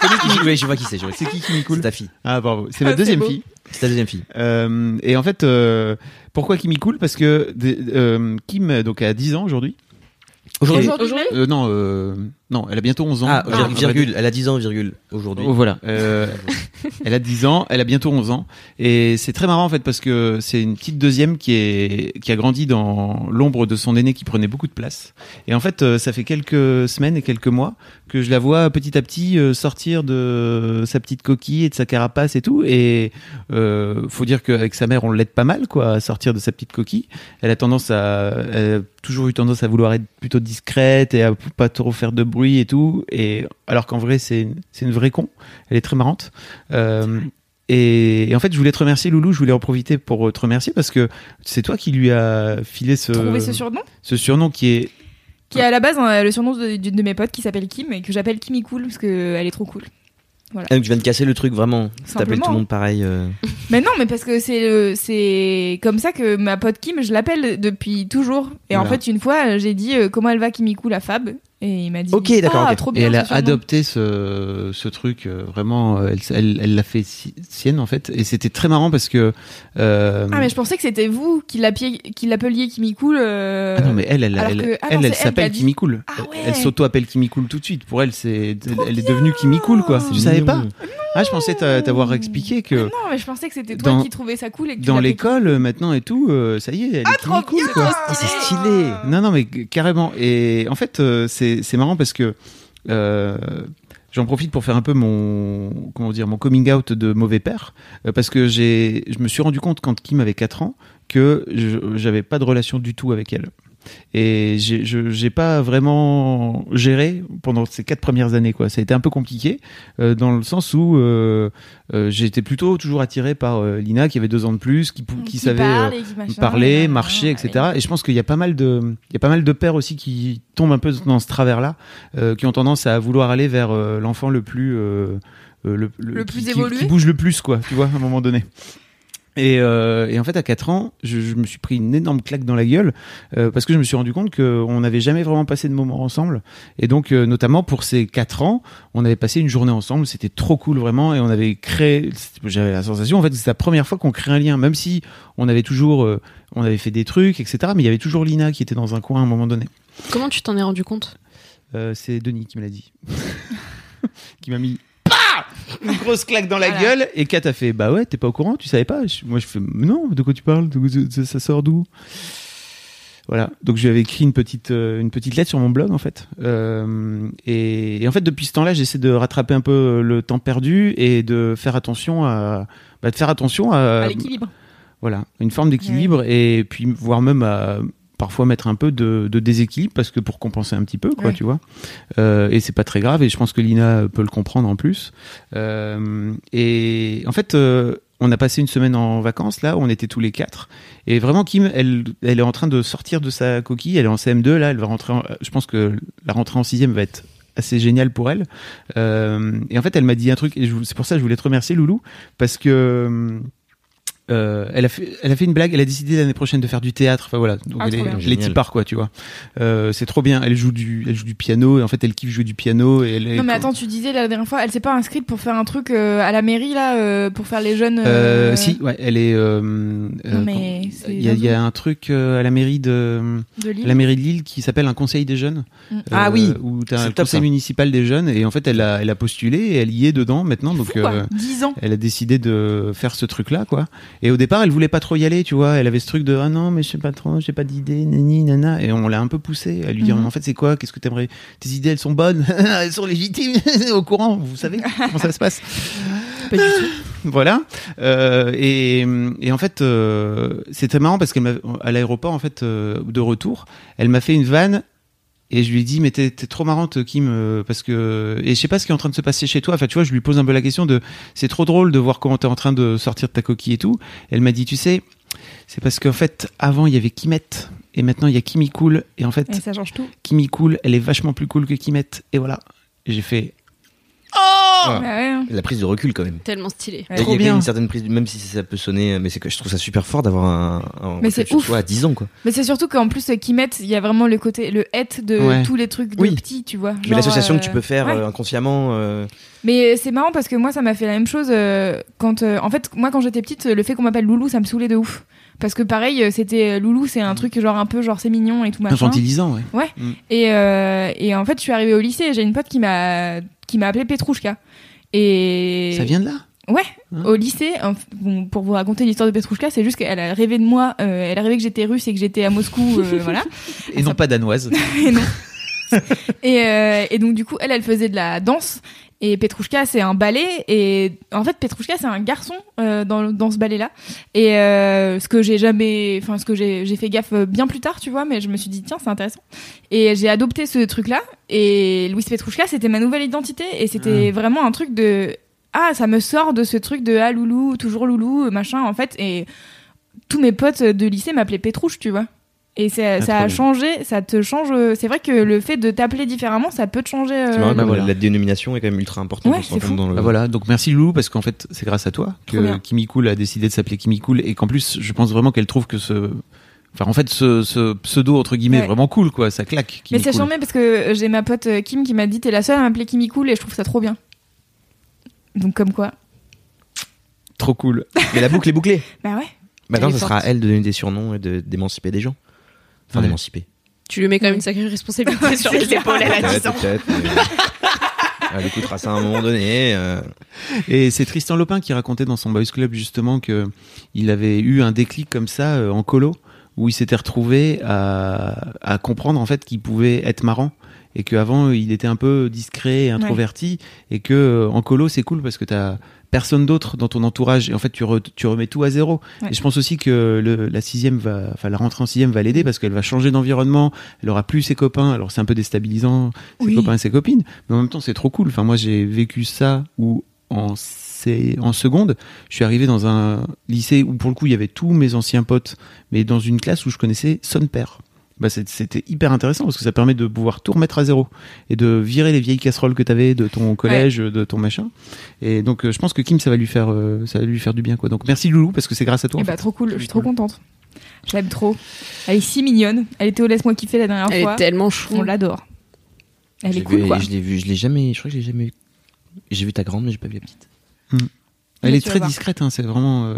Speaker 2: connais qui Ouais, je vois qui c'est. je vois
Speaker 4: C'est
Speaker 2: qui
Speaker 4: c'est qui Kimi
Speaker 2: C'est
Speaker 4: Cool
Speaker 2: ta fille.
Speaker 4: Ah bravo. C'est ma
Speaker 1: c'est
Speaker 4: deuxième
Speaker 1: beau.
Speaker 4: fille.
Speaker 2: C'est ta deuxième fille.
Speaker 4: Euh, et en fait, euh, pourquoi Kimi Cool Parce que des- euh, Kim donc a 10 ans aujourd'hui.
Speaker 2: Aujourd'hui.
Speaker 4: Euh, non, euh, Non, elle a bientôt 11 ans.
Speaker 2: Ah,
Speaker 4: Euh,
Speaker 2: vir- virgule, elle a 10 ans, virgule, aujourd'hui.
Speaker 4: Oh, voilà. Euh, elle a 10 ans, elle a bientôt 11 ans. Et c'est très marrant en fait parce que c'est une petite deuxième qui, est, qui a grandi dans l'ombre de son aîné qui prenait beaucoup de place. Et en fait, euh, ça fait quelques semaines et quelques mois que je la vois petit à petit euh, sortir de sa petite coquille et de sa carapace et tout. Et euh, faut dire qu'avec sa mère, on l'aide pas mal quoi à sortir de sa petite coquille. Elle a tendance à... elle a toujours eu tendance à vouloir être plutôt discrète et à pas trop faire de bruit et tout. Et alors qu'en vrai, c'est une, c'est une vraie con. Elle est très marrante. Euh, et, et en fait, je voulais te remercier, Loulou. Je voulais en profiter pour te remercier parce que c'est toi qui lui as filé ce,
Speaker 1: Trouver ce surnom,
Speaker 4: ce surnom qui est.
Speaker 1: qui est à la base hein, le surnom de- d'une de mes potes qui s'appelle Kim et que j'appelle Kimmy Cool parce qu'elle est trop cool.
Speaker 2: Ah, donc tu viens de casser le truc vraiment. T'appelles
Speaker 1: Simplement.
Speaker 2: tout le monde pareil. euh.
Speaker 1: Mais non, mais parce que c'est le- c'est comme ça que ma pote Kim, je l'appelle depuis toujours. Et en
Speaker 4: Voilà.
Speaker 1: fait, une fois, j'ai dit euh, comment elle va Kimmy Cool à Fab et il m'a dit
Speaker 2: Ok, d'accord,
Speaker 1: Ah,
Speaker 2: ok.
Speaker 1: trop
Speaker 4: Et
Speaker 1: bien.
Speaker 4: elle
Speaker 1: ce
Speaker 4: a
Speaker 1: surnom.
Speaker 4: adopté ce, ce truc euh, vraiment. euh, Elle elle- elle l'a fait si- sienne en fait. Et c'était très marrant parce que. euh,
Speaker 1: Ah mais je pensais que c'était vous qui l'appiez- qui l'appeliez Kimmy Cool. euh,
Speaker 4: ah non, mais elle, elle,
Speaker 1: alors
Speaker 4: elle,
Speaker 1: que- ah non,
Speaker 4: elle,
Speaker 1: c'est
Speaker 4: elle
Speaker 1: elle qui a
Speaker 4: s'appelle
Speaker 1: dit-
Speaker 4: Kimi Cool.
Speaker 1: Ah ouais.
Speaker 4: Elle s'auto-appelle Kimi Cool tout de suite. Pour elle, c'est, elle,
Speaker 1: Trop
Speaker 4: elle est devenue Kimi Cool, quoi.
Speaker 1: bien.
Speaker 4: Tu savais pas?
Speaker 2: Mignon.
Speaker 4: Ah, je pensais t'a- t'avoir expliqué que.
Speaker 1: Non, mais je pensais que c'était toi
Speaker 4: Dans-
Speaker 1: qui trouvais ça cool et que tu
Speaker 4: dans
Speaker 1: l'appelais-
Speaker 4: l'école euh, maintenant et tout, euh, ça y est, elle est
Speaker 1: trop
Speaker 4: cool,
Speaker 1: bien
Speaker 4: quoi.
Speaker 1: Ah, c'est
Speaker 4: stylé. Non, non, mais g- carrément. Et en fait, euh, c'est c'est marrant parce que euh, j'en profite pour faire un peu mon comment dire mon coming out de mauvais père, euh, parce que j'ai je me suis rendu compte quand Kim avait 4 ans que je- j'avais pas de relation du tout avec elle. Et j'ai je- j'ai pas vraiment géré pendant ces quatre premières années quoi. Ça a été un peu compliqué euh, dans le sens où euh, euh, j'étais plutôt toujours attiré par euh, Lina qui avait deux ans de plus, qui, pou- qui, savait euh,
Speaker 1: parle et qui machin,
Speaker 4: parler,
Speaker 1: nanana,
Speaker 4: marcher,
Speaker 1: ouais.
Speaker 4: etc. Et je pense qu'il y a pas mal de, il y a pas mal de pères aussi qui tombent un peu dans ce travers-là, euh, qui ont tendance à vouloir aller vers euh, l'enfant le plus, euh, euh, le,
Speaker 1: Le
Speaker 4: qui-
Speaker 1: plus
Speaker 4: qui-
Speaker 1: évolué.
Speaker 4: qui bouge le plus, quoi. Tu vois, à un moment donné. Et, euh, et en fait, à 4 ans, je, je me suis pris une énorme claque dans la gueule euh, parce que je me suis rendu compte qu'on n'avait jamais vraiment passé de moments ensemble. Et donc, euh, notamment pour ces 4 ans, on avait passé une journée ensemble, c'était trop cool vraiment, et on avait créé. J'avais la sensation en fait que c'était la première fois qu'on crée un lien, même si on avait toujours, euh, on avait fait des trucs, etc. Mais il y avait toujours Lina qui était dans un coin à un moment donné.
Speaker 3: Comment tu t'en es rendu compte
Speaker 4: Euh, c'est Denis qui me l'a dit. qui m'a mis Pah une grosse claque dans la
Speaker 1: Voilà.
Speaker 4: gueule. Et Kat a fait Bah ouais, t'es pas au courant, tu savais pas. Je- moi, je fais Mais Non, de quoi tu parles De- de- de- Ça sort d'où voilà, donc je lui avais écrit une petite, euh, une petite lettre sur mon blog en fait. Euh, et, et en fait, depuis ce temps-là, j'essaie de rattraper un peu le temps perdu et de faire attention à, bah, de faire attention à,
Speaker 2: Euh,
Speaker 1: À l'équilibre.
Speaker 4: voilà, une forme d'équilibre et puis voire même à parfois mettre un peu de, de déséquilibre parce que pour compenser un petit peu quoi
Speaker 1: Ouais.
Speaker 4: tu vois Euh, et c'est pas très grave et je pense que Lina peut le comprendre en plus Euh, et en fait euh, on a passé une semaine en vacances là on était tous les quatre et vraiment Kim elle elle est en train de sortir de sa coquille elle est en CM2 là elle va rentrer en- je pense que la rentrée en sixième va être assez géniale pour elle Euh, et en fait elle m'a dit un truc et je vou- c'est pour ça que je voulais te remercier Loulou parce que euh, euh, elle, a fait, elle a fait une blague, elle a décidé l'année prochaine de faire du théâtre. Enfin voilà, donc
Speaker 1: Ah,
Speaker 4: elle
Speaker 1: trop
Speaker 4: est,
Speaker 1: bien.
Speaker 4: elle est
Speaker 2: Génial.
Speaker 4: typard, quoi, tu vois. Euh, c'est trop bien. Elle joue du, elle joue du piano et en fait elle kiffe jouer du piano et elle. est-
Speaker 1: Non mais attends, tu disais la dernière fois, elle s'est pas inscrite pour faire un truc euh, à la mairie là, euh, pour faire les jeunes.
Speaker 4: Euh,
Speaker 1: euh,
Speaker 4: Si, ouais, elle est. euh, euh,
Speaker 1: mais
Speaker 4: quand-
Speaker 1: c'est
Speaker 4: il y, a- il y a un truc euh, à la mairie de
Speaker 1: De
Speaker 4: à
Speaker 1: Lille.
Speaker 4: la mairie de Lille qui s'appelle un conseil des jeunes.
Speaker 1: Mm.
Speaker 2: Ah oui.
Speaker 4: Euh, Où t'as
Speaker 2: C'est
Speaker 4: un
Speaker 2: top,
Speaker 4: conseil
Speaker 2: ça.
Speaker 4: municipal des jeunes et en fait elle a, elle a postulé et elle y est dedans maintenant. Donc
Speaker 1: Fou, quoi,
Speaker 4: euh,
Speaker 1: 10 ans.
Speaker 4: elle a décidé de faire ce truc là quoi et au départ elle voulait pas trop y aller tu vois elle avait ce truc de ah non mais je sais pas trop j'ai pas d'idée nani nana et on l'a un peu poussée à lui dire
Speaker 1: Mhm.
Speaker 4: Mais en fait c'est quoi qu'est-ce que t'aimerais tes idées elles sont bonnes elles sont légitimes au courant vous savez comment ça se passe
Speaker 1: Pas du tout.
Speaker 4: voilà. Euh, et, et en fait, euh, c'était marrant parce qu'elle m'a- à l'aéroport, en fait, euh, de retour, elle m'a fait une vanne. Et je lui ai dit, mais t'es t'es trop marrante, Kim, euh, parce que. Et je sais pas ce qui est en train de se passer chez toi. Enfin, tu vois, je lui pose un peu la question de. C'est trop drôle de voir comment t'es en train de sortir de ta coquille et tout. Elle m'a dit, tu sais, c'est parce qu'en fait, avant, il y avait Kimette. Et maintenant, il y a Kimi Cool. Et en fait,
Speaker 1: Et ça change tout.
Speaker 4: Kimi Cool, elle est vachement plus cool que Kimette. Et voilà. Et J'ai fait. Ah.
Speaker 1: Ouais, ouais, hein.
Speaker 2: La prise de recul quand même.
Speaker 3: Tellement stylé.
Speaker 1: Ouais.
Speaker 2: Il y a
Speaker 4: Trop
Speaker 2: quand même
Speaker 4: bien.
Speaker 2: une certaine prise, même si ça peut sonner, mais c'est que je trouve ça super fort d'avoir un, un
Speaker 1: Mais
Speaker 2: recul
Speaker 1: c'est
Speaker 2: sur
Speaker 1: ouf.
Speaker 2: soi à 10 ans quoi.
Speaker 1: Mais c'est surtout qu'en plus euh, Kimet, il y a vraiment le côté le être de
Speaker 4: Ouais.
Speaker 1: tous les trucs de
Speaker 2: Oui.
Speaker 1: petit, tu vois.
Speaker 2: mais
Speaker 1: Genre,
Speaker 2: l'association
Speaker 1: euh,
Speaker 2: que tu peux faire
Speaker 1: ouais.
Speaker 2: euh, inconsciemment. euh,
Speaker 1: Mais euh, c'est marrant euh, parce que moi, ça m'a fait la même chose euh, quand, euh, en fait, moi, quand j'étais petite, le fait qu'on m'appelle Loulou, ça me saoulait de ouf. Parce que pareil, euh, c'était euh, Loulou, c'est un truc genre un peu genre c'est mignon et tout machin.
Speaker 4: Infantilisant, ouais.
Speaker 1: Et, euh, et en fait, je suis arrivée au lycée et j'ai une pote qui m'a qui m'a appelée Petrouchka. Et
Speaker 4: Ça vient de là
Speaker 1: au lycée, en f- bon, pour vous raconter l'histoire de Petrouchka, c'est juste qu'elle a rêvé de moi, euh, elle a rêvé que j'étais russe et que j'étais à Moscou, euh, voilà.
Speaker 4: Et non pas danoise.
Speaker 1: et non. et, euh, et donc du coup, elle, elle faisait de la danse. Et Petrouchka, c'est un ballet. Et en fait, Petrouchka, c'est un garçon euh, dans, dans ce ballet-là. Et euh, ce que j'ai jamais, enfin ce que j'ai j'ai fait gaffe euh, bien plus tard, tu vois, mais je me suis dit tiens, c'est intéressant. Et j'ai adopté ce truc-là. Et Louis Petrouchka, c'était ma nouvelle identité. Et c'était vraiment un truc de ah, ça me sort de ce truc de ah loulou, toujours loulou, machin. En fait, et tous mes potes de lycée m'appelaient Petrouche, tu vois. Et ça, ça
Speaker 2: trop
Speaker 1: a
Speaker 2: bien.
Speaker 1: changé, ça te change. euh, C'est vrai que le fait de t'appeler différemment, ça peut te changer. euh,
Speaker 2: C'est marrant
Speaker 1: le-
Speaker 2: comme
Speaker 4: Bah, voilà.
Speaker 2: La dénomination est quand même ultra importante.
Speaker 1: Ouais,
Speaker 2: on se rend
Speaker 1: c'est
Speaker 2: compte
Speaker 1: fou.
Speaker 2: dans le-
Speaker 4: Bah voilà, donc merci Lou parce qu'en fait c'est grâce à toi
Speaker 1: Trop bien.
Speaker 4: que Kimi Cool a décidé de s'appeler Kimi Cool et qu'en plus je pense vraiment qu'elle trouve que ce, enfin en fait ce, ce pseudo entre guillemets
Speaker 1: Ouais.
Speaker 4: est vraiment cool quoi, ça claque.
Speaker 1: Mais
Speaker 4: Kimi
Speaker 1: c'est
Speaker 4: Cool.
Speaker 1: charmé parce que j'ai ma pote euh, Kim qui m'a dit t'es la seule à m'appeler Kimi Cool et je trouve ça trop bien. Donc comme quoi.
Speaker 4: trop cool.
Speaker 2: Mais la boucle est bouclée.
Speaker 1: Bah ouais.
Speaker 2: Maintenant,
Speaker 3: Elle est
Speaker 2: ça sera à
Speaker 3: forte.
Speaker 2: elle de donner des surnoms et de- d'émanciper des gens. Enfin,
Speaker 4: Ouais.
Speaker 2: d'émanciper.
Speaker 3: Tu lui mets quand même une sacrée responsabilité sur les épaules, elle a
Speaker 2: Ouais,
Speaker 3: 10 ans.
Speaker 2: peut-être, mais- euh, Elle écoutera ça à un moment donné. euh,
Speaker 4: Et c'est Tristan Lopin qui racontait dans son Boys Club justement que il avait eu un déclic comme ça euh, en colo où il s'était retrouvé à, à comprendre en fait qu'il pouvait être marrant et qu'avant il était un peu discret et introverti et que euh, en colo c'est cool parce que t'as personne d'autre dans ton entourage et en fait tu, re- tu remets tout à zéro
Speaker 1: Ouais.
Speaker 4: et je pense aussi que le, la sixième va enfin la rentrée en sixième va l'aider parce qu'elle va changer d'environnement elle aura plus ses copains alors c'est un peu déstabilisant ses
Speaker 1: Oui.
Speaker 4: copains et ses copines mais en même temps c'est trop cool enfin moi j'ai vécu ça où en sé- en seconde, je suis arrivé dans un lycée où pour le coup il y avait tous mes anciens potes, mais dans une classe où je connaissais son père. Bah c'est- c'était hyper intéressant parce que ça permet de pouvoir tout remettre à zéro et de virer les vieilles casseroles que t'avais de ton collège, de ton machin. Et donc euh, je pense que Kim ça va lui faire euh, ça va lui faire du bien quoi. Donc merci Loulou parce que c'est grâce à toi.
Speaker 3: Eh
Speaker 1: Et
Speaker 4: en
Speaker 3: ben,
Speaker 1: bah
Speaker 4: fait.
Speaker 1: trop cool, je suis trop contente. Je l'aime trop. Elle est si mignonne. Elle était au laisse-moi kiffer la dernière
Speaker 3: Elle
Speaker 1: fois.
Speaker 3: est tellement
Speaker 1: On
Speaker 3: chou.
Speaker 1: l'adore. Elle
Speaker 2: je
Speaker 1: est
Speaker 2: l'ai
Speaker 1: cool
Speaker 2: vu-
Speaker 1: quoi.
Speaker 2: Je l'ai vu, je l'ai jamais, je crois que je l'ai jamais eu. J'ai vu ta grande, mais j'ai pas vu la petite.
Speaker 4: Elle
Speaker 1: Mais
Speaker 4: est
Speaker 1: tu vas
Speaker 4: très
Speaker 1: voir.
Speaker 4: discrète hein, c'est vraiment euh,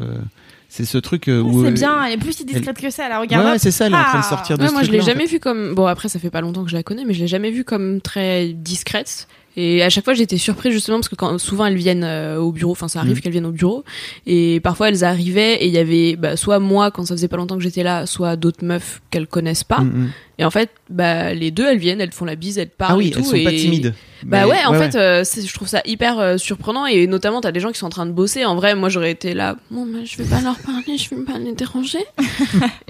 Speaker 4: c'est ce truc euh,
Speaker 1: Ah,
Speaker 4: où
Speaker 1: C'est
Speaker 4: euh,
Speaker 1: bien, elle est plus si discrète que ça, la
Speaker 4: Ouais,
Speaker 1: regarde.
Speaker 4: ouais,
Speaker 1: hop.
Speaker 4: c'est ça, elle est en train de
Speaker 1: Ah.
Speaker 4: sortir de
Speaker 3: Ouais,
Speaker 4: ce
Speaker 3: moi je l'ai
Speaker 4: truc-là, en fait.
Speaker 3: jamais vue comme bon après ça fait pas longtemps que je la connais mais je l'ai jamais vue comme très discrète et à chaque fois j'étais surprise justement parce que quand souvent elles viennent euh, au bureau enfin ça arrive
Speaker 4: Mhm.
Speaker 3: qu'elles viennent au bureau et parfois elles arrivaient et il y avait bah, soit moi quand ça faisait pas longtemps que j'étais là soit d'autres meufs qu'elles connaissent pas
Speaker 4: Mm, mm.
Speaker 3: et en fait bah les deux elles viennent elles font la bise elles parlent
Speaker 4: Ah oui,
Speaker 3: et bah tout,
Speaker 4: elles sont pas
Speaker 3: et-
Speaker 4: timides.
Speaker 3: bah
Speaker 4: Mais-
Speaker 3: ouais, en fait, euh, c'est- je trouve ça hyper euh, surprenant et notamment t'as des gens qui sont en train de bosser. En vrai, moi j'aurais été là, bon bah, je vais pas leur parler, je vais pas les déranger.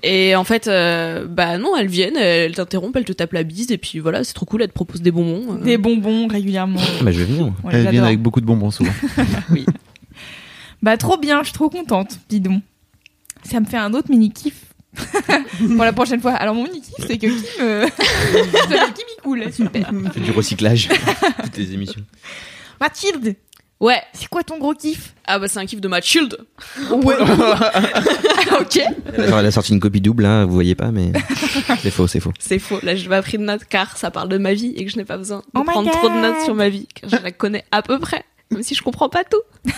Speaker 3: et en fait, euh, bah non, elles viennent, elles t'interrompent, elles te tapent la bise et puis voilà, c'est trop cool, elles te proposent des bonbons. euh.
Speaker 1: Des bonbons régulièrement.
Speaker 2: Bah, je vais venir.
Speaker 1: On les
Speaker 4: Elles viennent
Speaker 1: adore.
Speaker 4: avec beaucoup de bonbons souvent.
Speaker 1: Bah trop bien, je suis trop contente, dis donc. Ça me fait un autre mini kiff. Pour la prochaine fois. Alors mon mini kiff, c'est que Kim, euh, c'est Kim il coule, super.
Speaker 2: C'est du recyclage. Toutes les émissions.
Speaker 1: Mathilde,
Speaker 3: Ouais,
Speaker 1: c'est quoi ton gros kiff
Speaker 3: ah bah c'est un kiff de Mathilde.
Speaker 1: Ouais. ok.
Speaker 2: Alors, elle a sorti une copie double, hein, vous voyez pas, mais c'est faux, c'est faux.
Speaker 3: C'est faux, là j'ai pas pris de notes car ça parle de ma vie et que je n'ai pas besoin de
Speaker 1: Oh my
Speaker 3: prendre trop de
Speaker 1: God.
Speaker 3: notes sur ma vie car je la connais à peu près. Même si je comprends pas tout.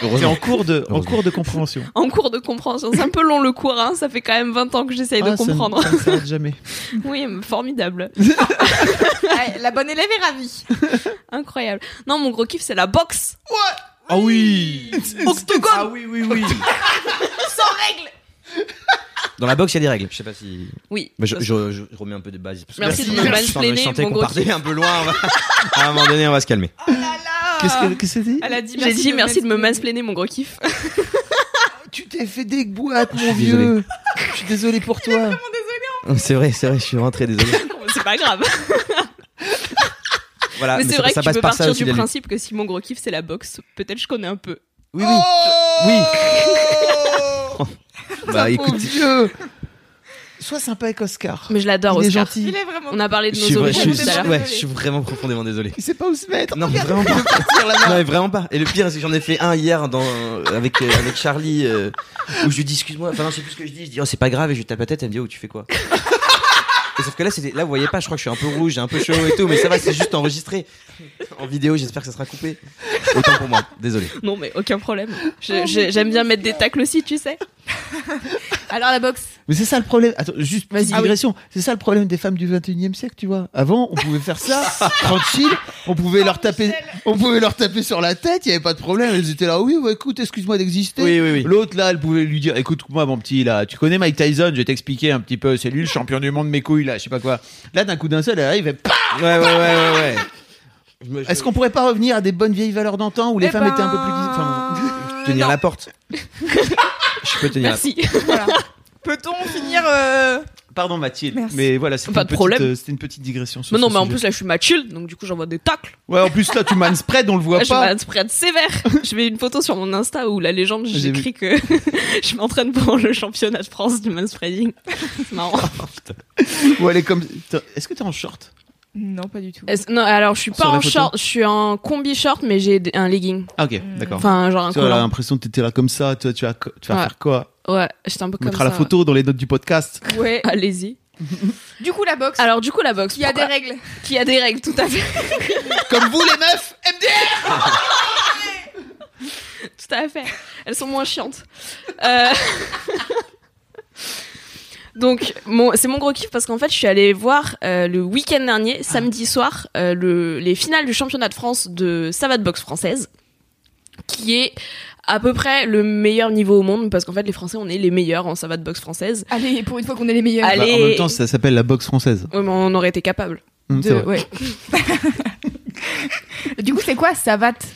Speaker 4: C'est en cours de, en
Speaker 2: Heureusement.
Speaker 4: cours de compréhension.
Speaker 3: En cours de compréhension, c'est un peu long le cours, hein. Ça fait quand même 20 ans que j'essaye
Speaker 1: Ah,
Speaker 3: de comprendre.
Speaker 4: Ah, Ça, ne s'arrête jamais.
Speaker 3: Oui, formidable.
Speaker 1: Ouais, la bonne élève est ravie.
Speaker 3: Incroyable. Non, mon gros kiff, c'est la boxe.
Speaker 4: Ah oui
Speaker 3: Octogone.
Speaker 4: Ah oui, oui, oui
Speaker 2: Dans la boxe, il y a des règles. Je sais pas si.
Speaker 3: Oui.
Speaker 2: Bah, je, je- je- je remets un peu de base. parce que-
Speaker 3: Merci de me
Speaker 2: Je sens-
Speaker 3: mansplainer,
Speaker 2: Je sentais
Speaker 3: mon
Speaker 2: qu'on
Speaker 3: gros
Speaker 2: partait un peu loin. on va- À un moment donné, on va se calmer.
Speaker 4: Qu'est-ce que- qu'est-ce que
Speaker 1: Elle a dit
Speaker 3: J'ai dit merci de me mansplainer, mon gros kiff.
Speaker 4: c'est Tu t'es fait des boîtes, mon
Speaker 2: suis désolé.
Speaker 4: vieux Je suis désolé pour toi
Speaker 2: C'est vrai, c'est vrai, je suis rentré, désolé.
Speaker 3: Non, mais c'est pas grave.
Speaker 2: Voilà,
Speaker 3: mais c'est vrai que
Speaker 2: Ah, ça
Speaker 3: tu
Speaker 2: passe
Speaker 3: peux
Speaker 2: par ça
Speaker 3: partir
Speaker 2: aussi,
Speaker 3: du
Speaker 2: la lutte.
Speaker 3: principe que si mon gros kiff, c'est la boxe, peut-être je connais un peu.
Speaker 2: Oui, oui. Oui. bah
Speaker 4: Mon
Speaker 2: écoute,
Speaker 4: vieux Sois sympa avec Oscar.
Speaker 3: Mais je l'adore,
Speaker 4: Il est
Speaker 3: Oscar.
Speaker 4: gentil.
Speaker 1: Il est vraiment.
Speaker 3: On a parlé de
Speaker 2: je
Speaker 3: nos
Speaker 2: suis, vrai- je,
Speaker 3: origines
Speaker 2: suis,
Speaker 3: tout à l'heure.
Speaker 2: ouais, je suis vraiment profondément désolé.
Speaker 4: Il sait pas où se mettre.
Speaker 2: Non, mais vraiment pas. non, mais vraiment pas. Et le pire, c'est que j'en ai fait un hier dans, avec, euh, avec Charlie euh, où je lui dis excuse-moi. Enfin, non, c'est plus ce que je dis. Je dis oh, c'est pas grave et je lui tape la tête. Elle me dit oh, tu fais quoi Et Sauf que là, c'était là, vous voyez pas, je crois que je suis un peu rouge, j'ai un peu chaud et tout, mais ça va, c'est juste enregistré en vidéo. J'espère que ça sera coupé. Autant pour moi, désolé.
Speaker 3: Non, mais aucun problème. Je- je- J'aime bien mettre des tacles aussi, tu sais.
Speaker 1: Alors la boxe.
Speaker 4: Mais c'est ça le problème. Attends, juste
Speaker 3: Vas-y.
Speaker 4: petite digression. C'est ça le problème des femmes du 21e siècle, tu vois. Avant, on pouvait faire ça tranquille, on pouvait leur taper on pouvait leur taper sur la tête, il y avait pas de problème, elles étaient là oui, ouais, écoute, excuse-moi d'exister.
Speaker 2: Oui, oui, oui.
Speaker 4: L'autre là, elle pouvait lui dire écoute-moi mon petit là, tu connais Mike Tyson, je vais t'expliquer un petit peu, c'est lui le champion du monde mes couilles là, je sais pas quoi. Là d'un coup d'un seul, elle arrive et paf
Speaker 2: Ouais, ouais, ouais, ouais. ouais. Je me-
Speaker 4: Est-ce qu'on pourrait pas revenir à des bonnes vieilles valeurs d'antan où les
Speaker 1: Eh
Speaker 4: femmes étaient un peu plus
Speaker 1: ben,
Speaker 4: enfin,
Speaker 2: tenir la porte Je peux tenir
Speaker 3: Euh, Merci.
Speaker 1: Voilà. Peut-on finir euh,
Speaker 4: Pardon Mathilde,
Speaker 1: Merci.
Speaker 4: mais voilà, c'était
Speaker 3: Pas
Speaker 4: une
Speaker 3: de
Speaker 4: petite,
Speaker 3: problème.
Speaker 4: euh, c'était une petite digression sur
Speaker 3: Mais non,
Speaker 4: ce
Speaker 3: mais en
Speaker 4: sujet.
Speaker 3: plus là, je suis Mathilde, donc du coup, j'envoie des tacles.
Speaker 4: Ouais, en plus là tu manspread, on le voit
Speaker 3: Là, je
Speaker 4: pas.
Speaker 3: vais un spread sévère. je mets une photo sur mon Insta où la légende,
Speaker 4: J'ai
Speaker 3: j'écris que je m'entraîne pour le championnat de France du manspreading. C'est marrant.
Speaker 4: Ou elle est comme. T'as- Est-ce que t'es en short
Speaker 1: Non, pas du tout.
Speaker 3: Est-ce- Non, alors je suis pas
Speaker 4: Sur la
Speaker 3: en
Speaker 4: photo.
Speaker 3: short, je suis en combi short, mais j'ai des- un legging.
Speaker 4: Ah, ok, d'accord.
Speaker 3: Euh, Enfin, genre un
Speaker 4: tu as
Speaker 3: collant.
Speaker 4: l'impression que t'étais là comme ça, tu, tu vas, co- tu vas
Speaker 3: Ouais.
Speaker 4: faire quoi
Speaker 3: Ouais, j'étais un peu
Speaker 4: On
Speaker 3: comme
Speaker 4: mettra
Speaker 3: ça.
Speaker 4: la photo dans les notes du podcast. Bah,
Speaker 1: Ouais.
Speaker 3: Allez-y.
Speaker 1: Du coup, la boxe.
Speaker 3: Alors du coup, la boxe.
Speaker 1: il y a des
Speaker 3: pourquoi-
Speaker 1: règles.
Speaker 3: Qui a des règles, tout à fait.
Speaker 4: comme vous les meufs
Speaker 3: tout à fait. Elles sont moins chiantes. Euh, Donc, mon- c'est mon gros kiff parce qu'en fait, je suis allée voir euh, le week-end
Speaker 4: Ah.
Speaker 3: dernier, samedi soir, euh, le- les finales du championnat de France de savate boxe française, qui est à peu près le meilleur niveau au monde parce qu'en fait, les Français, on est les meilleurs en savate boxe française.
Speaker 1: Allez, pour une fois qu'on est les meilleurs.
Speaker 3: Allez.
Speaker 4: en même temps, ça s'appelle la boxe française.
Speaker 3: Ouais, mais on aurait été capable.
Speaker 4: Hum, c'est
Speaker 1: De-
Speaker 4: vrai.
Speaker 1: ouais. du coup, c'est quoi savate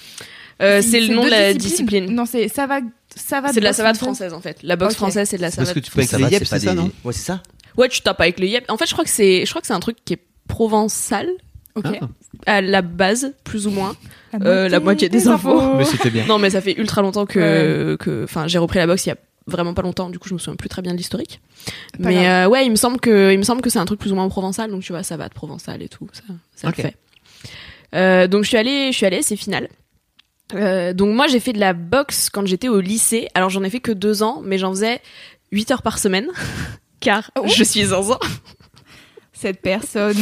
Speaker 3: Euh, c'est le nom de
Speaker 1: deux
Speaker 3: la
Speaker 1: disciplines.
Speaker 3: discipline.
Speaker 1: Non, c'est savate. savate
Speaker 3: C'est de la
Speaker 1: boxe
Speaker 3: savate française en fait. La boxe
Speaker 1: Ok.
Speaker 3: française, c'est de la
Speaker 4: C'est parce
Speaker 3: savate.
Speaker 4: que tu peux avec les yep, c'est ça, non
Speaker 5: Ouais, c'est ça.
Speaker 3: Ouais, tu tapes avec le yep. En fait, je crois que c'est, je crois que c'est un truc qui est provençal
Speaker 1: Ok.
Speaker 4: Ah.
Speaker 3: à la base, plus ou moins.
Speaker 1: Ah,
Speaker 3: Euh, la moitié des infos.
Speaker 4: Mais c'était bien.
Speaker 3: Non, mais ça fait ultra longtemps que, que, enfin, j'ai repris la boxe il y a vraiment pas longtemps. Du coup, je me souviens plus très bien de l'historique.
Speaker 1: Pas
Speaker 3: Mais euh, ouais, il me semble que, il me semble que c'est un truc plus ou moins provençal. Donc tu vois, ça va de provençal et tout, ça, ça
Speaker 4: Ok.
Speaker 3: le fait. Euh, donc je suis allée, je suis allée, c'est final. Euh, donc moi j'ai fait de la boxe quand j'étais au lycée. Alors j'en ai fait que deux ans, mais j'en faisais 8 heures par semaine, car
Speaker 1: Oh.
Speaker 3: je suis zinzin.
Speaker 1: Cette personne.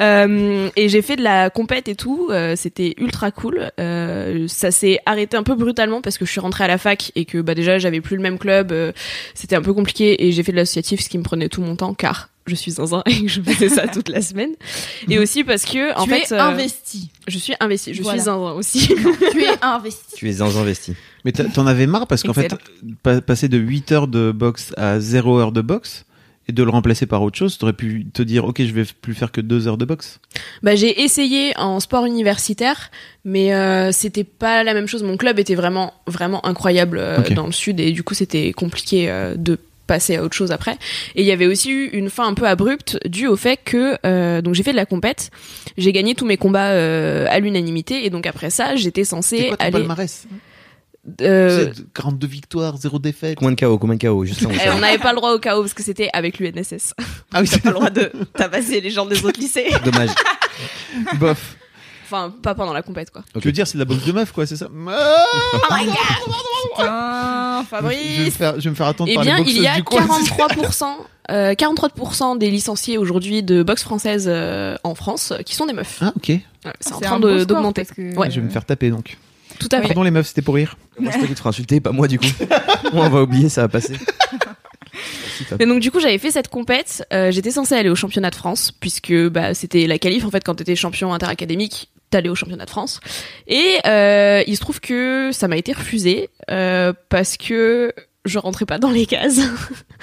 Speaker 3: Euh, et j'ai fait de la compète et tout, euh, c'était ultra cool. Euh, ça s'est arrêté un peu brutalement parce que je suis rentrée à la fac et que bah déjà j'avais plus le même club, euh, c'était un peu compliqué et j'ai fait de l'associatif ce qui me prenait tout mon temps car je suis zinzin et que je faisais ça toute la semaine. Et aussi parce que en
Speaker 1: Mhm. tu
Speaker 3: fait
Speaker 1: es
Speaker 3: euh,
Speaker 1: investi.
Speaker 3: je suis investie, je
Speaker 1: Voilà.
Speaker 3: suis zinzin aussi.
Speaker 1: tu es investi.
Speaker 2: Tu es investi.
Speaker 4: Mais t'as- t'en avais marre parce qu'en fait, pa- passer de 8 heures de boxe à 0 heure de boxe et de le remplacer par autre chose, t'aurais pu te dire ok, je vais plus faire que 2 heures de boxe.
Speaker 3: Bah, j'ai essayé en sport universitaire, mais euh, c'était pas la même chose. Mon club était vraiment, vraiment incroyable euh,
Speaker 4: Ok.
Speaker 3: dans le sud et du coup, c'était compliqué euh, de passer à autre chose après. Et il y avait aussi eu une fin un peu abrupte due au fait que euh, donc j'ai fait de la compète, j'ai gagné tous mes combats euh, à l'unanimité et donc après ça, j'étais
Speaker 4: C'est
Speaker 3: censée
Speaker 4: quoi ton
Speaker 3: aller.
Speaker 4: palmarès
Speaker 3: euh,
Speaker 4: C'est 42 victoires, 0 défaites.
Speaker 2: Combien de KO Combien de KO Juste ça, on
Speaker 3: eh,
Speaker 2: sait.
Speaker 3: on n'avait pas le droit au chaos parce que c'était avec l'UNSS.
Speaker 4: Ah
Speaker 3: T'as
Speaker 4: oui, c'est
Speaker 3: pas le droit de tabasser les gens des autres lycées.
Speaker 2: Dommage.
Speaker 4: bof.
Speaker 3: Enfin, pas pendant la compète quoi.
Speaker 2: Ok.
Speaker 4: Tu veux dire, c'est de la boxe de meuf, quoi, c'est ça Ah
Speaker 1: Putain,
Speaker 4: je, vais me
Speaker 1: Fabrice.
Speaker 4: faire, je vais me faire attendre
Speaker 3: Eh
Speaker 4: par
Speaker 3: bien,
Speaker 4: les
Speaker 3: il y
Speaker 4: boxeuses
Speaker 3: a
Speaker 4: du coin.
Speaker 3: 43%, euh, 43 des licenciés aujourd'hui de boxe française euh, en France euh, qui sont des meufs.
Speaker 4: Ah, ok.
Speaker 3: Ouais, C'est en
Speaker 1: C'est
Speaker 3: train
Speaker 1: un
Speaker 3: de-
Speaker 1: bon score,
Speaker 3: d'augmenter.
Speaker 1: parce que-
Speaker 3: Ouais. Ah
Speaker 4: Je vais me faire taper donc.
Speaker 3: Tout à fait.
Speaker 4: Pardon les meufs, c'était pour rire.
Speaker 2: Moi, c'est toi qui te feras insulter, pas moi du coup. on va oublier, ça va passer.
Speaker 3: Mais donc du coup j'avais fait cette compète, euh, j'étais censée aller au championnat de France puisque bah, c'était la qualif en fait quand t'étais champion interacadémique t'allais au championnat de France et euh, il se trouve que ça m'a été refusé euh, parce que je rentrais pas dans les cases.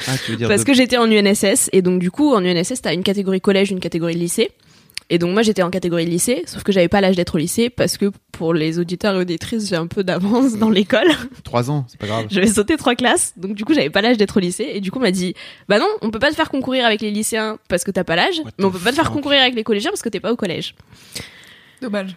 Speaker 4: Ah, tu veux dire
Speaker 3: Parce que j'étais en UNSS et donc du coup en UNSS t'as une catégorie collège, une catégorie lycée. Et donc moi j'étais en catégorie lycée, sauf que j'avais pas l'âge d'être au lycée parce que pour les auditeurs et auditrices j'ai un peu d'avance dans l'école.
Speaker 4: 3 ans, c'est pas grave.
Speaker 3: J'avais sauté trois classes, donc du coup j'avais pas l'âge d'être au lycée. Et du coup on m'a dit bah non on peut pas te faire concourir avec les lycéens parce que t'as pas l'âge,
Speaker 4: What
Speaker 3: mais on peut
Speaker 4: the
Speaker 3: pas te faire
Speaker 4: fuck.
Speaker 3: concourir avec les collégiens parce que t'es pas au collège.
Speaker 1: Dommage.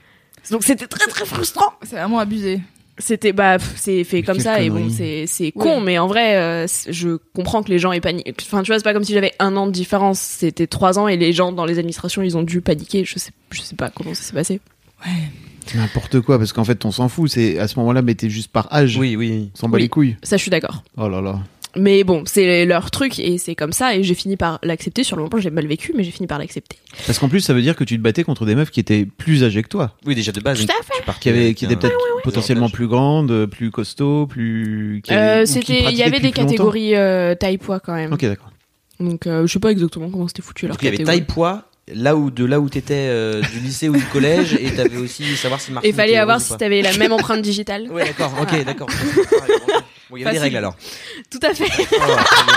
Speaker 3: Donc c'était très très frustrant.
Speaker 1: C'est vraiment abusé.
Speaker 3: C'était bah pff, c'est fait
Speaker 4: Mais
Speaker 3: comme
Speaker 4: quelle
Speaker 3: ça et bon
Speaker 4: connerie.
Speaker 3: c'est c'est con
Speaker 1: Ouais.
Speaker 3: mais en vrai euh, c'est- je comprends que les gens aient paniqué. Enfin tu vois c'est pas comme si j'avais un an de différence c'était trois ans et les gens dans les administrations ils ont dû paniquer je sais je sais pas comment ça s'est passé.
Speaker 4: N'importe quoi, parce qu'en fait, on s'en fout. C'est à ce moment-là, mais t'es juste par âge.
Speaker 2: Oui, oui.
Speaker 4: On s'en bat
Speaker 3: Oui.
Speaker 4: les couilles.
Speaker 3: Ça je suis d'accord.
Speaker 4: Oh là là.
Speaker 3: Mais bon, c'est leur truc et c'est comme ça et j'ai fini par l'accepter. Sur le moment, j'ai mal vécu, mais j'ai fini par l'accepter.
Speaker 4: Parce qu'en plus, ça veut dire que tu te battais contre des meufs qui étaient plus âgées que toi.
Speaker 5: Oui, déjà de base.
Speaker 3: Tout à
Speaker 5: tu partais
Speaker 4: Qui, avaient, qui
Speaker 5: avec
Speaker 4: étaient
Speaker 5: un-
Speaker 3: Ah
Speaker 4: peut-être
Speaker 5: un
Speaker 4: potentiellement
Speaker 5: avantage.
Speaker 4: plus grandes, plus costauds, plus. qui avaient-
Speaker 3: Euh,
Speaker 4: ou qui
Speaker 3: C'était, il y
Speaker 4: pratiquaient
Speaker 3: avait des
Speaker 4: depuis plus longtemps.
Speaker 3: catégories euh, taille poids quand même.
Speaker 4: Ok, d'accord.
Speaker 3: Donc euh, je sais pas exactement comment c'était foutu leur
Speaker 5: Donc il y avait
Speaker 3: catégorie.
Speaker 5: taille poids là où de là où t'étais euh, du lycée ou du collège et t'avais aussi savoir si Martine
Speaker 3: Et fallait
Speaker 5: était
Speaker 3: avoir
Speaker 5: heureuse ou
Speaker 3: si
Speaker 5: pas.
Speaker 3: t'avais la même empreinte digitale.
Speaker 5: Ouais d'accord
Speaker 4: Ah.
Speaker 5: ok d'accord. Bon il y avait des
Speaker 3: Facile.
Speaker 5: règles alors.
Speaker 3: Tout à fait.
Speaker 5: Oh, très bien.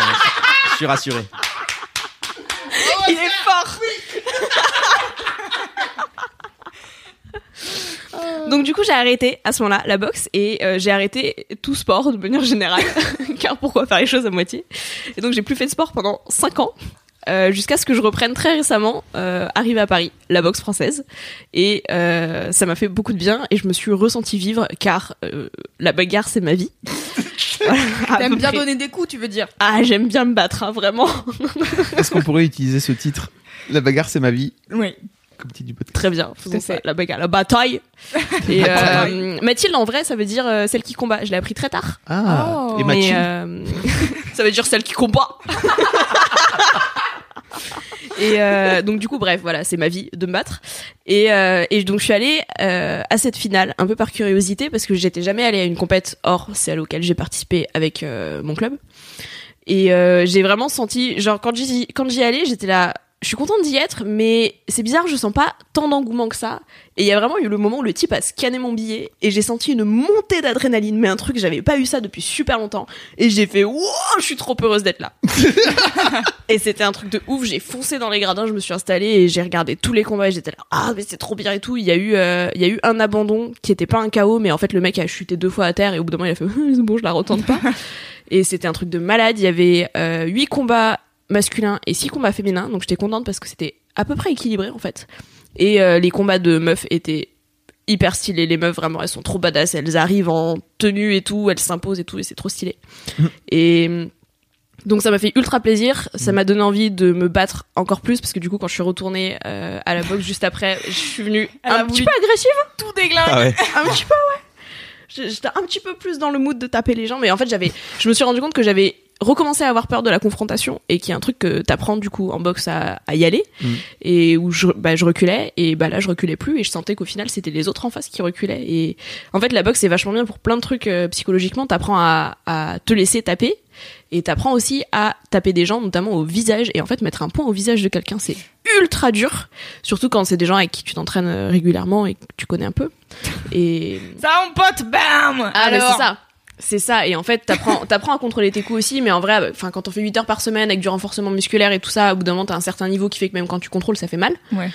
Speaker 5: Je suis rassuré.
Speaker 3: Il est fort. Donc du coup j'ai arrêté à ce moment-là la boxe et euh, j'ai arrêté tout sport de manière générale car pourquoi faire les choses à moitié et donc j'ai plus fait de sport pendant 5 ans euh, jusqu'à ce que je reprenne très récemment euh, arrivé à Paris la boxe française et euh, ça m'a fait beaucoup de bien et je me suis ressentie vivre car euh, la bagarre c'est ma vie. Voilà, à peu
Speaker 1: T'aimes bien
Speaker 3: près.
Speaker 1: donner des coups, tu veux dire
Speaker 3: Ah j'aime bien me battre hein, vraiment
Speaker 4: Est-ce qu'on pourrait utiliser ce titre La bagarre, c'est ma vie,
Speaker 1: Oui.
Speaker 4: comme titre du podcast
Speaker 3: Très bien,
Speaker 1: Tout
Speaker 3: faisons
Speaker 1: à
Speaker 3: ça.
Speaker 1: fait.
Speaker 3: La bagarre, la bataille. Et euh, Mathilde, en vrai, ça veut dire euh, celle qui combat. Je l'ai appris très tard.
Speaker 4: Ah
Speaker 1: Oh.
Speaker 4: Et
Speaker 3: Mais,
Speaker 4: Mathilde
Speaker 3: euh, ça veut dire celle qui combat. et euh, donc du coup, bref, voilà, c'est ma vie de me battre. Et, euh, et donc je suis allée euh, à cette finale un peu par curiosité parce que j'étais jamais allée à une compète hors celle auquel j'ai participé avec euh, mon club. Et euh, j'ai vraiment senti, genre quand j'y quand j'y allais, j'étais là. Je suis contente d'y être, mais c'est bizarre, je sens pas tant d'engouement que ça. Et il y a vraiment eu le moment où le type a scanné mon billet et j'ai senti une montée d'adrénaline, mais un truc, j'avais pas eu ça depuis super longtemps. Et j'ai fait, wow, je suis trop heureuse d'être là. et c'était un truc de ouf, j'ai foncé dans les gradins, je me suis installée et j'ai regardé tous les combats et j'étais là, ah, mais c'est trop bien et tout. Il y a eu, euh, il y a eu un abandon qui était pas un chaos, mais en fait, le mec a chuté deux fois à terre et au bout d'un moment, il a fait, c'est bon, je la retente pas. et c'était un truc de malade, il y avait euh, huit combats masculins et six combats féminins, donc j'étais contente parce que c'était à peu près équilibré en fait. Et euh, les combats de meufs étaient hyper stylés. Les meufs, vraiment, elles sont trop badass. Elles arrivent en tenue et tout, elles s'imposent et tout, et c'est trop stylé. et euh, donc, ça m'a fait ultra plaisir. Ça m'a donné envie de me battre encore plus parce que du coup, quand je suis retournée euh, à la boxe juste après, je suis venue
Speaker 1: Elle a
Speaker 3: un petit
Speaker 1: voulu
Speaker 3: peu agressive,
Speaker 1: Tout
Speaker 3: euh,
Speaker 1: déglingue.
Speaker 5: Ah ouais.
Speaker 3: un petit peu, ouais. Je- J'étais un petit peu plus dans le mood de taper les gens, mais en fait, j'avais, je me suis rendu compte que j'avais recommencé à avoir peur de la confrontation et qui est un truc que t'apprends du coup en boxe à, à y aller
Speaker 4: Mm.
Speaker 3: et où je, bah, je reculais et bah là je reculais plus et je sentais qu'au final c'était les autres en face qui reculaient et en fait la boxe c'est vachement bien pour plein de trucs euh, psychologiquement t'apprends à, à te laisser taper et t'apprends aussi à taper des gens notamment au visage et en fait mettre un point au visage de quelqu'un c'est ultra dur surtout quand c'est des gens avec qui tu t'entraînes euh, régulièrement et que tu connais un peu et
Speaker 1: Ça, mon pote, bam
Speaker 3: ah, mais
Speaker 1: Alors,
Speaker 3: c'est ça. C'est ça. Et en fait, t'apprends, t'apprends à contrôler tes coups aussi. Mais en vrai, bah, enfin, quand on fait 8 heures par semaine avec du renforcement musculaire et tout ça, au bout d'un moment, t'as un certain niveau qui fait que même quand tu contrôles, ça fait mal.
Speaker 1: Ouais.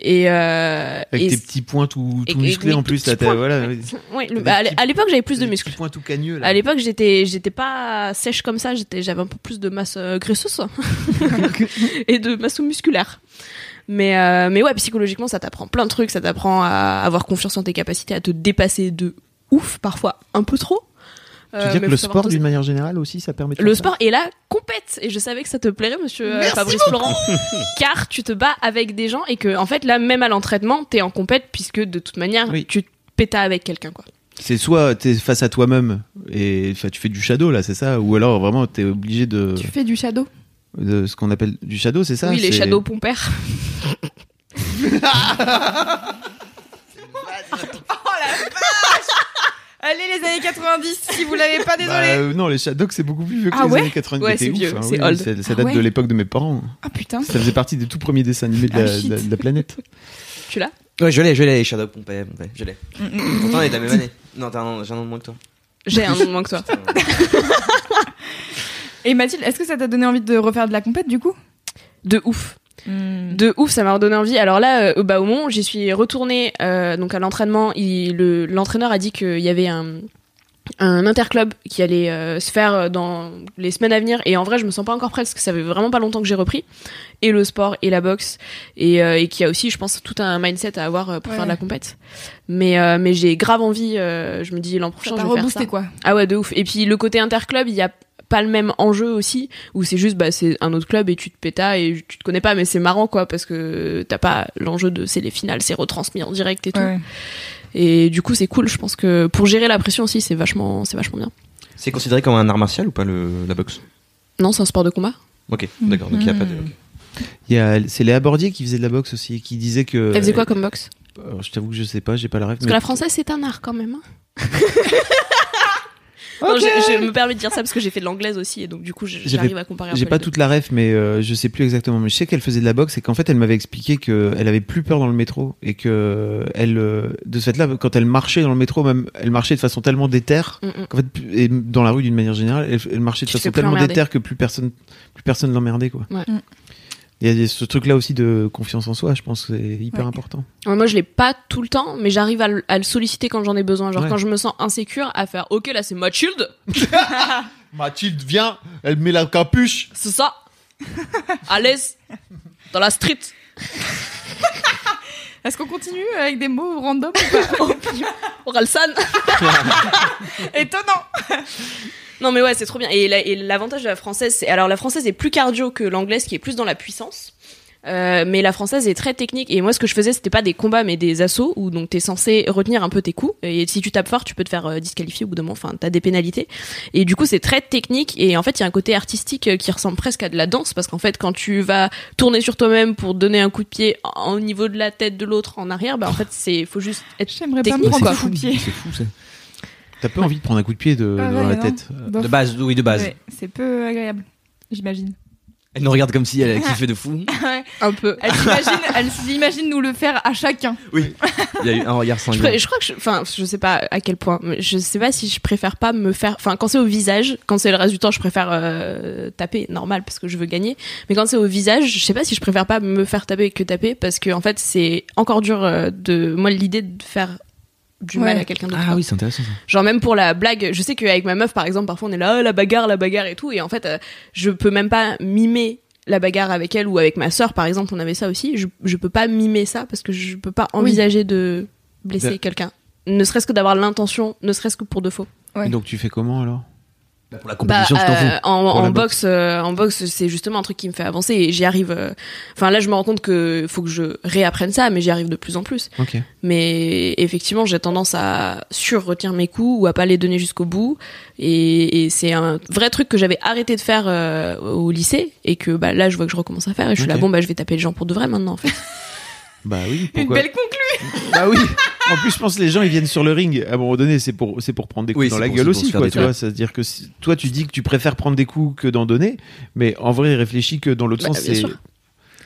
Speaker 3: Et, euh,
Speaker 4: Mm. Avec
Speaker 3: et
Speaker 4: tes petits points tout,
Speaker 3: et-
Speaker 4: tout
Speaker 3: et-
Speaker 4: musclés
Speaker 3: oui,
Speaker 4: en
Speaker 3: tes
Speaker 4: plus.
Speaker 3: petits
Speaker 4: là, t'as-
Speaker 3: points.
Speaker 4: voilà, oui.
Speaker 3: ouais, le-
Speaker 4: des
Speaker 3: bah, à l'é-
Speaker 4: petits-
Speaker 3: à l'époque, j'avais plus de
Speaker 4: Des
Speaker 3: muscles.
Speaker 4: petits points tout cagneux. Là.
Speaker 3: À l'époque, j'étais, j'étais pas sèche comme ça. J'étais, j'avais un peu plus de masse euh, graisseuse et de masse musculaire. Mais, euh, mais ouais, psychologiquement, ça t'apprend plein de trucs. Ça t'apprend à avoir confiance en tes capacités, à te dépasser de ouf, parfois un peu trop.
Speaker 4: Tu
Speaker 3: Euh,
Speaker 4: veux dire
Speaker 3: bah,
Speaker 4: que le sport, d'une manière générale aussi, ça permet de
Speaker 3: Le
Speaker 4: faire ça
Speaker 3: sport est là, compète. Et je savais que ça te plairait, monsieur euh,
Speaker 4: Merci
Speaker 3: Fabrice Laurent. car tu te bats avec des gens et que, en fait, là, même à l'entraînement, t'es en compète puisque de toute manière,
Speaker 4: Oui.
Speaker 3: tu te pétas avec quelqu'un, quoi.
Speaker 4: C'est soit t'es face à toi-même et enfin, tu fais du shadow là, c'est ça Ou alors vraiment t'es obligé de,
Speaker 1: Tu fais du shadow
Speaker 4: de ce qu'on appelle du shadow, c'est ça
Speaker 3: oui, les
Speaker 4: C'est- Bah,
Speaker 3: shadows pompères.
Speaker 1: Allez, les années 90, si vous l'avez pas,
Speaker 4: Bah, euh, non, les shadows c'est beaucoup plus vieux que
Speaker 1: Ah
Speaker 4: les
Speaker 1: ouais
Speaker 4: années 90.
Speaker 3: Ouais,
Speaker 4: mais
Speaker 3: c'est
Speaker 4: ouf,
Speaker 3: vieux,
Speaker 4: hein,
Speaker 3: c'est
Speaker 4: oui,
Speaker 3: old.
Speaker 4: Ça, ça
Speaker 1: Ah
Speaker 4: date
Speaker 1: ouais
Speaker 4: de l'époque de mes parents.
Speaker 1: Ah putain.
Speaker 4: Ça faisait partie des tout premiers dessins animés de la,
Speaker 1: Ah, shit.
Speaker 4: de la- de la planète.
Speaker 3: Tu l'as
Speaker 5: Ouais je l'ai je l'ai Shadow Pompey Pompey je l'ai.
Speaker 3: Mm,
Speaker 5: Pourtant on est de la même année. Non t'as un j'ai un an de moins que toi.
Speaker 3: J'ai un nom de moins que toi.
Speaker 1: Et Mathilde, est-ce que ça t'a donné envie de refaire de la compète du coup
Speaker 3: De ouf.
Speaker 1: Mm.
Speaker 3: De ouf, ça m'a redonné envie. Alors là, euh, au Baumont, j'y suis retournée euh, donc à l'entraînement. Il- le- L'entraîneur a dit qu'il y avait un, un interclub qui allait euh, se faire euh, dans les semaines à venir. Et en vrai, je me sens pas encore prête parce que ça fait vraiment pas longtemps que j'ai repris. Et le sport et la boxe. Et, euh, et qu'il y a aussi, je pense, tout un mindset à avoir euh, pour
Speaker 1: Ouais.
Speaker 3: faire de la compète. Mais, euh, mais j'ai grave envie. euh, je me dis l'an prochain,
Speaker 1: Ça t'a
Speaker 3: je vais faire ça.
Speaker 1: reboosté quoi
Speaker 3: Ah ouais, de ouf. Et puis le côté interclub, il y a pas le même enjeu aussi, où c'est juste bah, c'est un autre club et tu te pétas et tu te connais pas, mais c'est marrant quoi, parce que t'as pas l'enjeu de c'est les finales, c'est retransmis en direct et tout.
Speaker 1: Ouais.
Speaker 3: Et du coup, c'est cool, je pense que pour gérer la pression aussi, c'est vachement, c'est vachement bien.
Speaker 2: C'est considéré comme un art martial ou pas le- la boxe
Speaker 3: Non, c'est un sport de combat.
Speaker 2: Ok,
Speaker 3: Mm.
Speaker 2: d'accord. Donc il y a pas de. ok.
Speaker 4: Il y a- C'est Léa Bordier qui faisait de la boxe aussi, qui disait que. Euh,
Speaker 3: Elle faisait quoi comme boxe
Speaker 4: Alors, Je t'avoue que je sais pas, j'ai pas la rêve.
Speaker 3: Parce que la française, c'est un art quand même. hein. Non, je, je me permets de dire ça parce que j'ai fait de l'anglaise aussi et donc du coup je-
Speaker 4: J'ai
Speaker 3: j'arrive
Speaker 4: fait-
Speaker 3: à comparer un peu.
Speaker 4: J'ai
Speaker 3: les
Speaker 4: pas
Speaker 3: deux.
Speaker 4: toute la ref, mais euh, je sais plus exactement. Mais je sais qu'elle faisait de la boxe et qu'en fait, elle m'avait expliqué qu'elle avait plus peur dans le métro et que elle, euh, de ce fait-là, quand elle marchait dans le métro, même, elle marchait de façon tellement déterre.
Speaker 3: Mm, mm.
Speaker 4: qu'en fait, plus- et dans la rue d'une manière générale, elle, elle marchait de
Speaker 3: Tu te
Speaker 4: façon
Speaker 3: fais plus
Speaker 4: tellement
Speaker 3: emmerder.
Speaker 4: déterre que plus personne, plus personne l'emmerdait quoi.
Speaker 3: Ouais.
Speaker 1: Mm.
Speaker 4: Il y a- Il y a ce truc-là aussi de confiance en soi, je pense, que c'est hyper
Speaker 1: Ouais.
Speaker 4: important.
Speaker 3: Ouais, moi je l'ai pas tout le temps, mais j'arrive à, le- à le solliciter quand j'en ai besoin. Genre
Speaker 4: Ouais.
Speaker 3: quand je me sens insécure, à faire ok là c'est Mathilde,
Speaker 4: Mathilde vient, elle met la capuche.
Speaker 3: c'est ça, à l'aise, dans la street.
Speaker 1: Est-ce qu'on continue avec des mots random ou
Speaker 3: Oralsan.
Speaker 1: pas Étonnant
Speaker 3: Non mais ouais, c'est trop bien. Et la- et l'avantage de la française, c'est alors la française est plus cardio que l'anglaise qui est plus dans la puissance. Euh, mais la française est très technique et moi ce que je faisais c'était pas des combats mais des assauts où donc t'es censé retenir un peu tes coups et si tu tapes fort tu peux te faire euh, disqualifier au bout d'un moment enfin t'as des pénalités et du coup c'est très technique et en fait il y a un côté artistique euh, qui ressemble presque à de la danse parce qu'en fait quand tu vas tourner sur toi-même pour donner un coup de pied en- au niveau de la tête de l'autre en arrière bah en fait c'est faut juste être
Speaker 1: J'aimerais pas me
Speaker 3: Technique,
Speaker 1: prendre
Speaker 3: quoi.
Speaker 1: un coup de pied.
Speaker 2: C'est fou ça.
Speaker 4: T'as pas envie de prendre un coup de pied Euh, de,
Speaker 1: Ah
Speaker 4: dans
Speaker 1: ouais,
Speaker 4: la
Speaker 1: non.
Speaker 4: tête.
Speaker 1: Bof.
Speaker 2: De base, oui, de base.
Speaker 1: Ouais, c'est peu agréable, j'imagine.
Speaker 2: Elle nous regarde comme si elle kiffait de fou.
Speaker 3: un peu
Speaker 1: Elle s'imagine, elle s'imagine nous le faire à chacun.
Speaker 2: Il y a eu un regard
Speaker 3: Je,
Speaker 2: sanglant.
Speaker 3: pré- je crois que je, enfin, je sais pas à quel point, mais je sais pas si je préfère pas me faire, enfin, quand c'est au visage, quand c'est le reste du temps, je préfère euh, taper, normal, parce que je veux gagner. Mais quand c'est au visage, je sais pas si je préfère pas me faire taper que taper, parce que en fait, c'est encore dur euh, de, moi, l'idée de faire du mal
Speaker 1: Ouais.
Speaker 3: à quelqu'un d'autre.
Speaker 2: Ah
Speaker 3: quoi.
Speaker 2: oui, c'est intéressant. ça.
Speaker 3: Genre même pour la blague, je sais qu'avec ma meuf, par exemple, parfois on est là, Ah, la bagarre, la bagarre et tout, et en fait, euh, je peux même pas mimer la bagarre avec elle ou avec ma sœur, par exemple, on avait ça aussi. Je, je peux pas mimer ça parce que je peux pas envisager de blesser
Speaker 4: Ben-
Speaker 3: quelqu'un. Ne serait-ce que d'avoir l'intention, ne serait-ce que pour de faux.
Speaker 1: Ouais.
Speaker 4: Et donc tu fais comment alors
Speaker 2: Bah, pour la
Speaker 3: Bah,
Speaker 2: compétition, je t'en
Speaker 3: euh,
Speaker 2: fous.
Speaker 3: en,
Speaker 4: Pour la
Speaker 3: en boxe, euh, en boxe, c'est justement un truc qui me fait avancer et j'y arrive. euh, Enfin là, je me rends compte que faut que je réapprenne ça, mais j'y arrive de plus en plus.
Speaker 4: Ok.
Speaker 3: Mais effectivement, j'ai tendance à sur-retenir mes coups ou à pas les donner jusqu'au bout. Et, et c'est un vrai truc que j'avais arrêté de faire euh, au lycée et que bah, là, je vois que je recommence à faire. Et je suis là,
Speaker 4: Ok.
Speaker 3: bon, bah, je vais taper les gens pour de vrai maintenant, en fait.
Speaker 4: Bah oui.
Speaker 1: Une
Speaker 4: Pourquoi
Speaker 1: belle conclusion.
Speaker 4: Bah oui. En plus, je pense que les gens ils viennent sur le ring. À un moment donné, c'est pour c'est pour prendre des coups
Speaker 2: Oui,
Speaker 4: dans
Speaker 2: c'est
Speaker 4: la
Speaker 2: pour-
Speaker 4: gueule
Speaker 2: c'est pour se
Speaker 4: aussi,
Speaker 2: faire
Speaker 4: quoi.
Speaker 2: des
Speaker 4: Tu vois, c'est-à-dire que si- toi, tu dis que tu préfères prendre des coups que d'en donner, mais en vrai, réfléchis que dans l'autre
Speaker 3: Bah,
Speaker 4: sens,
Speaker 3: bien
Speaker 4: c'est
Speaker 3: sûr.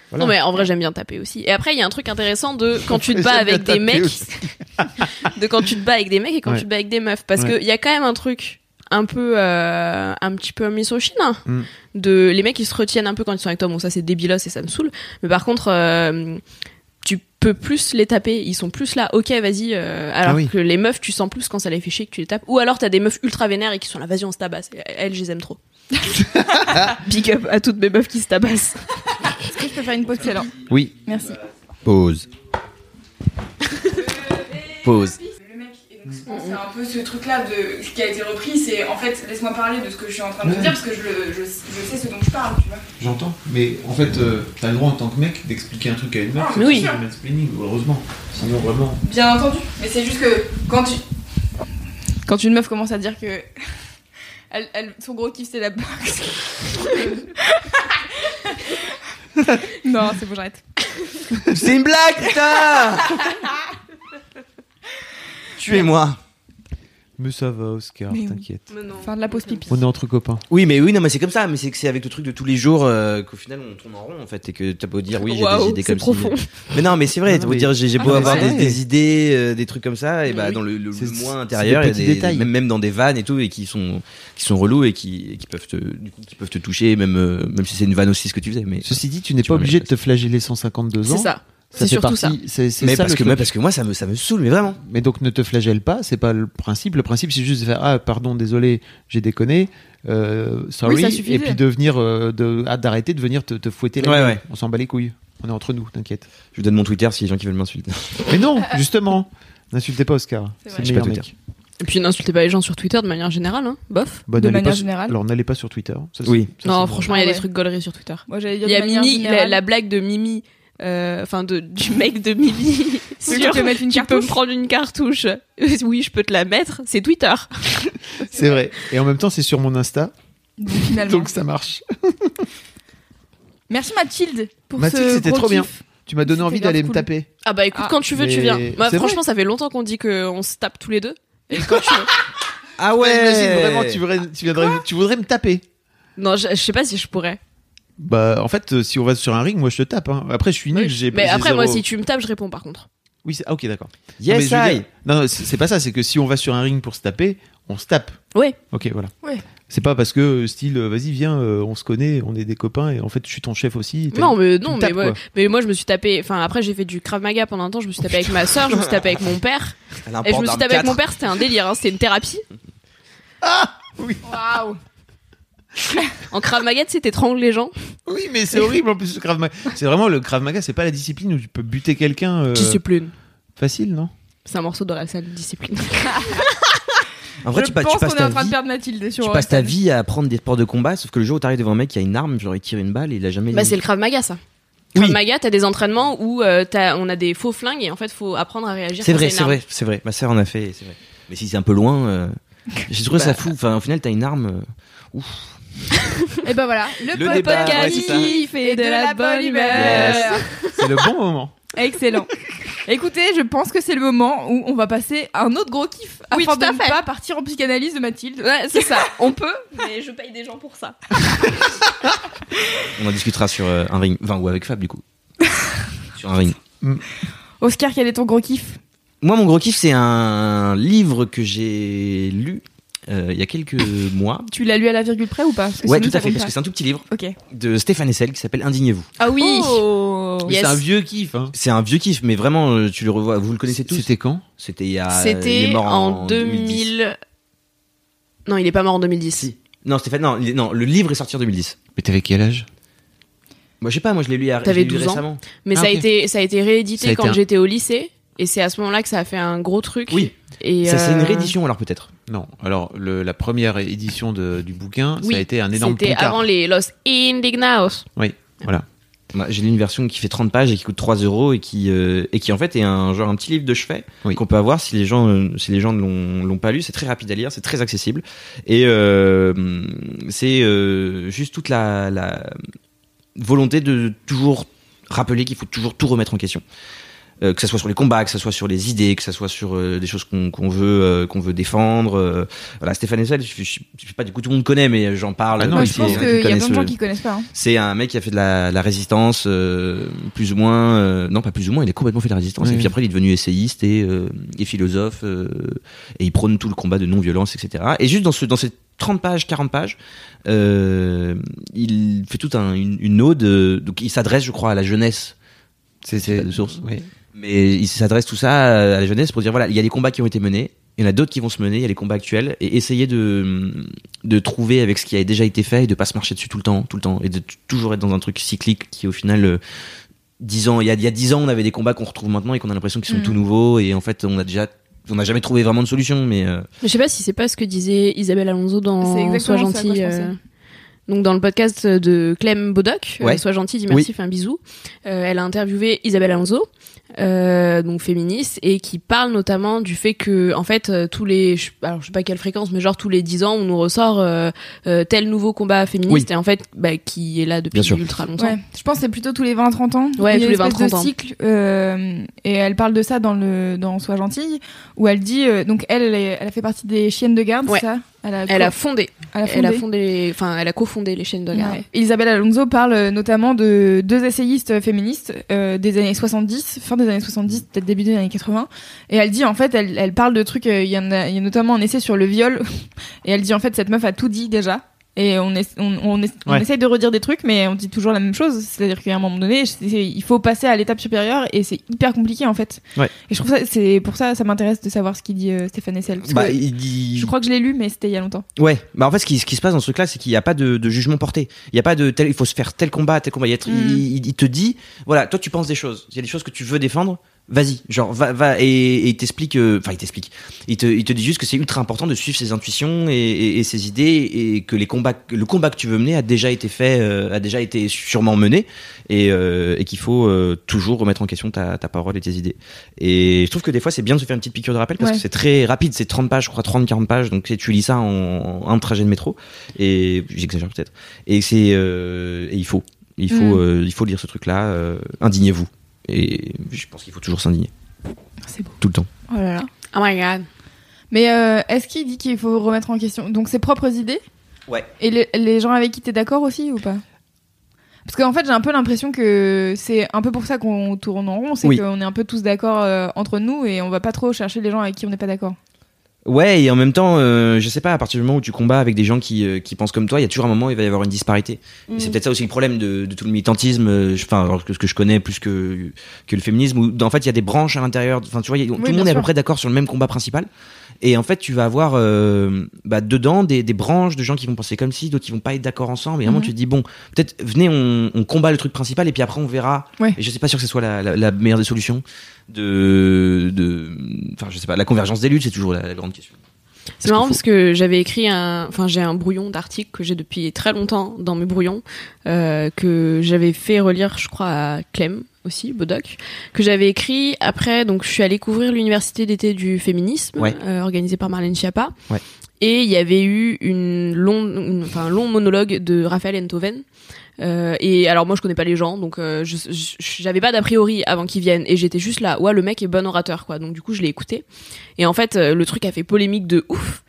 Speaker 4: Voilà.
Speaker 3: Non, mais en vrai, j'aime bien taper aussi. Et après, il y a un truc intéressant de quand tu te bats
Speaker 4: J'aime
Speaker 3: avec
Speaker 4: bien
Speaker 3: des
Speaker 4: taper
Speaker 3: mecs,
Speaker 4: aussi.
Speaker 3: de quand tu te bats avec des mecs et quand
Speaker 4: Ouais.
Speaker 3: tu te bats avec des meufs. Parce
Speaker 4: Ouais.
Speaker 3: que il y a quand même un truc un peu euh, un petit peu misogyne hein,
Speaker 4: Mm.
Speaker 3: de les mecs ils se retiennent un peu quand ils sont avec toi bon ça c'est débilos et ça me saoule mais par contre euh, tu peux plus les taper ils sont plus là ok vas-y euh, alors
Speaker 4: Ah oui.
Speaker 3: que les meufs tu sens plus quand ça les fait chier que tu les tapes ou alors t'as des meufs ultra vénères et qui sont là vas-y on se tabasse Et elles je les aime trop big up à toutes mes meufs qui se tabassent
Speaker 1: Est-ce que je peux faire une pause pied, alors
Speaker 4: Oui.
Speaker 1: Merci.
Speaker 2: Pause. Pause.
Speaker 8: le mec. Et donc, je pense que c'est un peu ce truc-là de ce qui a été repris, c'est en fait, laisse-moi parler de ce que je suis en train de te dire parce que je, le- je, je sais ce dont je parle, tu vois.
Speaker 4: J'entends. Mais en fait, euh, t'as le droit en tant que mec d'expliquer un truc à une
Speaker 8: meuf,
Speaker 3: c'est Ah, Oui. pas
Speaker 4: heureusement. Sinon, vraiment.
Speaker 8: Bien entendu, mais c'est juste que quand tu.
Speaker 1: Quand une meuf commence à dire que elle, elle- son gros kiff c'est la boxe. non, c'est bon, j'arrête.
Speaker 2: C'est une blague, putain Tuez-moi.
Speaker 4: Mais ça va, Oscar.
Speaker 1: Mais oui.
Speaker 4: T'inquiète.
Speaker 1: Fin de la pause pipi.
Speaker 4: On est entre copains.
Speaker 2: Oui, mais oui, non, mais c'est comme ça. Mais c'est que c'est avec le truc de tous les jours euh, qu'au final on tourne en rond en fait, et que t'as beau dire oui, j'ai
Speaker 3: Waouh,
Speaker 2: des idées
Speaker 3: c'est
Speaker 2: comme
Speaker 3: profond.
Speaker 2: ça. Mais non, mais c'est
Speaker 4: Non,
Speaker 2: vrai. T'as beau
Speaker 4: mais-
Speaker 2: dire j'ai j'ai
Speaker 4: Ah,
Speaker 2: beau
Speaker 4: mais
Speaker 2: avoir
Speaker 4: c'est
Speaker 2: des,
Speaker 4: vrai.
Speaker 2: des idées, euh, des trucs comme ça, et
Speaker 3: Mais
Speaker 2: bah
Speaker 3: oui.
Speaker 2: dans le, le- le
Speaker 4: C'est-
Speaker 2: moins
Speaker 4: c'est des
Speaker 2: intérieur, il y a
Speaker 4: petits
Speaker 2: des-
Speaker 4: détails.
Speaker 2: même même dans des vannes et tout, et qui sont qui sont relous et qui, et qui peuvent te du coup qui peuvent te toucher, même euh, même si c'est une vanne aussi ce que tu faisais. Mais
Speaker 4: Ceci dit, tu n'es
Speaker 2: Tu
Speaker 4: pas
Speaker 2: vois, mais
Speaker 4: obligé
Speaker 2: ça,
Speaker 4: de te flageller 152 ans.
Speaker 3: c'est ça
Speaker 4: fait
Speaker 3: c'est surtout ça
Speaker 4: partie- c'est- c'est
Speaker 2: mais
Speaker 4: ça
Speaker 2: parce
Speaker 4: le
Speaker 2: que
Speaker 4: truc.
Speaker 2: mais parce que moi ça me ça me saoule, mais vraiment.
Speaker 4: Mais donc ne te flagelle pas, c'est pas le principe. Le principe c'est juste de faire ah pardon désolé j'ai déconné, euh, sorry
Speaker 1: Oui, ça suffisait.
Speaker 4: et puis de venir euh, de ah, d'arrêter de venir te, te fouetter la
Speaker 2: Ouais,
Speaker 4: gueule.
Speaker 2: ouais.
Speaker 4: On s'en bat les couilles, on est entre nous, t'inquiète.
Speaker 2: Je vous donne mon Twitter si les gens qui veulent m'insulter.
Speaker 4: Mais non justement, n'insultez pas Oscar, c'est
Speaker 2: vrai.
Speaker 4: le
Speaker 2: J'ai
Speaker 4: meilleur
Speaker 2: pas
Speaker 4: mec.
Speaker 2: Twitter.
Speaker 3: et puis n'insultez pas les gens sur Twitter de manière générale hein bof
Speaker 4: Bah,
Speaker 1: De
Speaker 4: n'allez
Speaker 1: manière
Speaker 4: pas sur-
Speaker 1: générale.
Speaker 4: Alors n'allez pas sur Twitter. hein, ça, c'est-
Speaker 2: Oui.
Speaker 4: ça,
Speaker 3: Non,
Speaker 4: c'est
Speaker 3: franchement, il y a
Speaker 1: Ah
Speaker 3: des
Speaker 1: ouais.
Speaker 3: trucs gauleries sur Twitter.
Speaker 1: Moi j'allais dire.
Speaker 3: Il y a
Speaker 1: de manière
Speaker 3: Mimi, la,
Speaker 1: générale.
Speaker 3: la blague de Mimi, euh, enfin de, du mec de Mimi,
Speaker 1: Tu veux que
Speaker 3: sur
Speaker 1: je te mette une
Speaker 3: tu peux me
Speaker 1: cartouche
Speaker 3: prendre une cartouche. oui, je peux te la mettre, c'est Twitter.
Speaker 4: C'est vrai. Et en même temps, c'est sur mon Insta,
Speaker 1: Donc, finalement.
Speaker 4: donc ça marche.
Speaker 1: Merci Mathilde pour
Speaker 4: Mathilde,
Speaker 1: ce
Speaker 4: c'était
Speaker 1: gros
Speaker 4: trop bien.
Speaker 1: kiff.
Speaker 4: Tu m'as donné
Speaker 1: C'était
Speaker 4: envie d'aller
Speaker 1: grave cool.
Speaker 4: me taper.
Speaker 3: Ah bah écoute,
Speaker 1: Ah.
Speaker 3: quand tu veux, tu
Speaker 4: Mais
Speaker 3: viens. Bah,
Speaker 4: c'est
Speaker 3: franchon, ça fait longtemps qu'on dit qu'on se tape tous les deux. Et quand tu veux.
Speaker 2: Ah
Speaker 4: Imagine vraiment, tu voudrais, tu, viendrais- tu voudrais me taper.
Speaker 3: Non, je, je sais pas si je pourrais.
Speaker 4: Bah, en fait, euh, si on va sur un ring, moi je te tape. hein. Après, je suis nul. j'ai
Speaker 3: Mais
Speaker 4: j'ai
Speaker 3: après, moi,
Speaker 4: zéro-
Speaker 3: si tu me tapes, je réponds par contre.
Speaker 4: Oui, c'est- ah, ok, d'accord. Non, mais
Speaker 2: Yes,
Speaker 4: je veux
Speaker 2: I.
Speaker 4: dire- Non, non, c'est c'est pas ça. C'est que si on va sur un ring pour se taper, on se tape.
Speaker 3: Ouais.
Speaker 4: Ok, voilà.
Speaker 1: Ouais.
Speaker 4: C'est pas parce que euh, style, euh, vas-y, viens, euh, on se connaît, on est des copains et en fait, je suis ton chef aussi. t'as-
Speaker 3: Non, mais
Speaker 4: tu
Speaker 3: non,
Speaker 4: me
Speaker 3: mais,
Speaker 4: tapes,
Speaker 3: ouais.
Speaker 4: quoi.
Speaker 3: mais moi, je me suis tapé. Enfin, après, j'ai fait du Krav Maga pendant un temps. Je me suis tapé avec ma soeur, je me suis tapé avec mon père.
Speaker 5: Elle a un
Speaker 3: Et je
Speaker 5: port
Speaker 3: me suis
Speaker 5: d'arme
Speaker 3: tapé
Speaker 5: 4.
Speaker 3: avec mon père, c'était un délire. Hein. C'était une thérapie.
Speaker 1: Waouh.
Speaker 3: En Krav Maga, tu sais, t'étrangles les gens.
Speaker 4: Oui, mais c'est horrible en plus le Krav Maga. C'est vraiment le Krav Maga, c'est pas la discipline où tu peux buter quelqu'un euh,
Speaker 3: Discipline.
Speaker 4: facile, non
Speaker 3: C'est un morceau de la salle discipline.
Speaker 2: En vrai,
Speaker 1: je
Speaker 2: tu, pas- tu
Speaker 1: pense
Speaker 2: passes
Speaker 1: qu'on est
Speaker 2: ta
Speaker 1: en train de
Speaker 2: vie.
Speaker 1: perdre Mathilde sur euh,
Speaker 2: Tu passes ta vie à prendre des sports de combat, sauf que le jour où t'arrives devant un mec qui a une arme, genre il tire une balle et il a jamais.
Speaker 3: Bah, c'est le Krav Maga, ça.
Speaker 2: Oui.
Speaker 3: Krav Maga, t'as des entraînements où euh, t'as- on a des faux flingues et en fait, faut apprendre à réagir. face
Speaker 2: C'est
Speaker 3: à
Speaker 2: vrai,
Speaker 3: une
Speaker 2: c'est
Speaker 3: arme.
Speaker 2: vrai, c'est vrai. Ma sœur en a fait, et c'est vrai. Mais si c'est un peu loin, euh, j'ai trouvé ça fou. Enfin, au final, t'as une arme. euh,
Speaker 1: Et ben voilà, le,
Speaker 2: Le
Speaker 1: po-
Speaker 2: débat,
Speaker 1: podcast
Speaker 2: ouais, c'est ça.
Speaker 1: qui fait de la bonne humeur.
Speaker 4: C'est le bon moment.
Speaker 1: Excellent. Écoutez, je pense que c'est le moment où on va passer à un autre gros kiff
Speaker 3: Oui,
Speaker 1: afin
Speaker 3: tout à
Speaker 1: de ne
Speaker 3: fait.
Speaker 1: pas partir en psychanalyse de Mathilde.
Speaker 3: Ouais, c'est ça. On peut, mais je paye des gens pour ça.
Speaker 2: On en discutera sur euh, un ring. Enfin, ou avec Fab, du coup. sur un ring.
Speaker 1: Oscar, quel est ton gros kiff
Speaker 2: Moi, mon gros kiff, c'est un livre que j'ai lu euh, il y a quelques mois.
Speaker 1: Tu l'as lu à la virgule près ou pas Parce que
Speaker 2: Ouais,
Speaker 1: sinon,
Speaker 2: tout
Speaker 1: ça
Speaker 2: à fait,
Speaker 1: compte
Speaker 2: parce que c'est un tout petit livre
Speaker 1: pas. Ok.
Speaker 2: de Stéphane Hessel qui s'appelle Indignez-vous.
Speaker 3: Ah oui.
Speaker 4: Mais
Speaker 3: Oh. Yes.
Speaker 4: C'est un vieux kiff. Hein.
Speaker 2: C'est un vieux kiff, mais vraiment, euh, tu le revois, vous le connaissez tous.
Speaker 4: C'était quand
Speaker 2: C'était il y a. Ah, euh, il
Speaker 3: C'était
Speaker 2: est mort
Speaker 3: en
Speaker 2: 2010.
Speaker 3: 2000. Non, il est pas mort en 2010.
Speaker 2: Si. Non, Stéphane, non, il est- non, le livre est sorti en 2010.
Speaker 4: Mais t'avais quel âge
Speaker 2: Moi, je sais pas, moi je l'ai lu, à- je
Speaker 3: T'avais
Speaker 2: l'ai lu
Speaker 3: 12 ans.
Speaker 2: récemment.
Speaker 3: Mais
Speaker 4: Ah,
Speaker 3: ça,
Speaker 4: ok.
Speaker 3: a été, ça a été
Speaker 4: Ça a
Speaker 3: réédité
Speaker 4: été
Speaker 3: quand
Speaker 4: un-
Speaker 3: j'étais au lycée. Et c'est à ce moment-là que ça a fait un gros truc.
Speaker 2: Oui.
Speaker 3: Et
Speaker 2: Ça, c'est une
Speaker 3: euh,
Speaker 2: réédition alors peut-être.
Speaker 4: Non. Alors, le- la première édition de- du bouquin,
Speaker 3: Oui.
Speaker 4: ça a été un énorme
Speaker 3: C'était
Speaker 4: pancart.
Speaker 3: avant les Los Indignados.
Speaker 4: Oui, voilà.
Speaker 2: Bah, J'ai lu une version qui fait 30 pages et qui coûte 3 euros et qui euh, et qui en fait est un genre un petit livre de chevet
Speaker 4: Oui.
Speaker 2: qu'on peut avoir si les gens euh, si les gens ne l'ont l'ont pas lu. C'est très rapide à lire, c'est très accessible et euh, c'est euh, juste toute la, la volonté de toujours rappeler qu'il faut toujours tout remettre en question. Euh, que ça soit sur les combats, que ça soit sur les idées, que ça soit sur euh, des choses qu'on qu'on veut euh, qu'on veut défendre. euh. voilà, Stéphane Hessel, je, je- je sais pas du coup tout le monde connaît, mais j'en parle.
Speaker 4: Ah non,
Speaker 1: Moi,
Speaker 4: mais
Speaker 1: je
Speaker 4: c'est-
Speaker 1: pense
Speaker 4: tu
Speaker 1: qu'il y a plein de
Speaker 2: connaissent,
Speaker 1: gens
Speaker 2: euh,
Speaker 1: qui connaissent pas. hein.
Speaker 2: c'est un mec qui a fait de la, la résistance, euh, plus ou moins. euh, non, pas plus ou moins, il a complètement fait de la résistance.
Speaker 4: Oui,
Speaker 2: Et puis
Speaker 4: oui.
Speaker 2: après, il est devenu essayiste et, euh, et philosophe. euh, et il prône tout le combat de non-violence, etc. Et juste dans, ce, dans ces 30 pages, 40 pages, euh, il fait toute un- une, une ode. euh, donc il s'adresse, je crois, à la jeunesse. C'est pas de source.
Speaker 4: Oui.
Speaker 2: Mais il s'adresse tout ça à la jeunesse pour dire voilà, il y a des combats qui ont été menés, il y en a d'autres qui vont se mener, il y a les combats actuels, et essayer de, de trouver avec ce qui a déjà été fait et de pas se marcher dessus tout le temps, tout le temps, et de t- toujours être dans un truc cyclique qui au final. euh, dix ans, il y a il y a dix ans, on avait des combats qu'on retrouve maintenant et qu'on a l'impression qu'ils sont
Speaker 1: Mm.
Speaker 2: tout nouveaux, et en fait, on a déjà. On n'a jamais trouvé vraiment de solution, mais euh,
Speaker 3: Mais je sais pas si c'est pas ce que disait Isabelle Alonso
Speaker 1: C'est
Speaker 3: dans
Speaker 1: exactement
Speaker 3: Sois
Speaker 1: ce à quoi
Speaker 3: gentille.
Speaker 1: je pensais.
Speaker 3: euh, Donc dans le podcast de Clem Bodoc, euh,
Speaker 2: Ouais.
Speaker 3: Sois gentille, dis merci, fais un bisou. euh, elle a interviewé Isabelle Alonso, euh, donc féministe, et qui parle notamment du fait que en fait euh, tous les, je- alors je sais pas quelle fréquence, mais genre tous les 10 ans on nous ressort euh, euh, tel nouveau combat féministe et en fait bah, qui est là depuis
Speaker 2: Bien sûr.
Speaker 3: ultra longtemps.
Speaker 1: Ouais, je pense que c'est plutôt tous les 20-30 ans.
Speaker 3: Ouais,
Speaker 1: Il y a
Speaker 3: tous les
Speaker 1: une espèce
Speaker 3: 20-30 ans.
Speaker 1: de cycle. euh, et elle parle de ça dans le dans Sois gentille, où elle dit euh, donc elle elle, est- elle a fait partie des chiennes de garde,
Speaker 3: Ouais.
Speaker 1: c'est ça. Elle a,
Speaker 3: Elle a fondé,
Speaker 1: elle a
Speaker 3: elle a
Speaker 1: fondé.
Speaker 3: fondé, enfin elle a cofondé les chaînes de garde.
Speaker 1: Ouais. Isabelle Alonso parle euh, notamment de deux essayistes euh, féministes euh, des années 70, fin des années 70, peut-être début des années 80. Et elle dit, en fait, elle, elle parle de trucs, euh, il y, en a- il y a notamment un essai sur le viol. Et elle dit, en fait, cette meuf a tout dit déjà. Et on, es- on, on, es- on
Speaker 4: Ouais.
Speaker 1: essaye de redire des trucs, mais on dit toujours la même chose. C'est-à-dire qu'à un moment donné, c'est- c'est- il faut passer à l'étape supérieure et c'est hyper compliqué, en fait.
Speaker 4: Ouais.
Speaker 1: Et je trouve ça, c'est pour ça, ça m'intéresse de savoir ce qu'il dit euh, Stéphane Hessel. Parce
Speaker 2: bah,
Speaker 1: que
Speaker 2: il dit-
Speaker 1: Je crois que je l'ai lu, mais c'était il y a longtemps.
Speaker 2: Ouais, bah en fait ce qui, ce qui se passe dans ce truc là c'est qu'il n'y a pas de, de jugement porté. Il n'y a pas de tel, il faut se faire tel combat, tel combat. Il, y a-
Speaker 1: Mm.
Speaker 2: il- il- il te dit, voilà, toi tu penses des choses. Il y a des choses que tu veux défendre, vas-y, genre va, va et, et il t'explique, euh, enfin il t'explique, il te, il te dit juste que c'est ultra important de suivre ses intuitions et, et- et ses idées et que les combats, que le combat que tu veux mener a déjà été fait, euh, a déjà été sûrement mené et, euh, et qu'il faut euh, toujours remettre en question ta, ta parole et tes idées. Et je trouve que des fois c'est bien de se faire une petite piqûre de rappel parce
Speaker 1: Ouais.
Speaker 2: que c'est très rapide, c'est 30 pages, je crois 30-40 pages, donc c'est- tu lis ça en, en un trajet de métro et j'exagère peut-être. Et c'est euh, et il faut, il faut,
Speaker 1: Mm.
Speaker 2: euh, il faut lire ce truc-là. euh, indignez-vous. Et je pense qu'il faut toujours s'indigner
Speaker 1: C'est beau.
Speaker 2: tout le temps.
Speaker 1: Oh là là.
Speaker 3: Oh my god.
Speaker 1: Mais euh, est-ce qu'il dit qu'il faut remettre en question donc ses propres idées
Speaker 2: Ouais.
Speaker 1: Et les, les gens avec qui t'es d'accord aussi ou pas Parce qu'en fait, j'ai un peu l'impression que c'est un peu pour ça qu'on tourne en rond, c'est
Speaker 2: Oui.
Speaker 1: qu'on est un peu tous d'accord euh, entre nous et on va pas trop chercher les gens avec qui on n'est pas d'accord.
Speaker 2: Ouais, et en même temps, euh, je sais pas, à partir du moment où tu combats avec des gens qui, euh, qui pensent comme toi, il y a toujours un moment où il va y avoir une disparité. Et
Speaker 1: Mhm.
Speaker 2: c'est peut-être ça aussi le problème de, de tout le militantisme, euh, je- enfin, alors que ce que je connais plus que, que le féminisme, où en fait, il y a des branches à l'intérieur, enfin, tu vois, il y a- tout
Speaker 1: bien
Speaker 2: le monde est à
Speaker 1: sûr.
Speaker 2: peu près d'accord sur le même combat principal. Et en fait, tu vas avoir euh, bah, dedans des, des branches de gens qui vont penser comme si, d'autres qui vont pas être d'accord ensemble. Et à un moment,
Speaker 1: Mhm.
Speaker 2: tu te dis, bon, peut-être, venez, on, on combat le truc principal, et puis après, on verra.
Speaker 1: Ouais.
Speaker 2: Et je sais pas sûr que ce soit la, la, la meilleure des solutions de, de, enfin, je sais pas, la convergence des luttes, c'est toujours la, la grande question.
Speaker 3: C'est marrant parce que j'avais écrit un, enfin j'ai un brouillon d'article que j'ai depuis très longtemps dans mes brouillons euh, que j'avais fait relire, je crois à Clem aussi, Bodoc, que j'avais écrit après. Donc je suis allée couvrir l'université d'été du féminisme
Speaker 2: Ouais.
Speaker 3: euh, organisée par Marlène Schiappa.
Speaker 2: Ouais.
Speaker 3: Et il y avait eu une long, une- enfin un long monologue de Raphaël Enthoven. Euh, et alors moi je connais pas les gens donc euh, je- je- j'avais pas d'a priori avant qu'ils viennent et j'étais juste là ouais le mec est bon orateur quoi donc du coup je l'ai écouté et en fait, euh, le truc a fait polémique de ouf.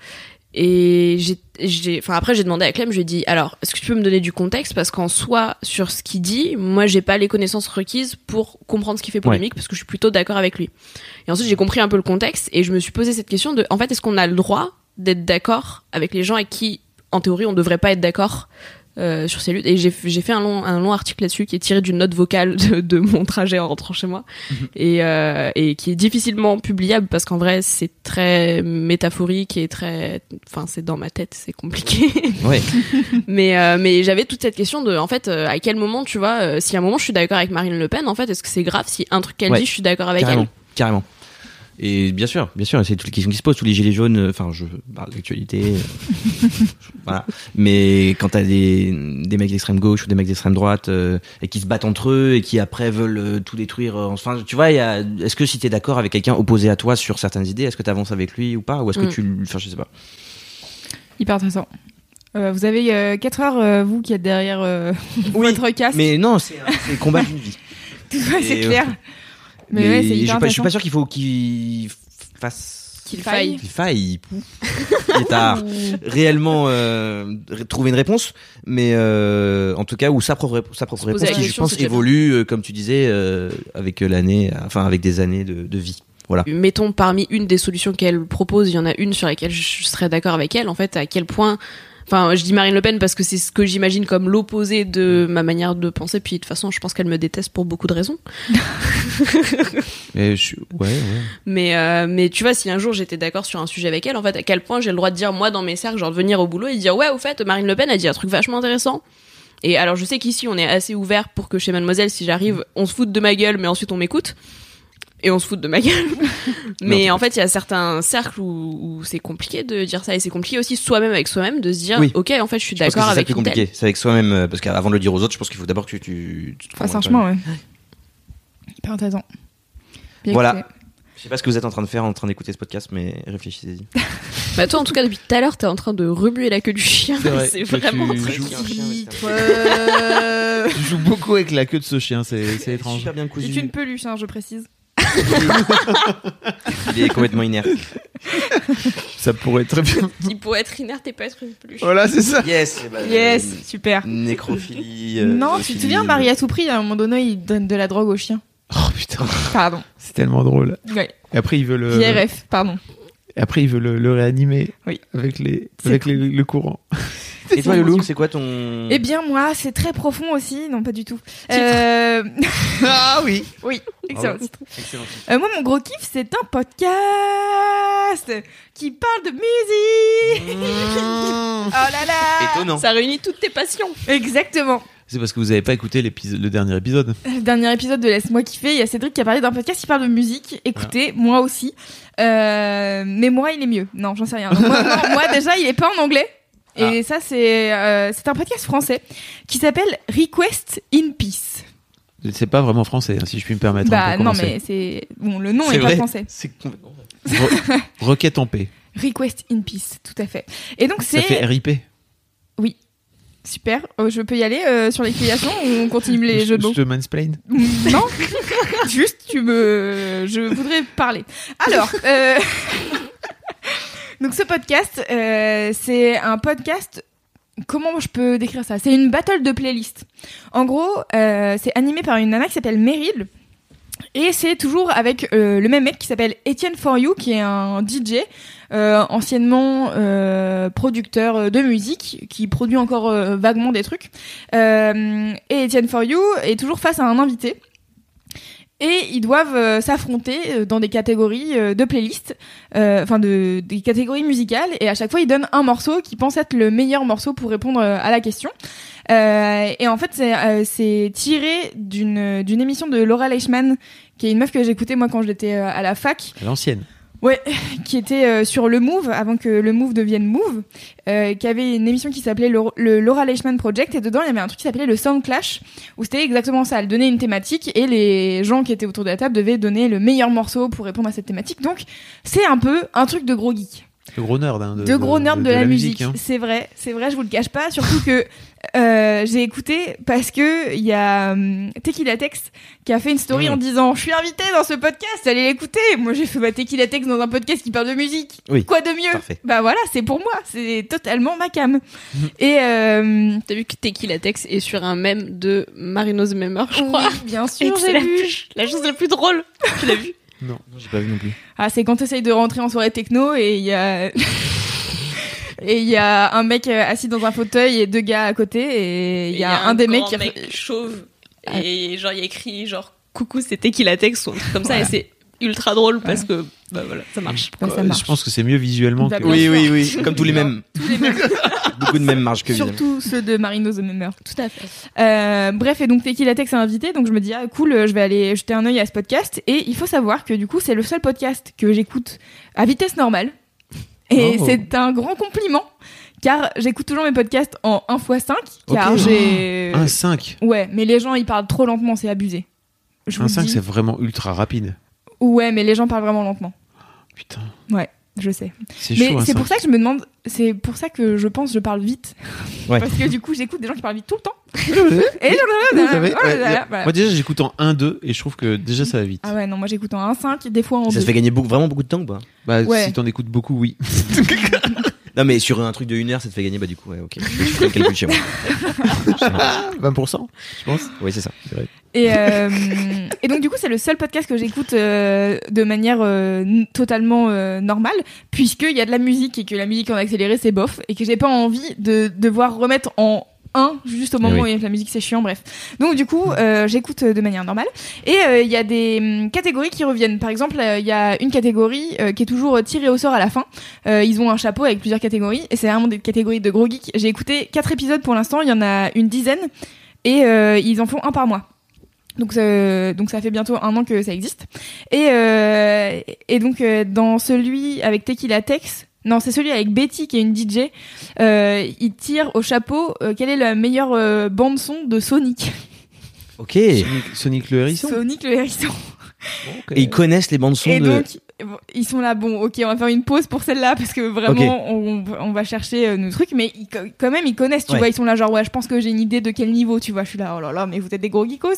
Speaker 3: Et j'ai, j'ai, enfin après j'ai demandé à Clem, je lui ai dit, alors est-ce que tu peux me donner du contexte parce qu'en soi sur ce qu'il dit, moi j'ai pas les connaissances requises pour comprendre ce qui fait polémique parce que je suis plutôt d'accord avec lui. Et ensuite j'ai compris un peu le contexte et je me suis posé cette question de, en fait est-ce qu'on a le droit d'être d'accord avec les gens avec qui en théorie on devrait pas être d'accord euh, sur ces luttes et j'ai, j'ai fait un long, un long article là-dessus qui est tiré d'une note vocale de, de mon trajet en rentrant chez moi
Speaker 2: Mhm.
Speaker 3: et, euh, et qui est difficilement publiable parce qu'en vrai c'est très métaphorique et très enfin c'est dans ma tête c'est compliqué
Speaker 2: Ouais.
Speaker 3: mais euh, mais j'avais toute cette question de en fait euh, à quel moment tu vois euh, si à un moment je suis d'accord avec Marine Le Pen en fait est-ce que c'est grave si un truc qu'elle
Speaker 2: Ouais.
Speaker 3: dit je suis d'accord avec
Speaker 2: carrément, carrément. Et bien sûr, bien sûr, c'est toutes les questions qui se posent, tous les gilets jaunes, euh, enfin, je parle d'actualité, euh, voilà. Mais quand t'as des, des mecs d'extrême gauche ou des mecs d'extrême droite, euh, et qui se battent entre eux, et qui après veulent euh, tout détruire, euh, enfin, tu vois, il y a- est-ce que si t'es d'accord avec quelqu'un opposé à toi sur certaines idées, est-ce que t'avances avec lui ou pas, ou est-ce que
Speaker 3: Mm.
Speaker 2: tu, le- enfin, je sais pas.
Speaker 1: Hyper intéressant. Euh, vous avez 4 heures, euh, vous qui êtes derrière euh, votre casque.
Speaker 2: Mais non, c'est un- c'est le combat d'une vie.
Speaker 1: Tout ça, c'est
Speaker 2: Et, euh,
Speaker 1: clair. Mais, ouais, c'est
Speaker 2: je, suis pas-
Speaker 1: hyper
Speaker 2: je suis
Speaker 1: intéressant.
Speaker 2: pas sûr qu'il faut qu'il fasse,
Speaker 3: elle qu'il faille
Speaker 2: qu'il faille. Il est tard. réellement euh, ré- trouver une réponse, mais euh, en tout cas où sa propre, répo- sa propre
Speaker 3: Se poser
Speaker 2: réponse,
Speaker 3: la
Speaker 2: qui je
Speaker 3: question,
Speaker 2: pense
Speaker 3: c'est déjà
Speaker 2: évolue, euh, comme tu disais, euh, avec euh, l'année, euh, enfin avec des années de, de vie.
Speaker 3: mettons parmi une des solutions qu'elle propose, il y en a une sur laquelle je serais d'accord avec elle. En fait, à quel point, enfin, je dis Marine Le Pen parce que c'est ce que j'imagine comme l'opposé de ma manière de penser. Puis de toute façon, je pense qu'elle me déteste pour beaucoup de raisons.
Speaker 2: Et je- ouais, ouais.
Speaker 3: Mais euh, mais tu vois, si un jour j'étais d'accord sur un sujet avec elle, en fait, à quel point j'ai le droit de dire moi dans mes cercles, genre de venir au boulot et de dire ouais, au fait, Marine Le Pen a dit un truc vachement intéressant. Et alors je sais qu'ici on est assez ouvert pour que chez Mademoiselle, si j'arrive, on se fout de ma gueule, mais ensuite on m'écoute. Et on se fout de ma gueule. mais en fait, il y a certains cercles où, où c'est compliqué de dire ça. Et c'est compliqué aussi soi-même avec soi-même de se dire,
Speaker 2: Oui.
Speaker 3: ok, en fait, je suis
Speaker 2: Je pense que
Speaker 3: d'accord
Speaker 2: c'est ça le
Speaker 3: avec
Speaker 2: plus
Speaker 3: une telle.
Speaker 2: compliqué, c'est avec soi-même, euh, parce qu'avant de le dire aux autres, je pense qu'il faut d'abord que tu, tu te
Speaker 1: Enfin,
Speaker 2: fasses un
Speaker 1: franchement, ouais. Hyper intéressant. Bien
Speaker 2: Voilà.
Speaker 1: écouté.
Speaker 2: Je sais pas ce que vous êtes en train de faire, en train d'écouter ce podcast, mais réfléchissez-y.
Speaker 3: Bah toi, en tout cas, depuis tout à l'heure, t'es en train de remuer la queue du chien.
Speaker 4: C'est vrai,
Speaker 3: C'est
Speaker 4: que tu
Speaker 3: vraiment très
Speaker 4: joues.
Speaker 3: petit.
Speaker 4: Tu joues beaucoup avec la queue de ce chien, c'est c'est étrange.
Speaker 2: Super bien
Speaker 1: C'est une
Speaker 2: cousu.
Speaker 1: peluche, hein, je précise.
Speaker 2: Il est complètement inerte.
Speaker 4: Ça pourrait être très bien.
Speaker 3: Il peut être inerte et pas être une peluche.
Speaker 4: Voilà, c'est ça.
Speaker 2: Yes.
Speaker 4: ben,
Speaker 1: Yes, super.
Speaker 2: Nécrophilie.
Speaker 4: euh,
Speaker 1: non, tu te souviens, Marie à tout prix, à un moment donné, il donne de la drogue aux chiens.
Speaker 4: Oh putain,
Speaker 1: Pardon.
Speaker 4: c'est tellement drôle.
Speaker 1: Ouais.
Speaker 4: Et après, il veut le.
Speaker 1: IRF, pardon.
Speaker 4: et Après, il veut le, le réanimer.
Speaker 1: Oui.
Speaker 4: Avec les,
Speaker 1: C'est
Speaker 4: avec les- le courant.
Speaker 2: Et toi, Loulou, c'est quoi ton.
Speaker 1: Eh bien, moi, c'est très profond aussi. Non, pas du tout. Euh...
Speaker 4: Ah oui.
Speaker 1: oui, excellent. titre.
Speaker 2: Excellent.
Speaker 1: Euh, moi, mon gros kiff, c'est un podcast qui parle de musique. oh là là
Speaker 2: Étonnant.
Speaker 4: Mmh.
Speaker 3: Ça réunit toutes tes passions.
Speaker 1: Exactement.
Speaker 4: C'est parce que vous n'avez pas écouté l'épiso- le dernier épisode.
Speaker 1: Le dernier épisode de Laisse-moi kiffer, il y a Cédric qui a parlé d'un podcast qui parle de musique. Écoutez, moi aussi. Euh, mais moi, il est mieux. Non, j'en sais rien. Donc, moi, non, moi, déjà, il est pas en anglais. Et
Speaker 4: Ah.
Speaker 1: ça, c'est euh, c'est un podcast français qui s'appelle Request in Peace.
Speaker 4: C'est pas vraiment français, hein, si je puis me permettre. hein,
Speaker 1: bah
Speaker 4: pour
Speaker 1: non,
Speaker 4: commencer.
Speaker 1: mais c'est bon, le nom
Speaker 4: C'est
Speaker 1: est
Speaker 4: vrai.
Speaker 1: pas français.
Speaker 2: C'est complètement
Speaker 4: Re- Requête en paix.
Speaker 1: Request in Peace, tout à fait. Et donc
Speaker 4: Ça fait
Speaker 1: c'est
Speaker 4: RIP.
Speaker 1: super. Euh, je peux y aller euh, sur l'explication ou on continue les
Speaker 4: Je-
Speaker 1: jeux de mots
Speaker 4: Je te mansplain.
Speaker 1: Non, juste tu me, je voudrais parler. Alors, euh, donc ce podcast, euh, c'est un podcast. Comment je peux décrire ça C'est une battle de playlist. En gros, euh, c'est animé par une nana qui s'appelle Meryl. Et c'est toujours avec euh, le même mec qui s'appelle Étienne For You, qui est un DJ, euh, anciennement euh, producteur de musique, qui produit encore euh, vaguement des trucs. Euh, et Etienne For You est toujours face à un invité. Et ils doivent euh, s'affronter euh, dans des catégories euh, de playlists, euh, enfin de, des catégories musicales. Et à chaque fois, ils donnent un morceau qui pense être le meilleur morceau pour répondre euh, à la question. Euh, et en fait, c'est euh, c'est tiré d'une d'une émission de Laura Leishman, qui est une meuf que j'écoutais moi quand j'étais euh, à la fac
Speaker 4: À l'ancienne.
Speaker 1: qui était euh, sur le Move avant que le Move devienne Move, euh, qui avait une émission qui s'appelait le, le Laura Leishman Project et dedans il y avait un truc qui s'appelait le Sound Clash où c'était exactement ça, elle donnait une thématique et les gens qui étaient autour de la table devaient donner le meilleur morceau pour répondre à cette thématique. Donc c'est un peu un truc de gros geek
Speaker 4: Le gros nerd. hein, de,
Speaker 1: de gros nerds de, la, musique.
Speaker 4: hein.
Speaker 1: C'est vrai, c'est vrai, je vous le cache pas. Surtout que euh, j'ai écouté parce que il y a hum, Tequila Tex qui a fait une story
Speaker 4: Mm.
Speaker 1: en disant Je suis invité dans ce podcast, allez l'écouter. Moi j'ai fait ma Tequila Tex dans un podcast qui parle de musique.
Speaker 4: Oui.
Speaker 1: Quoi de mieux
Speaker 4: Parfait.
Speaker 1: Bah voilà, c'est pour moi, c'est totalement ma cam. Et euh,
Speaker 3: T'as vu que Tequila Tex est sur un mème de Marino's Memmer, je crois.
Speaker 1: oui, bien
Speaker 3: Et
Speaker 1: sûr,
Speaker 3: que
Speaker 1: j'ai
Speaker 3: c'est la,
Speaker 1: vu.
Speaker 3: plus- la chose la plus drôle. Tu l'as vu
Speaker 4: hein. Non.
Speaker 2: J'ai pas vu non plus.
Speaker 1: Ah, c'est quand t'essayes de rentrer en soirée techno et il y a. Et il y a un mec euh, assis dans un fauteuil et deux gars à côté et il y, a Ah. un des mecs qui
Speaker 3: chauve et genre il y a écrit genre coucou c'était Tequila Tex ou un truc comme ça et c'est ultra drôle parce que bah voilà ça marche.
Speaker 1: Bah, ça
Speaker 4: Euh,
Speaker 1: marche.
Speaker 4: Je pense que c'est mieux visuellement
Speaker 1: Bah,
Speaker 4: que.
Speaker 1: bien
Speaker 2: Oui,
Speaker 1: sûr.
Speaker 2: oui, oui. Comme tous les
Speaker 1: Non.
Speaker 2: mêmes.
Speaker 1: Tous les mêmes.
Speaker 2: Beaucoup de mêmes marges que évidemment.
Speaker 1: Surtout ceux de Marino the Memeur.
Speaker 3: Tout à fait.
Speaker 1: Euh, bref, et donc Tequila Tex est invité, donc je me dis, ah cool, euh, je vais aller jeter un œil à ce podcast. Et il faut savoir que du coup, c'est le seul podcast que j'écoute à vitesse normale. Et
Speaker 4: Oh.
Speaker 1: c'est un grand compliment, car j'écoute toujours mes podcasts en 1x5, car
Speaker 4: Ok. Ah,
Speaker 1: j'ai...
Speaker 4: Un 5.
Speaker 1: Ouais, mais les gens, ils parlent trop lentement, c'est abusé. Je vous
Speaker 4: Un
Speaker 1: le
Speaker 4: 5,
Speaker 1: dis.
Speaker 4: c'est vraiment ultra rapide.
Speaker 1: Ouais, mais les gens parlent vraiment lentement,
Speaker 4: Putain.
Speaker 1: je sais.
Speaker 4: C'est
Speaker 1: Mais
Speaker 4: chaud, hein, un
Speaker 1: c'est
Speaker 4: 5.
Speaker 1: pour ça que je me demande, c'est pour ça que je pense que je parle vite.
Speaker 2: Ouais.
Speaker 1: Parce que du coup, j'écoute des gens qui parlent vite tout le temps. Et
Speaker 4: Vous savez,
Speaker 1: blablabla,
Speaker 4: ouais,
Speaker 1: blablabla,
Speaker 4: y a-
Speaker 1: voilà.
Speaker 4: Moi, déjà, j'écoute en 1-2 et je trouve que déjà ça va vite.
Speaker 1: Ah ouais, non, moi j'écoute en 1.5, des fois en
Speaker 2: Ça
Speaker 1: 2.
Speaker 2: se fait gagner beaucoup, vraiment beaucoup de temps ou pas
Speaker 4: Bah,
Speaker 1: Ouais.
Speaker 4: si t'en écoutes beaucoup, oui.
Speaker 2: Non, mais sur un truc de 1 heure, ça te fait gagner, bah du coup, ouais, ok. Je fais le calcul chez moi.
Speaker 4: 20%, je pense.
Speaker 2: Oui, c'est ça.
Speaker 1: Et, euh, et donc du coup, c'est le seul podcast que j'écoute euh, de manière euh, n- totalement euh, normale, puisqu'il y a de la musique et que la musique en accéléré, c'est bof, et que j'ai pas envie de devoir remettre en 1 juste au moment où la musique c'est chiant, bref. Donc du coup, euh, j'écoute euh, de manière normale. Et euh, il y a des hum, catégories qui reviennent. Par exemple, euh, il y a une catégorie euh, qui est toujours euh, tirée au sort à la fin. Euh, ils ont un chapeau avec plusieurs catégories, et c'est vraiment des catégories de gros geeks. J'ai écouté quatre épisodes pour l'instant, il y en a une dizaine, et euh, ils en font un par mois. Donc, euh, donc ça fait bientôt un an que ça existe. Et, euh, et donc euh, dans celui avec Tequila Tex, non c'est celui avec Betty qui est une DJ, euh, il tire au chapeau euh, quelle est la meilleure euh, bande son de Sonic.
Speaker 2: Ok. Et
Speaker 4: Sonic, Sonic le hérisson.
Speaker 1: Sonic le hérisson.
Speaker 2: ils connaissent les bandes
Speaker 1: Et
Speaker 2: son de.
Speaker 1: donc bon, ils sont là, bon ok on va faire une pause pour celle-là parce que vraiment
Speaker 2: Ok.
Speaker 1: on, on va chercher euh, nos trucs, mais ils co- quand même ils connaissent, tu
Speaker 2: Ouais.
Speaker 1: vois, ils sont là genre ouais je pense que j'ai une idée de quel niveau, tu vois, je suis là, oh là là, mais vous êtes des gros geekos.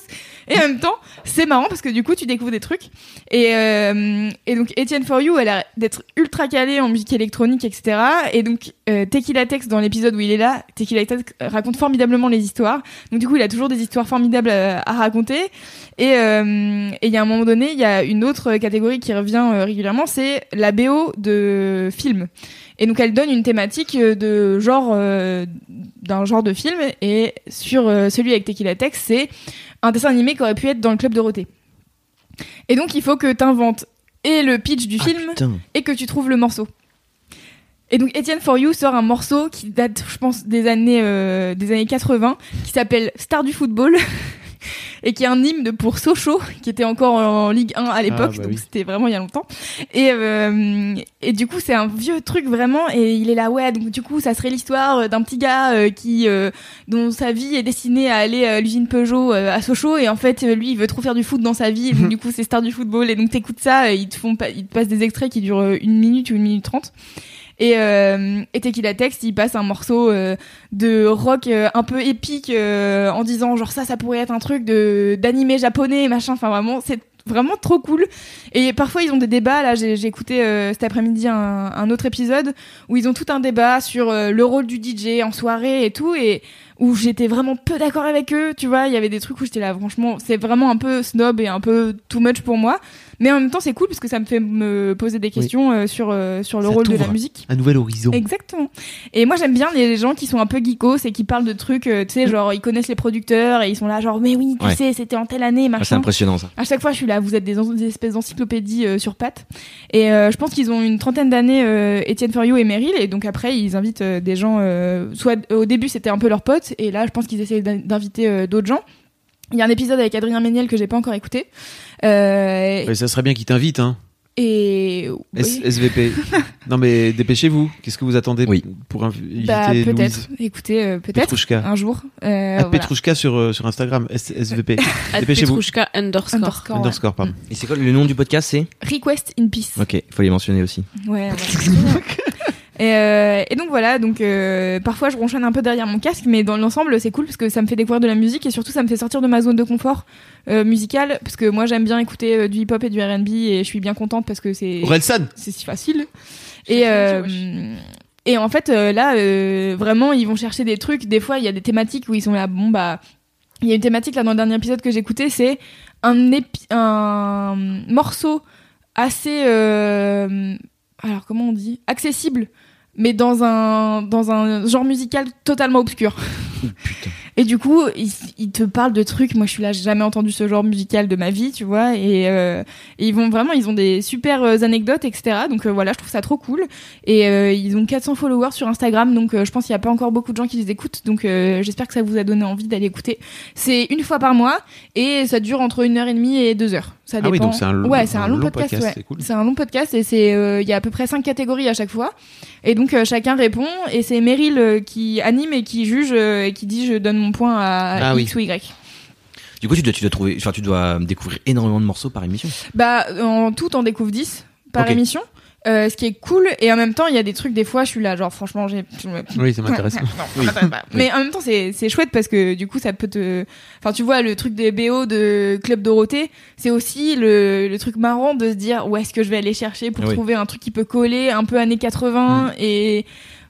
Speaker 1: Et en même temps, c'est marrant parce que du coup, tu découvres des trucs. Et, euh, et donc, Etienne For You, elle a l'air d'être ultra calée en musique électronique, etc. Et donc, euh, Tequila Tex, dans l'épisode où il est là, Tequila Tex raconte formidablement les histoires. Donc, du coup, il a toujours des histoires formidables euh, à raconter. Et euh, et il y a un moment donné, il y a une autre catégorie qui revient euh, régulièrement, c'est la BO de films. Et donc, elle donne une thématique euh, de genre, euh, d'un genre de film. Et sur euh, celui avec Tequila Tex, c'est un dessin animé qui aurait pu être dans le club Dorothée. Et donc il faut que tu inventes et le pitch du film
Speaker 2: Putain.
Speaker 1: et que tu trouves le morceau. Et donc Étienne For You sort un morceau qui date, je pense, des années, euh, des années 80, qui s'appelle Star du football. Et qui est un hymne pour Sochaux, qui était encore en Ligue 1 à l'époque,
Speaker 4: bah
Speaker 1: donc
Speaker 4: oui.
Speaker 1: c'était vraiment il y a longtemps. Et, euh, et du coup, c'est un vieux truc vraiment, et il est là, ouais, donc du coup, ça serait l'histoire euh, d'un petit gars euh, qui, euh, dont sa vie est destinée à aller à l'usine Peugeot euh, à Sochaux et en fait euh, lui il veut trop faire du foot dans sa vie et donc, du coup c'est star du football et donc t'écoutes ça et ils te font pas ils te passent des extraits qui durent euh, une minute ou une minute trente et euh, et Tequila Text il passe un morceau euh, de rock euh, un peu épique euh, en disant genre ça ça pourrait être un truc de d'animé japonais machin enfin vraiment c'est vraiment trop cool et parfois ils ont des débats là j'ai j'ai écouté euh, cet après-midi un, un autre épisode où ils ont tout un débat sur euh, le rôle du DJ en soirée et tout et où j'étais vraiment peu d'accord avec eux, tu vois, il y avait des trucs où j'étais là, franchement, c'est vraiment un peu snob et un peu too much pour moi, mais en même temps c'est cool parce que ça me fait me poser des questions euh, sur, euh, sur le
Speaker 4: Ça
Speaker 1: rôle de la
Speaker 4: t'ouvre.
Speaker 1: musique.
Speaker 4: Un nouvel horizon.
Speaker 1: Exactement. Et moi j'aime bien les gens qui sont un peu geekos et qui parlent de trucs, euh, tu sais, genre ils connaissent les producteurs et ils sont là genre mais oui, tu
Speaker 2: Ouais.
Speaker 1: sais, c'était en telle année,
Speaker 2: Ah, c'est
Speaker 1: machin.
Speaker 2: impressionnant ça.
Speaker 1: À chaque fois, je suis là, vous êtes des, en- des espèces d'encyclopédies euh, sur pattes. Et euh, je pense qu'ils ont une trentaine d'années, euh, Étienne Feriot et Meryl. Et donc après, ils invitent euh, des gens, euh, soit euh, au début, c'était un peu leurs potes. Et là, je pense qu'ils essayent d'in- d'inviter euh, d'autres gens. Il y a un épisode avec Adrien Méniel que j'ai pas encore écouté. Euh,
Speaker 4: Ouais, ça serait bien qu'il t'invite, hein.
Speaker 1: Et.
Speaker 4: S-
Speaker 1: oui.
Speaker 4: SVP. non mais dépêchez-vous. Qu'est-ce que vous attendez
Speaker 2: Oui.
Speaker 4: pour inviter
Speaker 1: Bah,
Speaker 4: Louise
Speaker 1: peut-être. Écoutez, euh, peut-être.
Speaker 4: Petrouchka. Ah,
Speaker 1: Un jour. Euh,
Speaker 4: At
Speaker 1: voilà.
Speaker 4: Petrouchka sur, euh, sur Instagram, S- SVP.
Speaker 3: At
Speaker 4: Dépêchez-vous.
Speaker 3: Petrouchka underscore.
Speaker 1: Underscore, ouais.
Speaker 4: Underscore, pardon.
Speaker 2: Et c'est quoi le nom du podcast C'est
Speaker 1: Request in Peace.
Speaker 2: Ok, il faut les mentionner aussi.
Speaker 1: Ouais. ouais. et, euh, et donc voilà, donc euh, parfois je ronchonne un peu derrière mon casque, mais dans l'ensemble c'est cool parce que ça me fait découvrir de la musique et surtout ça me fait sortir de ma zone de confort euh, musicale parce que moi j'aime bien écouter euh, du hip-hop et du R&B et je suis bien contente parce que c'est
Speaker 4: Orelsan.
Speaker 1: c'est si facile.
Speaker 8: J'ai
Speaker 1: Et,
Speaker 8: fait
Speaker 1: euh,
Speaker 8: du
Speaker 1: et en fait, euh, là, euh, vraiment, ils vont chercher des trucs. Des fois, il y a des thématiques où ils sont là, bon, bah, il y a une thématique là dans le dernier épisode que j'écoutais, c'est un, épi- un morceau assez. euh, alors, comment on dit Accessible, mais dans un, dans un genre musical totalement obscur. Et du coup, ils ils te parlent de trucs. Moi, je suis là, j'ai jamais entendu ce genre musical de ma vie, tu vois. Et, euh, et ils vont vraiment, ils ont des super euh, anecdotes, etc. Donc euh, voilà, je trouve ça trop cool. Et euh, ils ont 400 followers sur Instagram, donc euh, je pense qu'il n'y a pas encore beaucoup de gens qui les écoutent. Donc euh, j'espère que ça vous a donné envie d'aller écouter. C'est une fois par mois et ça dure entre une heure et demie et deux heures. Ça
Speaker 4: Ah oui,
Speaker 1: dépend.
Speaker 4: donc c'est un long-
Speaker 1: ouais, c'est un, long, podcast. ouais.
Speaker 4: c'est cool.
Speaker 1: C'est un long podcast et c'est euh, il y a à peu près cinq catégories à chaque fois. Et donc euh, chacun répond et c'est Meryl euh, qui anime et qui juge euh, et qui dit je donne mon point à
Speaker 4: Ah oui.
Speaker 1: X ou Y.
Speaker 2: Du coup, tu dois, tu dois trouver, enfin, tu dois découvrir énormément de morceaux par émission.
Speaker 1: Bah, en tout, on découvre 10 par
Speaker 4: Ok.
Speaker 1: émission. Euh, ce qui est cool et en même temps il y a des trucs des fois je suis là genre franchement j'ai
Speaker 4: Oui, ça m'intéresse.
Speaker 1: Ouais, ouais, non, attends, attends. mais en même temps c'est c'est chouette parce que du coup ça peut te enfin tu vois le truc des BO de Club Dorothée c'est aussi le, le truc marrant de se dire où est-ce que je vais aller chercher
Speaker 4: Ah
Speaker 1: pour
Speaker 2: Oui.
Speaker 1: trouver un truc qui peut coller un peu années 80
Speaker 4: Mm.
Speaker 1: et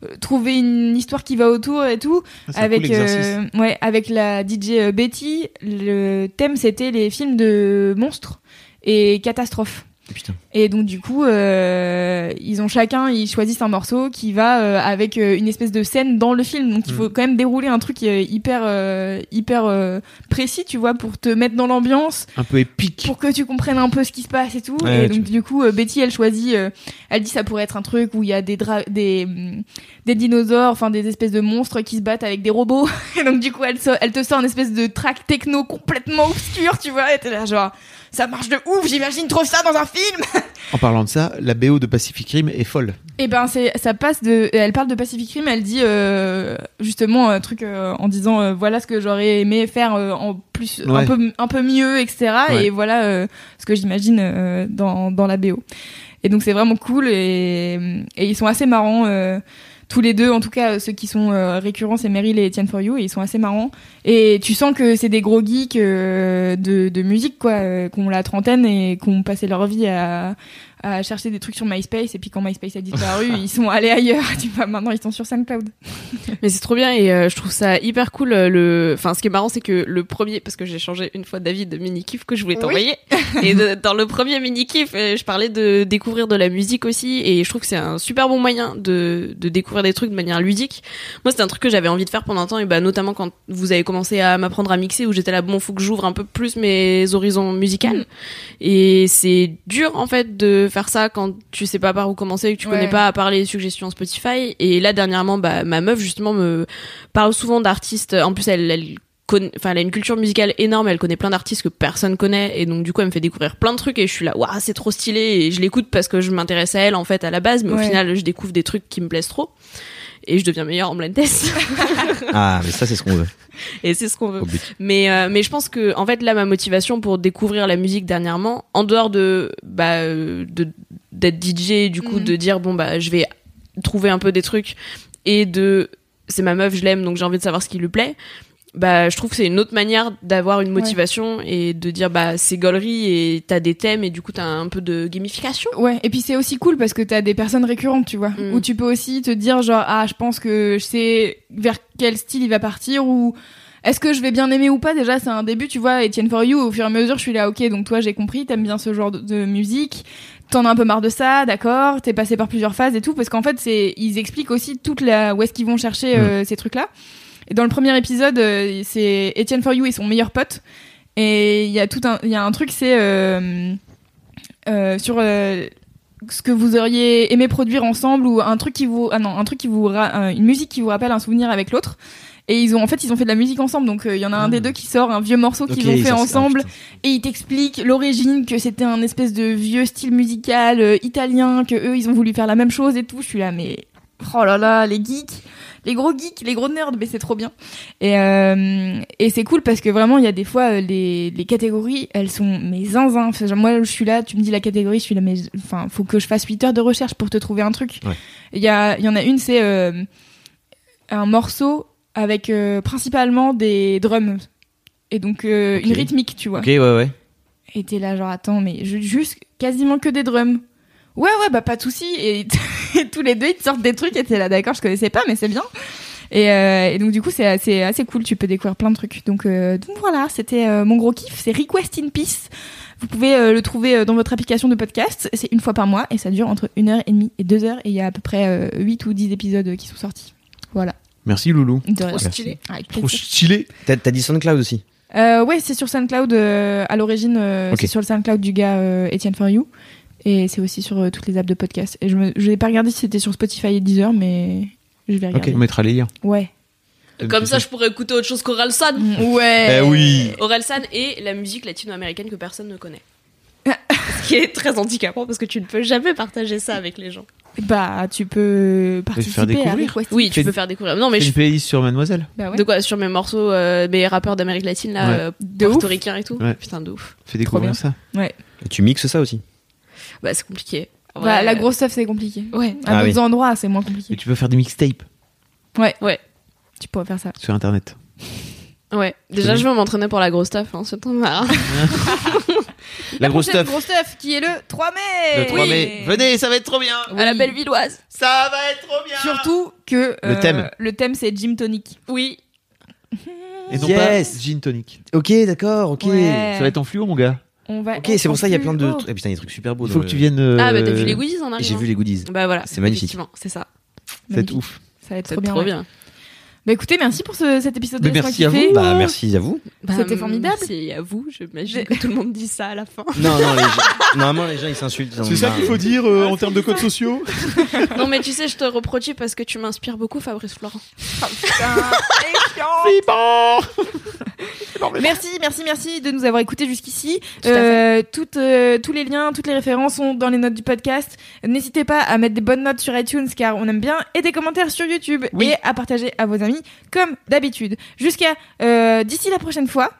Speaker 1: euh, trouver une histoire qui va autour et tout
Speaker 4: C'est un cool
Speaker 1: avec
Speaker 4: exercice.
Speaker 1: euh, ouais avec la DJ euh, Betty le thème c'était les films de monstres et catastrophes
Speaker 2: Putain.
Speaker 1: et donc du coup euh, ils ont chacun ils choisissent un morceau qui va euh, avec euh, une espèce de scène dans le film donc
Speaker 2: Mm.
Speaker 1: il faut quand même dérouler un truc euh, hyper euh, hyper euh, précis tu vois pour te mettre dans l'ambiance
Speaker 4: Un peu épique.
Speaker 1: pour que tu comprennes un peu ce qui se passe et tout.
Speaker 2: Ouais,
Speaker 1: et donc
Speaker 2: tu-
Speaker 1: du coup, euh, Betty, elle choisit, euh, elle dit ça pourrait être un truc où il y a des dra- des hum, des dinosaures, enfin des espèces de monstres qui se battent avec des robots. Et donc du coup, elle so- elle te sort une espèce de track techno complètement obscur, tu vois. Et t'es là genre, ça marche de ouf. J'imagine trop ça dans un film.
Speaker 4: En parlant de ça, la BO de Pacific Rim est folle.
Speaker 1: Et ben c'est ça passe de elle parle de Pacific Rim, elle dit euh, justement un truc euh, en disant euh, voilà ce que j'aurais aimé faire euh, en plus un
Speaker 4: Ouais.
Speaker 1: peu un peu mieux etc
Speaker 4: Ouais.
Speaker 1: et voilà euh, ce que j'imagine euh, dans dans la BO. Et donc c'est vraiment cool et et ils sont assez marrants euh, tous les deux en tout cas ceux qui sont euh, récurrents c'est Meryl et Etienne For You et ils sont assez marrants et tu sens que c'est des gros geeks euh, de de musique quoi euh, qui ont la trentaine et qui ont passé leur vie à à chercher des trucs sur MySpace et puis quand MySpace a disparu, ils sont allés ailleurs. Tu vois, maintenant ils sont sur SoundCloud.
Speaker 3: Mais c'est trop bien et euh, je trouve ça hyper cool. euh, le... enfin, ce qui est marrant, c'est que le premier, parce que j'ai changé une fois d'avis de mini-kiff que je voulais t'envoyer. et de- dans le premier mini-kiff, euh, je parlais de découvrir de la musique aussi. Et je trouve que c'est un super bon moyen de, de découvrir des trucs de manière ludique. Moi, c'est un truc que j'avais envie de faire pendant un temps. Et bah, notamment quand vous avez commencé à m'apprendre à mixer, où j'étais là, bon, faut que j'ouvre un peu plus mes horizons musicaux. Et c'est dur, en fait, de faire ça quand tu sais pas par où commencer et que tu
Speaker 8: Ouais.
Speaker 3: connais pas à parler les suggestions Spotify. Et là, dernièrement, bah, ma meuf, justement, me parle souvent d'artistes. En plus, elle, elle conna- Enfin, elle a une culture musicale énorme, elle connaît plein d'artistes que personne connaît, et donc du coup elle me fait découvrir plein de trucs, et je suis là, waouh, c'est trop stylé, et je l'écoute parce que je m'intéresse à elle en fait à la base, mais
Speaker 1: Ouais.
Speaker 3: au final je découvre des trucs qui me plaisent trop, et je deviens meilleure en blind test,
Speaker 2: Ah, mais ça, c'est ce qu'on veut.
Speaker 3: et c'est ce qu'on veut.
Speaker 2: Au but.
Speaker 3: Mais, euh, mais je pense que, en fait, là, ma motivation pour découvrir la musique dernièrement, en dehors de, bah, euh, de- d'être DJ, et du coup,
Speaker 8: Mhm.
Speaker 3: de dire, bon, bah, je vais trouver un peu des trucs et de, c'est ma meuf, je l'aime, donc j'ai envie de savoir ce qui lui plaît. Bah, je trouve que c'est une autre manière d'avoir une motivation et de dire, bah, c'est gaulerie et t'as des thèmes et du coup, t'as un peu de gamification.
Speaker 1: Ouais, et puis c'est aussi cool parce que t'as des personnes récurrentes, tu vois,
Speaker 3: Mm.
Speaker 1: où tu peux aussi te dire genre ah je pense que je sais vers quel style il va partir ou est-ce que je vais bien aimer ou pas déjà c'est un début tu vois Etienne for you au fur et à mesure je suis là ok donc toi j'ai compris t'aimes bien ce genre de, de musique t'en as un peu marre de ça d'accord t'es passé par plusieurs phases et tout parce qu'en fait c'est ils expliquent aussi toute la où est-ce qu'ils vont chercher euh, ces trucs là et dans le premier épisode euh, c'est Etienne for you et son meilleur pote et il y a tout un il y a un truc c'est euh, euh, sur euh, ce que vous auriez aimé produire ensemble ou un truc qui vous ah non un truc qui vous ra- euh, une musique qui vous rappelle un souvenir avec l'autre et ils ont en fait ils ont fait de la musique ensemble donc euh, il y en a un des deux qui sort un vieux morceau qu'ils ont fait ensemble et ils t'expliquent l'origine que c'était un espèce de vieux style musical euh, italien que eux ils ont voulu faire la même chose et tout je suis là mais oh là là les geeks les gros geeks les gros nerds mais c'est trop bien et euh, et c'est cool parce que vraiment il y a des fois euh, les les catégories elles sont mais zinzin Enfin, genre, moi je suis là tu me dis la catégorie je suis là mais enfin faut que je fasse 8 heures de recherche pour te trouver un truc il
Speaker 2: Ouais.
Speaker 1: y a il y en a une c'est euh, un morceau avec euh, principalement des drums et donc euh, une
Speaker 2: Ok.
Speaker 1: rythmique tu vois
Speaker 2: Ok, ouais, ouais.
Speaker 1: et t'es là, genre, attends, mais ju- juste quasiment que des drums. Ouais, ouais, bah pas de souci. Et, et tous les deux, ils te sortent des trucs et t'es là, d'accord, je connaissais pas, mais c'est bien. Et, euh, et donc, du coup, c'est assez, assez cool. Tu peux découvrir plein de trucs. Donc, euh, donc voilà, c'était euh, mon gros kiff. C'est Request in Peace. Vous pouvez euh, le trouver euh, dans votre application de podcast. C'est une fois par mois et ça dure entre 1h30 et 2h. Et il y a à peu près 8 ou 10 épisodes euh, qui sont sortis. Voilà.
Speaker 4: Merci Loulou.
Speaker 1: De rien.
Speaker 3: stylé.
Speaker 1: Avec
Speaker 4: Trop
Speaker 1: plaisir.
Speaker 4: stylé.
Speaker 2: T'as t'as dit SoundCloud aussi.
Speaker 1: Euh, ouais, c'est sur SoundCloud euh, à l'origine, euh,
Speaker 2: Ok.
Speaker 1: c'est sur le SoundCloud du gars euh, Etienne For You. Et c'est aussi sur euh, toutes les apps de podcast. Et je me- je n'ai pas regardé si c'était sur Spotify et Deezer, mais je vais
Speaker 4: Ok,
Speaker 1: regarder.
Speaker 4: on mettra les liens.
Speaker 1: Ouais.
Speaker 3: Comme ça, je pourrais écouter autre chose qu'Orelsan.
Speaker 1: Mhm. Ouais.
Speaker 4: Eh
Speaker 2: Bah,
Speaker 4: oui.
Speaker 3: Orelsan et la musique latino-américaine que personne ne connaît. ce qui est très handicapant parce que tu ne peux jamais partager ça avec les gens.
Speaker 1: Bah, tu peux participer
Speaker 4: faire découvrir.
Speaker 1: à Request.
Speaker 3: Oui, tu
Speaker 4: Fais-
Speaker 3: peux faire découvrir. Non, mais
Speaker 4: Fais
Speaker 3: je
Speaker 4: une playlist sur Mademoiselle.
Speaker 1: Bah ouais.
Speaker 3: De quoi Sur mes morceaux, euh, mes rappeurs d'Amérique latine, là,
Speaker 4: Ouais.
Speaker 3: euh,
Speaker 1: De ouf.
Speaker 3: portoricains et tout.
Speaker 4: Ouais.
Speaker 3: Putain, de ouf.
Speaker 4: Fais découvrir
Speaker 1: bien.
Speaker 4: ça.
Speaker 2: Et tu mixes ça aussi.
Speaker 3: Bah, c'est compliqué. En
Speaker 1: Bah,
Speaker 3: vrai,
Speaker 1: la
Speaker 3: euh,
Speaker 1: grosse stuff, c'est compliqué.
Speaker 3: Ouais.
Speaker 1: À
Speaker 2: Ah
Speaker 1: d'autres
Speaker 2: oui.
Speaker 1: endroits, c'est moins
Speaker 4: Et
Speaker 1: compliqué.
Speaker 4: tu peux faire des mixtapes
Speaker 1: Tu pourrais faire ça.
Speaker 4: sur internet.
Speaker 3: Ouais. Déjà, je vais m'entraîner pour la grosse taf, hein, c'est temps marre.
Speaker 4: La grosse stuff.
Speaker 1: Gros stuff qui est le 3 mai.
Speaker 4: Le 3 mai. Venez, ça va être trop bien.
Speaker 3: À la belle villoise.
Speaker 4: Ça va être trop bien.
Speaker 1: Surtout que euh,
Speaker 4: Le thème.
Speaker 1: le thème c'est Gym Tonic.
Speaker 3: Oui.
Speaker 4: Et non
Speaker 2: Yes.
Speaker 4: pas Gin Tonic.
Speaker 2: Ok, d'accord, ok.
Speaker 1: Ouais.
Speaker 4: Ça va être en fluo, mon gars.
Speaker 1: On va
Speaker 2: Ok, c'est pour ça il y a plein de.
Speaker 1: Oh.
Speaker 2: Ah, putain, il y a des trucs super beaux.
Speaker 4: Il
Speaker 2: dans
Speaker 4: faut que
Speaker 2: le-
Speaker 4: tu viennes. euh,
Speaker 3: Ah, bah, t'as vu les goodies en arrivant
Speaker 2: J'ai vu les goodies.
Speaker 3: Bah, voilà.
Speaker 2: C'est magnifique.
Speaker 3: Effectivement, c'est ça.
Speaker 4: Ça va être
Speaker 1: Magnifique.
Speaker 4: ouf.
Speaker 1: Ça va être
Speaker 3: C'est
Speaker 1: trop bien. ouais.
Speaker 3: bien.
Speaker 1: Bah écoutez, merci pour ce- cet épisode de
Speaker 4: Mais
Speaker 1: Laisse-moi
Speaker 4: merci à
Speaker 1: kiffer.
Speaker 4: vous.
Speaker 2: Bah, merci à vous.
Speaker 3: Bah,
Speaker 1: C'était formidable.
Speaker 3: C'est à vous, j'imagine que tout le monde dit ça à la fin.
Speaker 2: Non, non, les gens... normalement les gens ils s'insultent. ils en ont marre.
Speaker 4: dire euh, en termes de codes sociaux.
Speaker 3: non, mais tu sais, je te reproduis parce que tu m'inspires beaucoup, Fabrice Florent.
Speaker 1: Merci, merci, merci de nous avoir écoutés jusqu'ici.
Speaker 3: Tout à fait.
Speaker 1: Euh, toutes, euh, tous les liens, toutes les références sont dans les notes du podcast. N'hésitez pas à mettre des bonnes notes sur iTunes car on aime bien et des commentaires sur YouTube
Speaker 4: Oui.
Speaker 1: et à partager à vos amis comme d'habitude. Jusqu'à euh, d'ici la prochaine fois.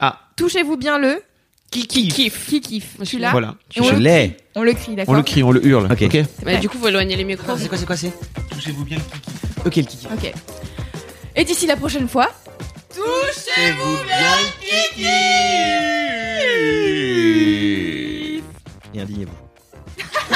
Speaker 4: Ah.
Speaker 1: Touchez-vous bien le
Speaker 4: Qui kiffe.
Speaker 3: Kiff.
Speaker 1: qui kiffe.
Speaker 3: Moi, je
Speaker 1: Tu
Speaker 3: suis
Speaker 1: l'as
Speaker 4: Voilà.
Speaker 1: Et on,
Speaker 2: Je
Speaker 1: le,
Speaker 2: l'ai.
Speaker 1: on le crie,
Speaker 4: On
Speaker 1: d'accord
Speaker 4: le crie, on le hurle.
Speaker 2: Ok.
Speaker 4: Ok.
Speaker 3: Bah, du coup, faut éloigner les micros.
Speaker 5: C'est quoi, c'est quoi, c'est
Speaker 4: Touchez-vous bien le
Speaker 2: Ok, le kiki.
Speaker 1: Ok. Et d'ici la prochaine fois.
Speaker 2: Et indignez-vous.